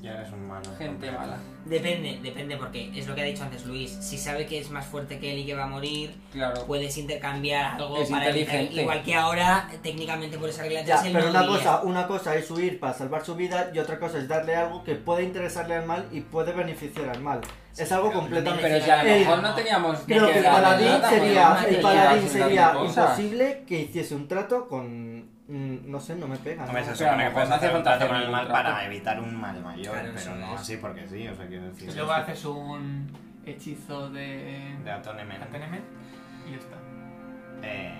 [SPEAKER 5] Ya eres un malo.
[SPEAKER 3] Gente
[SPEAKER 5] completo.
[SPEAKER 3] mala.
[SPEAKER 2] Depende, depende, porque es lo que ha dicho antes Luis. Si sabe que es más fuerte que él y que va a morir,
[SPEAKER 3] Claro.
[SPEAKER 2] puedes intercambiar algo
[SPEAKER 3] Es
[SPEAKER 2] para evitar-
[SPEAKER 3] inteligente.
[SPEAKER 2] Igual que ahora, técnicamente por esa regla
[SPEAKER 4] Ya,
[SPEAKER 2] es el
[SPEAKER 4] pero
[SPEAKER 2] no
[SPEAKER 4] una
[SPEAKER 2] dirías.
[SPEAKER 4] cosa, una cosa es huir para salvar su vida y otra cosa es darle algo que puede interesarle al mal y puede beneficiar al mal. es algo
[SPEAKER 2] pero
[SPEAKER 4] completamente.
[SPEAKER 3] Pero si a lo
[SPEAKER 4] Ey,
[SPEAKER 3] mejor no teníamos que
[SPEAKER 4] Creo que el
[SPEAKER 3] quedar en
[SPEAKER 4] paladín
[SPEAKER 3] nada, podíamos
[SPEAKER 4] sería, el
[SPEAKER 3] haber
[SPEAKER 4] paladín
[SPEAKER 3] llegado a
[SPEAKER 4] sería
[SPEAKER 3] hacer cosas.
[SPEAKER 4] imposible que hiciese un trato con. mm, No sé, no me pega.
[SPEAKER 5] Hombre,
[SPEAKER 3] Pero a
[SPEAKER 4] ¿no?
[SPEAKER 5] se
[SPEAKER 3] lo
[SPEAKER 5] supone que
[SPEAKER 3] mejor
[SPEAKER 5] puedes
[SPEAKER 3] no hace
[SPEAKER 5] hacer un
[SPEAKER 3] falta
[SPEAKER 5] trato
[SPEAKER 3] hacer
[SPEAKER 5] con el
[SPEAKER 3] ningún
[SPEAKER 5] mal
[SPEAKER 3] trato.
[SPEAKER 5] para evitar un mal mayor,
[SPEAKER 2] Claro, eso
[SPEAKER 5] pero no
[SPEAKER 2] es.
[SPEAKER 5] así porque sí, o sea, quiero decir...
[SPEAKER 1] Luego
[SPEAKER 5] es-
[SPEAKER 1] haces un hechizo de.
[SPEAKER 5] De Atonement.
[SPEAKER 1] Ateneme y ya está.
[SPEAKER 5] Eh,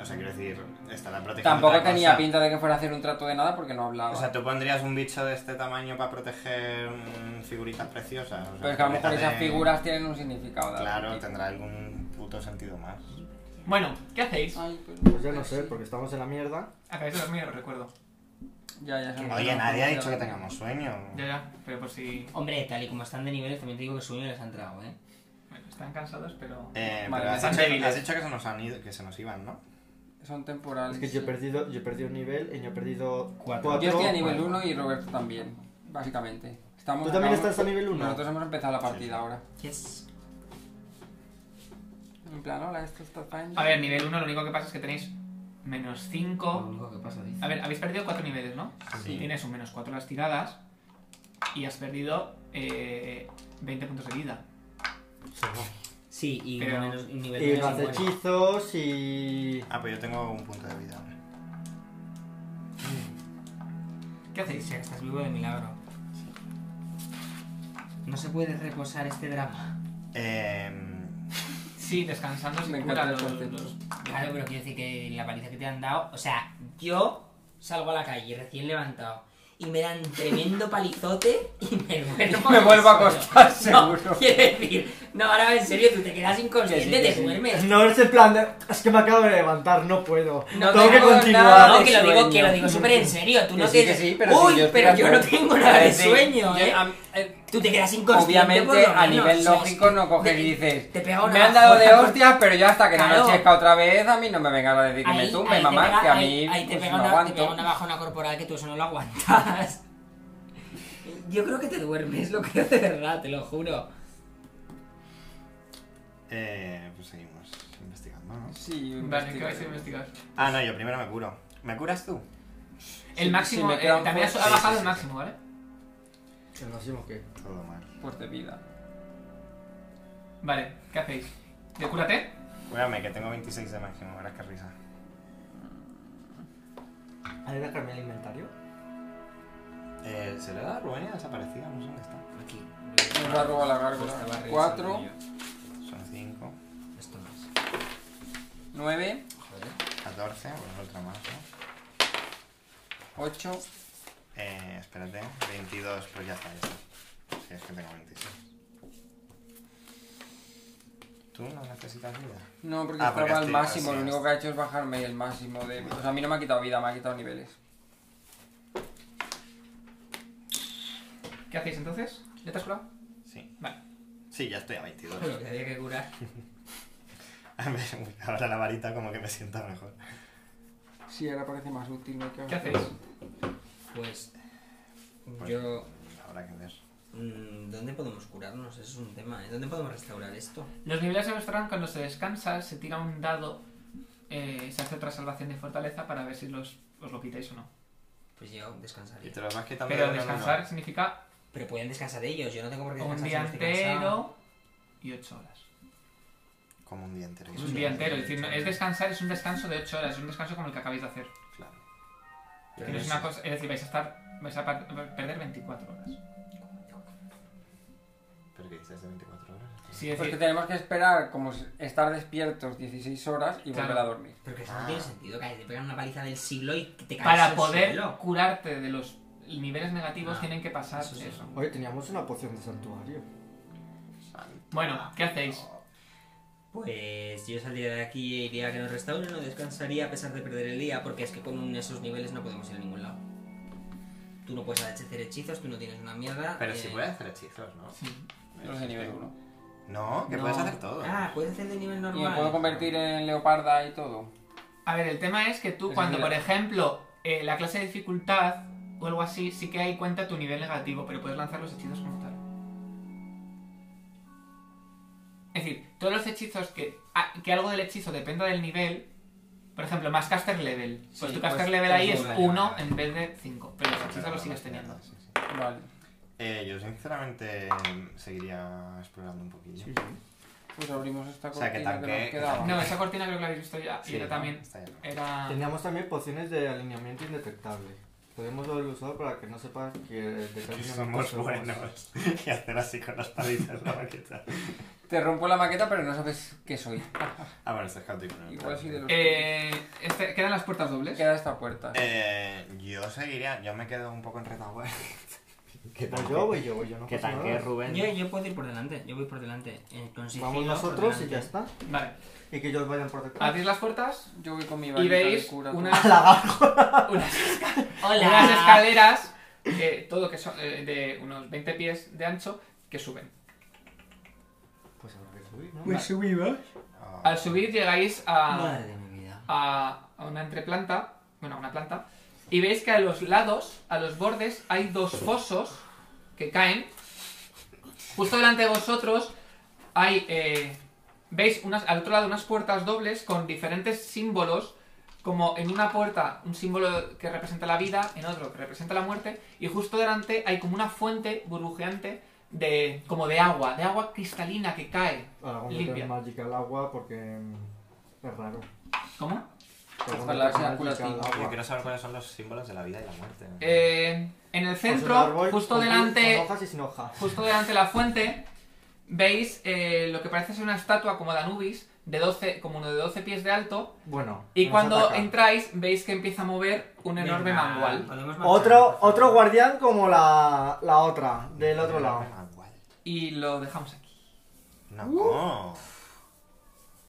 [SPEAKER 5] o sea, quiero decir, estará protegiendo
[SPEAKER 3] Tampoco
[SPEAKER 5] otra
[SPEAKER 3] tenía
[SPEAKER 5] cosa.
[SPEAKER 3] pinta de que fuera a hacer un trato de nada porque no hablaba.
[SPEAKER 5] O sea, tú pondrías un bicho de este tamaño para proteger mm, figuritas preciosas. O sea,
[SPEAKER 3] pero es que a lo mejor
[SPEAKER 5] figuritas
[SPEAKER 3] esas
[SPEAKER 5] de-
[SPEAKER 3] figuras tienen un significado. ¿verdad?
[SPEAKER 5] Claro, tendrá algún puto sentido más.
[SPEAKER 1] Bueno, ¿qué hacéis?
[SPEAKER 3] Ay, pero-
[SPEAKER 4] Pues ya no sé, porque estamos en la mierda.
[SPEAKER 1] Acabáis de dormir, os recuerdo.
[SPEAKER 3] Ya, ya se me
[SPEAKER 5] Oye,
[SPEAKER 3] olvidó.
[SPEAKER 5] nadie ha dicho que tengamos sueño.
[SPEAKER 1] Ya, ya, pero por si.
[SPEAKER 2] Hombre, tal y como están de niveles, también te digo que sueño les han tragado, ¿eh?
[SPEAKER 1] Bueno, están cansados, pero.
[SPEAKER 5] Eh,
[SPEAKER 3] Vale,
[SPEAKER 5] pero has,
[SPEAKER 3] están
[SPEAKER 5] dicho,
[SPEAKER 3] débiles.
[SPEAKER 5] has dicho que se nos han ido, que se nos iban, ¿no?
[SPEAKER 3] Son temporales.
[SPEAKER 4] Es que yo he perdido, yo he perdido un nivel y yo he perdido
[SPEAKER 2] Cuatro.
[SPEAKER 4] cuatro.
[SPEAKER 3] Yo estoy a nivel 1 y Roberto también, básicamente. Estamos
[SPEAKER 4] ¿Tú también
[SPEAKER 3] acabamos-
[SPEAKER 4] estás a nivel 1?
[SPEAKER 3] Nosotros hemos empezado la
[SPEAKER 5] Sí,
[SPEAKER 3] partida
[SPEAKER 5] sí.
[SPEAKER 3] ahora.
[SPEAKER 2] Yes.
[SPEAKER 3] En plan, hola, esto está fine.
[SPEAKER 1] A ver, nivel 1, lo único que pasa es que tenéis menos 5.
[SPEAKER 2] único que pasa, dice.
[SPEAKER 1] A ver, habéis perdido 4 niveles, ¿no?
[SPEAKER 5] Sí.
[SPEAKER 1] Tienes un menos 4 las tiradas y has perdido eh, 20 puntos de vida.
[SPEAKER 2] Sí, y
[SPEAKER 1] Pero-
[SPEAKER 2] menos, y nivel
[SPEAKER 4] Y
[SPEAKER 2] menos
[SPEAKER 4] más
[SPEAKER 2] cincuenta.
[SPEAKER 4] hechizos y.
[SPEAKER 5] Ah, pues yo tengo un punto de vida.
[SPEAKER 1] ¿Qué hacéis?
[SPEAKER 2] Sí, estás vivo de milagro. No se puede reposar este drama.
[SPEAKER 5] Eh,
[SPEAKER 1] Sí, descansando sin
[SPEAKER 3] Me
[SPEAKER 1] curar
[SPEAKER 3] encanta
[SPEAKER 1] los-
[SPEAKER 3] el concepto.
[SPEAKER 1] los-
[SPEAKER 2] Claro, pero quiero decir que la paliza que te han dado. O sea, yo salgo a la calle recién levantado y me dan tremendo palizote y
[SPEAKER 3] [laughs]
[SPEAKER 2] me duermo.
[SPEAKER 3] Me vuelvo a
[SPEAKER 2] solo.
[SPEAKER 3] acostar,
[SPEAKER 2] No,
[SPEAKER 3] seguro.
[SPEAKER 2] quiero decir, no, ahora en serio, tú te quedas inconsciente,
[SPEAKER 3] Que sí, que
[SPEAKER 2] te
[SPEAKER 3] sí.
[SPEAKER 2] duermes.
[SPEAKER 4] No es el plan de. Es que me acabo de levantar, no puedo.
[SPEAKER 2] No
[SPEAKER 4] Tengo que
[SPEAKER 2] tengo
[SPEAKER 4] continuar.
[SPEAKER 2] No,
[SPEAKER 3] de
[SPEAKER 2] que lo digo,
[SPEAKER 3] sueño.
[SPEAKER 2] que lo digo súper en serio. Tú
[SPEAKER 3] Que
[SPEAKER 2] no
[SPEAKER 3] sí,
[SPEAKER 2] te.
[SPEAKER 3] que sí, pero sí,
[SPEAKER 2] Uy,
[SPEAKER 3] yo estoy
[SPEAKER 2] pero
[SPEAKER 3] de
[SPEAKER 2] yo no
[SPEAKER 3] acuerdo.
[SPEAKER 2] tengo nada de
[SPEAKER 3] Sí,
[SPEAKER 2] sueño,
[SPEAKER 3] yo-
[SPEAKER 2] ¿eh?
[SPEAKER 3] a- eh,
[SPEAKER 2] Tú te quedas inconsciente. por
[SPEAKER 3] Obviamente,
[SPEAKER 2] lo
[SPEAKER 3] a
[SPEAKER 2] menos,
[SPEAKER 3] nivel
[SPEAKER 2] o sea, es
[SPEAKER 3] lógico
[SPEAKER 2] que
[SPEAKER 3] no coges
[SPEAKER 2] te-
[SPEAKER 3] y dices.
[SPEAKER 2] Te pega una
[SPEAKER 3] Me han dado de
[SPEAKER 2] bajona por-
[SPEAKER 3] hostias, pero yo hasta que
[SPEAKER 2] Claro.
[SPEAKER 3] no anochezca otra vez, a mí no me vengas a decir que me
[SPEAKER 2] Ahí-
[SPEAKER 3] tumbe,
[SPEAKER 2] ahí
[SPEAKER 3] mamá,
[SPEAKER 2] te pega-
[SPEAKER 3] que a mí
[SPEAKER 2] ahí- ahí te
[SPEAKER 3] pues,
[SPEAKER 2] pega
[SPEAKER 3] no
[SPEAKER 2] una,
[SPEAKER 3] aguanto.
[SPEAKER 2] Te pega una bajona corporal que tú eso no lo
[SPEAKER 3] [laughs]
[SPEAKER 2] aguantas. Yo creo que te duermes, lo creo de verdad, te lo juro.
[SPEAKER 5] Eh, pues seguimos investigando, ¿no?
[SPEAKER 3] Sí,
[SPEAKER 1] Vale, ¿qué
[SPEAKER 3] yo investigaré.
[SPEAKER 1] vais a investigar?
[SPEAKER 5] Ah, no, yo primero me curo. ¿Me curas tú?
[SPEAKER 1] El máximo,
[SPEAKER 3] sí, me
[SPEAKER 1] eh,
[SPEAKER 3] quedan
[SPEAKER 1] también has-
[SPEAKER 3] fuertes.
[SPEAKER 1] ha
[SPEAKER 5] Sí,
[SPEAKER 1] bajado
[SPEAKER 5] sí,
[SPEAKER 1] el
[SPEAKER 5] sí,
[SPEAKER 1] máximo, ¿vale?
[SPEAKER 4] El máximo que.
[SPEAKER 5] Todo mal.
[SPEAKER 3] Pues de vida.
[SPEAKER 1] Vale, ¿qué hacéis? ¿De cúrate?
[SPEAKER 5] Cúrame, que tengo 26 de máximo, verás qué risa.
[SPEAKER 4] ¿Hay que cambiar el inventario?
[SPEAKER 5] Eh, ¿Se le da a Rubén y ha desaparecido? No sé dónde está.
[SPEAKER 2] Aquí.
[SPEAKER 3] Me va a robar la gárgola.
[SPEAKER 2] Estaba revisando
[SPEAKER 3] 4,
[SPEAKER 2] yo.
[SPEAKER 5] Son 5,
[SPEAKER 2] Esto más.
[SPEAKER 3] 9,
[SPEAKER 2] Joder.
[SPEAKER 5] 14, bueno, otra más, ¿no?
[SPEAKER 3] 8.
[SPEAKER 5] Eh, espérate, 22, pues ya está, ya está. Si es que tengo 26. ¿Tú no necesitas vida?
[SPEAKER 3] No, porque
[SPEAKER 5] Ah,
[SPEAKER 3] estaba
[SPEAKER 5] porque
[SPEAKER 3] al
[SPEAKER 5] estoy-
[SPEAKER 3] máximo. Lo
[SPEAKER 5] así es.
[SPEAKER 3] único que ha hecho es bajarme el máximo de. O sea, a mí no me ha quitado vida, me ha quitado niveles.
[SPEAKER 1] ¿Qué hacéis entonces? ¿Ya te has curado?
[SPEAKER 5] Sí.
[SPEAKER 1] Vale.
[SPEAKER 5] Sí, ya estoy a 22.
[SPEAKER 2] Lo que había que curar.
[SPEAKER 5] [laughs] A ver, uy, Ahora la varita como que me sienta mejor.
[SPEAKER 3] Sí, ahora parece más útil. ¿no?
[SPEAKER 1] ¿Qué hacéis?
[SPEAKER 2] Pues.
[SPEAKER 5] Pues-
[SPEAKER 2] Yo.
[SPEAKER 5] Habrá que ver.
[SPEAKER 2] mm, ¿Dónde podemos curarnos? Eso es un tema, ¿eh? ¿Dónde podemos restaurar esto?
[SPEAKER 1] Los niveles se restauran cuando se descansa, se tira un dado, eh, se hace otra salvación de fortaleza para ver si los, os lo quitáis o no.
[SPEAKER 2] Pues yo
[SPEAKER 5] Y
[SPEAKER 2] descansaría.
[SPEAKER 5] te los vas quitando de
[SPEAKER 1] Pero
[SPEAKER 5] uno en uno.
[SPEAKER 1] descansar significa
[SPEAKER 2] Pero pueden descansar ellos, yo no tengo por qué
[SPEAKER 1] un
[SPEAKER 2] descansar. este
[SPEAKER 1] día
[SPEAKER 2] si no estoy cansado.
[SPEAKER 1] entero y 8 horas.
[SPEAKER 5] Como un día entero.
[SPEAKER 1] Es un día entero, es decir, no- es descansar, es un descanso de 8 horas, es un descanso como el que acabáis de hacer.
[SPEAKER 5] Claro.
[SPEAKER 2] Pero
[SPEAKER 1] Que no es
[SPEAKER 2] no
[SPEAKER 1] una
[SPEAKER 2] sé.
[SPEAKER 1] cosa, es decir, vais a estar, vais a pa- perder 24 horas.
[SPEAKER 5] ¿Pero qué dices de 24 horas?
[SPEAKER 1] Sí, es
[SPEAKER 3] Porque
[SPEAKER 1] decir,
[SPEAKER 3] tenemos pues que esperar, como si- estar despiertos 16 horas y
[SPEAKER 1] Claro.
[SPEAKER 3] volver a dormir.
[SPEAKER 2] Pero que eso no tiene sentido, que te pegan una paliza del siglo y te caes
[SPEAKER 1] para
[SPEAKER 2] al
[SPEAKER 1] poder
[SPEAKER 2] suelo.
[SPEAKER 1] curarte de los niveles negativos
[SPEAKER 2] Ah,
[SPEAKER 1] tienen que pasar
[SPEAKER 2] eso
[SPEAKER 1] eso.
[SPEAKER 2] sí.
[SPEAKER 4] Oye, teníamos una poción de santuario.
[SPEAKER 1] Bueno, ¿qué hacéis?
[SPEAKER 2] Pues yo saldría de aquí e iría a que nos restauren, no descansaría a pesar de perder el día, porque es que con esos niveles no podemos ir a ningún lado. Tú no puedes hacer hechizos, tú no tienes una mierda.
[SPEAKER 5] Pero
[SPEAKER 2] eh,
[SPEAKER 5] si puedes hacer hechizos, ¿no?
[SPEAKER 1] Sí.
[SPEAKER 3] Los de nivel 1.
[SPEAKER 5] No, que
[SPEAKER 2] no.
[SPEAKER 5] puedes hacer todo.
[SPEAKER 2] Ah, puedes hacer de nivel
[SPEAKER 3] Y me
[SPEAKER 2] normal.
[SPEAKER 3] puedo convertir en leoparda y todo.
[SPEAKER 1] A ver, el tema es que tú
[SPEAKER 3] Es
[SPEAKER 1] cuando,
[SPEAKER 3] nivel-
[SPEAKER 1] por ejemplo, eh, la clase de dificultad o algo así, sí que ahí cuenta tu nivel negativo, pero puedes lanzar los hechizos como tal. Es decir, todos los hechizos que, a- que algo del hechizo dependa del nivel, por ejemplo, más caster level, pues
[SPEAKER 2] Sí,
[SPEAKER 1] tu caster
[SPEAKER 2] pues,
[SPEAKER 1] level
[SPEAKER 2] es
[SPEAKER 1] ahí es
[SPEAKER 2] uno,
[SPEAKER 1] 1
[SPEAKER 2] vale.
[SPEAKER 1] en vez de 5, pero los hechizos
[SPEAKER 5] Pero
[SPEAKER 1] los sigues
[SPEAKER 5] no, no,
[SPEAKER 1] teniendo.
[SPEAKER 5] sí, sí.
[SPEAKER 3] Vale.
[SPEAKER 5] Eh, yo sinceramente seguiría explorando un poquillo.
[SPEAKER 3] Pues abrimos esta
[SPEAKER 5] O sea, que
[SPEAKER 3] cortina que,
[SPEAKER 5] tanque-
[SPEAKER 3] nos quedaba.
[SPEAKER 1] No, esa cortina creo que la habéis visto ya,
[SPEAKER 5] Sí,
[SPEAKER 1] y era
[SPEAKER 5] ¿no?
[SPEAKER 1] también...
[SPEAKER 5] Está ya, ¿no?
[SPEAKER 1] Era...
[SPEAKER 4] Teníamos también pociones de alineamiento indetectable. Podemos haberlo usado para que no sepas que de qué
[SPEAKER 5] Que
[SPEAKER 4] alineamiento
[SPEAKER 5] somos
[SPEAKER 4] somos.
[SPEAKER 5] buenos. [laughs] y hacer así con las palitas [laughs] la maqueta.
[SPEAKER 3] Te rompo la maqueta, pero no sabes qué soy.
[SPEAKER 5] Ah, bueno, esto es caótico. ¿no?
[SPEAKER 3] Igual soy de los.
[SPEAKER 1] Eh, este- ¿Quedan las puertas dobles?
[SPEAKER 3] Queda esta puerta.
[SPEAKER 5] Eh, yo seguiría, yo me quedo un poco en retaguardia.
[SPEAKER 1] [laughs]
[SPEAKER 5] que
[SPEAKER 4] Voy Pues yo, voy yo, voy yo, no
[SPEAKER 5] que
[SPEAKER 4] pasa nada.
[SPEAKER 5] tanque Rubén.
[SPEAKER 2] Yo, yo puedo ir por delante, yo voy por delante. eh, con sigilo,
[SPEAKER 4] Vamos
[SPEAKER 2] por
[SPEAKER 4] nosotros y
[SPEAKER 2] delante.
[SPEAKER 4] ya está.
[SPEAKER 1] Vale.
[SPEAKER 4] Y que ellos vayan por detrás.
[SPEAKER 1] Abrís las puertas
[SPEAKER 3] Yo voy con mi
[SPEAKER 1] y
[SPEAKER 3] varita de
[SPEAKER 1] veis
[SPEAKER 3] cura. [laughs]
[SPEAKER 1] unas, unas,
[SPEAKER 2] ¡Hola!
[SPEAKER 1] unas escaleras, eh, todo que son eh, de unos 20 pies de ancho, que suben.
[SPEAKER 4] Pues habrá que subir, ¿no?
[SPEAKER 1] Vale.
[SPEAKER 2] subido?
[SPEAKER 5] Ah,
[SPEAKER 1] Al subir llegáis a,
[SPEAKER 2] Madre de mi vida.
[SPEAKER 1] a, a una entreplanta, bueno, a una planta, y veis que a los lados, a los bordes, hay dos fosos que caen. Justo delante de vosotros hay, eh, veis unas, al otro lado unas puertas dobles con diferentes símbolos, como en una puerta un símbolo que representa la vida, en otro que representa la muerte, y justo delante hay como una fuente burbujeante de, como de agua, de agua cristalina que cae.
[SPEAKER 4] Ahora vamos a
[SPEAKER 1] Limpia.
[SPEAKER 4] meter mágica al agua porque mm, es raro.
[SPEAKER 1] ¿Cómo?
[SPEAKER 4] Pero
[SPEAKER 3] Ojalá
[SPEAKER 4] vamos a
[SPEAKER 3] sea
[SPEAKER 4] meter mágica
[SPEAKER 3] curativo.
[SPEAKER 4] al
[SPEAKER 5] Yo
[SPEAKER 4] agua.
[SPEAKER 5] quiero saber cuáles son los símbolos de la vida y la muerte.
[SPEAKER 1] Eh, en el
[SPEAKER 4] Pues el
[SPEAKER 1] centro,
[SPEAKER 4] árbol
[SPEAKER 1] justo
[SPEAKER 4] con-
[SPEAKER 1] delante,
[SPEAKER 4] Con hojas y sin hojas.
[SPEAKER 1] justo delante de la fuente, veis eh, lo que parece ser una estatua como de Anubis, de 12, como uno de 12 pies de alto,
[SPEAKER 4] Bueno.
[SPEAKER 1] y
[SPEAKER 4] nos
[SPEAKER 1] cuando
[SPEAKER 4] ataca.
[SPEAKER 1] entráis veis que empieza a mover un enorme
[SPEAKER 2] Venga,
[SPEAKER 1] manual.
[SPEAKER 2] podemos marchar, por
[SPEAKER 4] Otro,
[SPEAKER 2] favor.
[SPEAKER 4] otro guardián como la, la otra, del otro lado.
[SPEAKER 5] Ah, guay.
[SPEAKER 1] Y lo dejamos aquí.
[SPEAKER 5] No, no.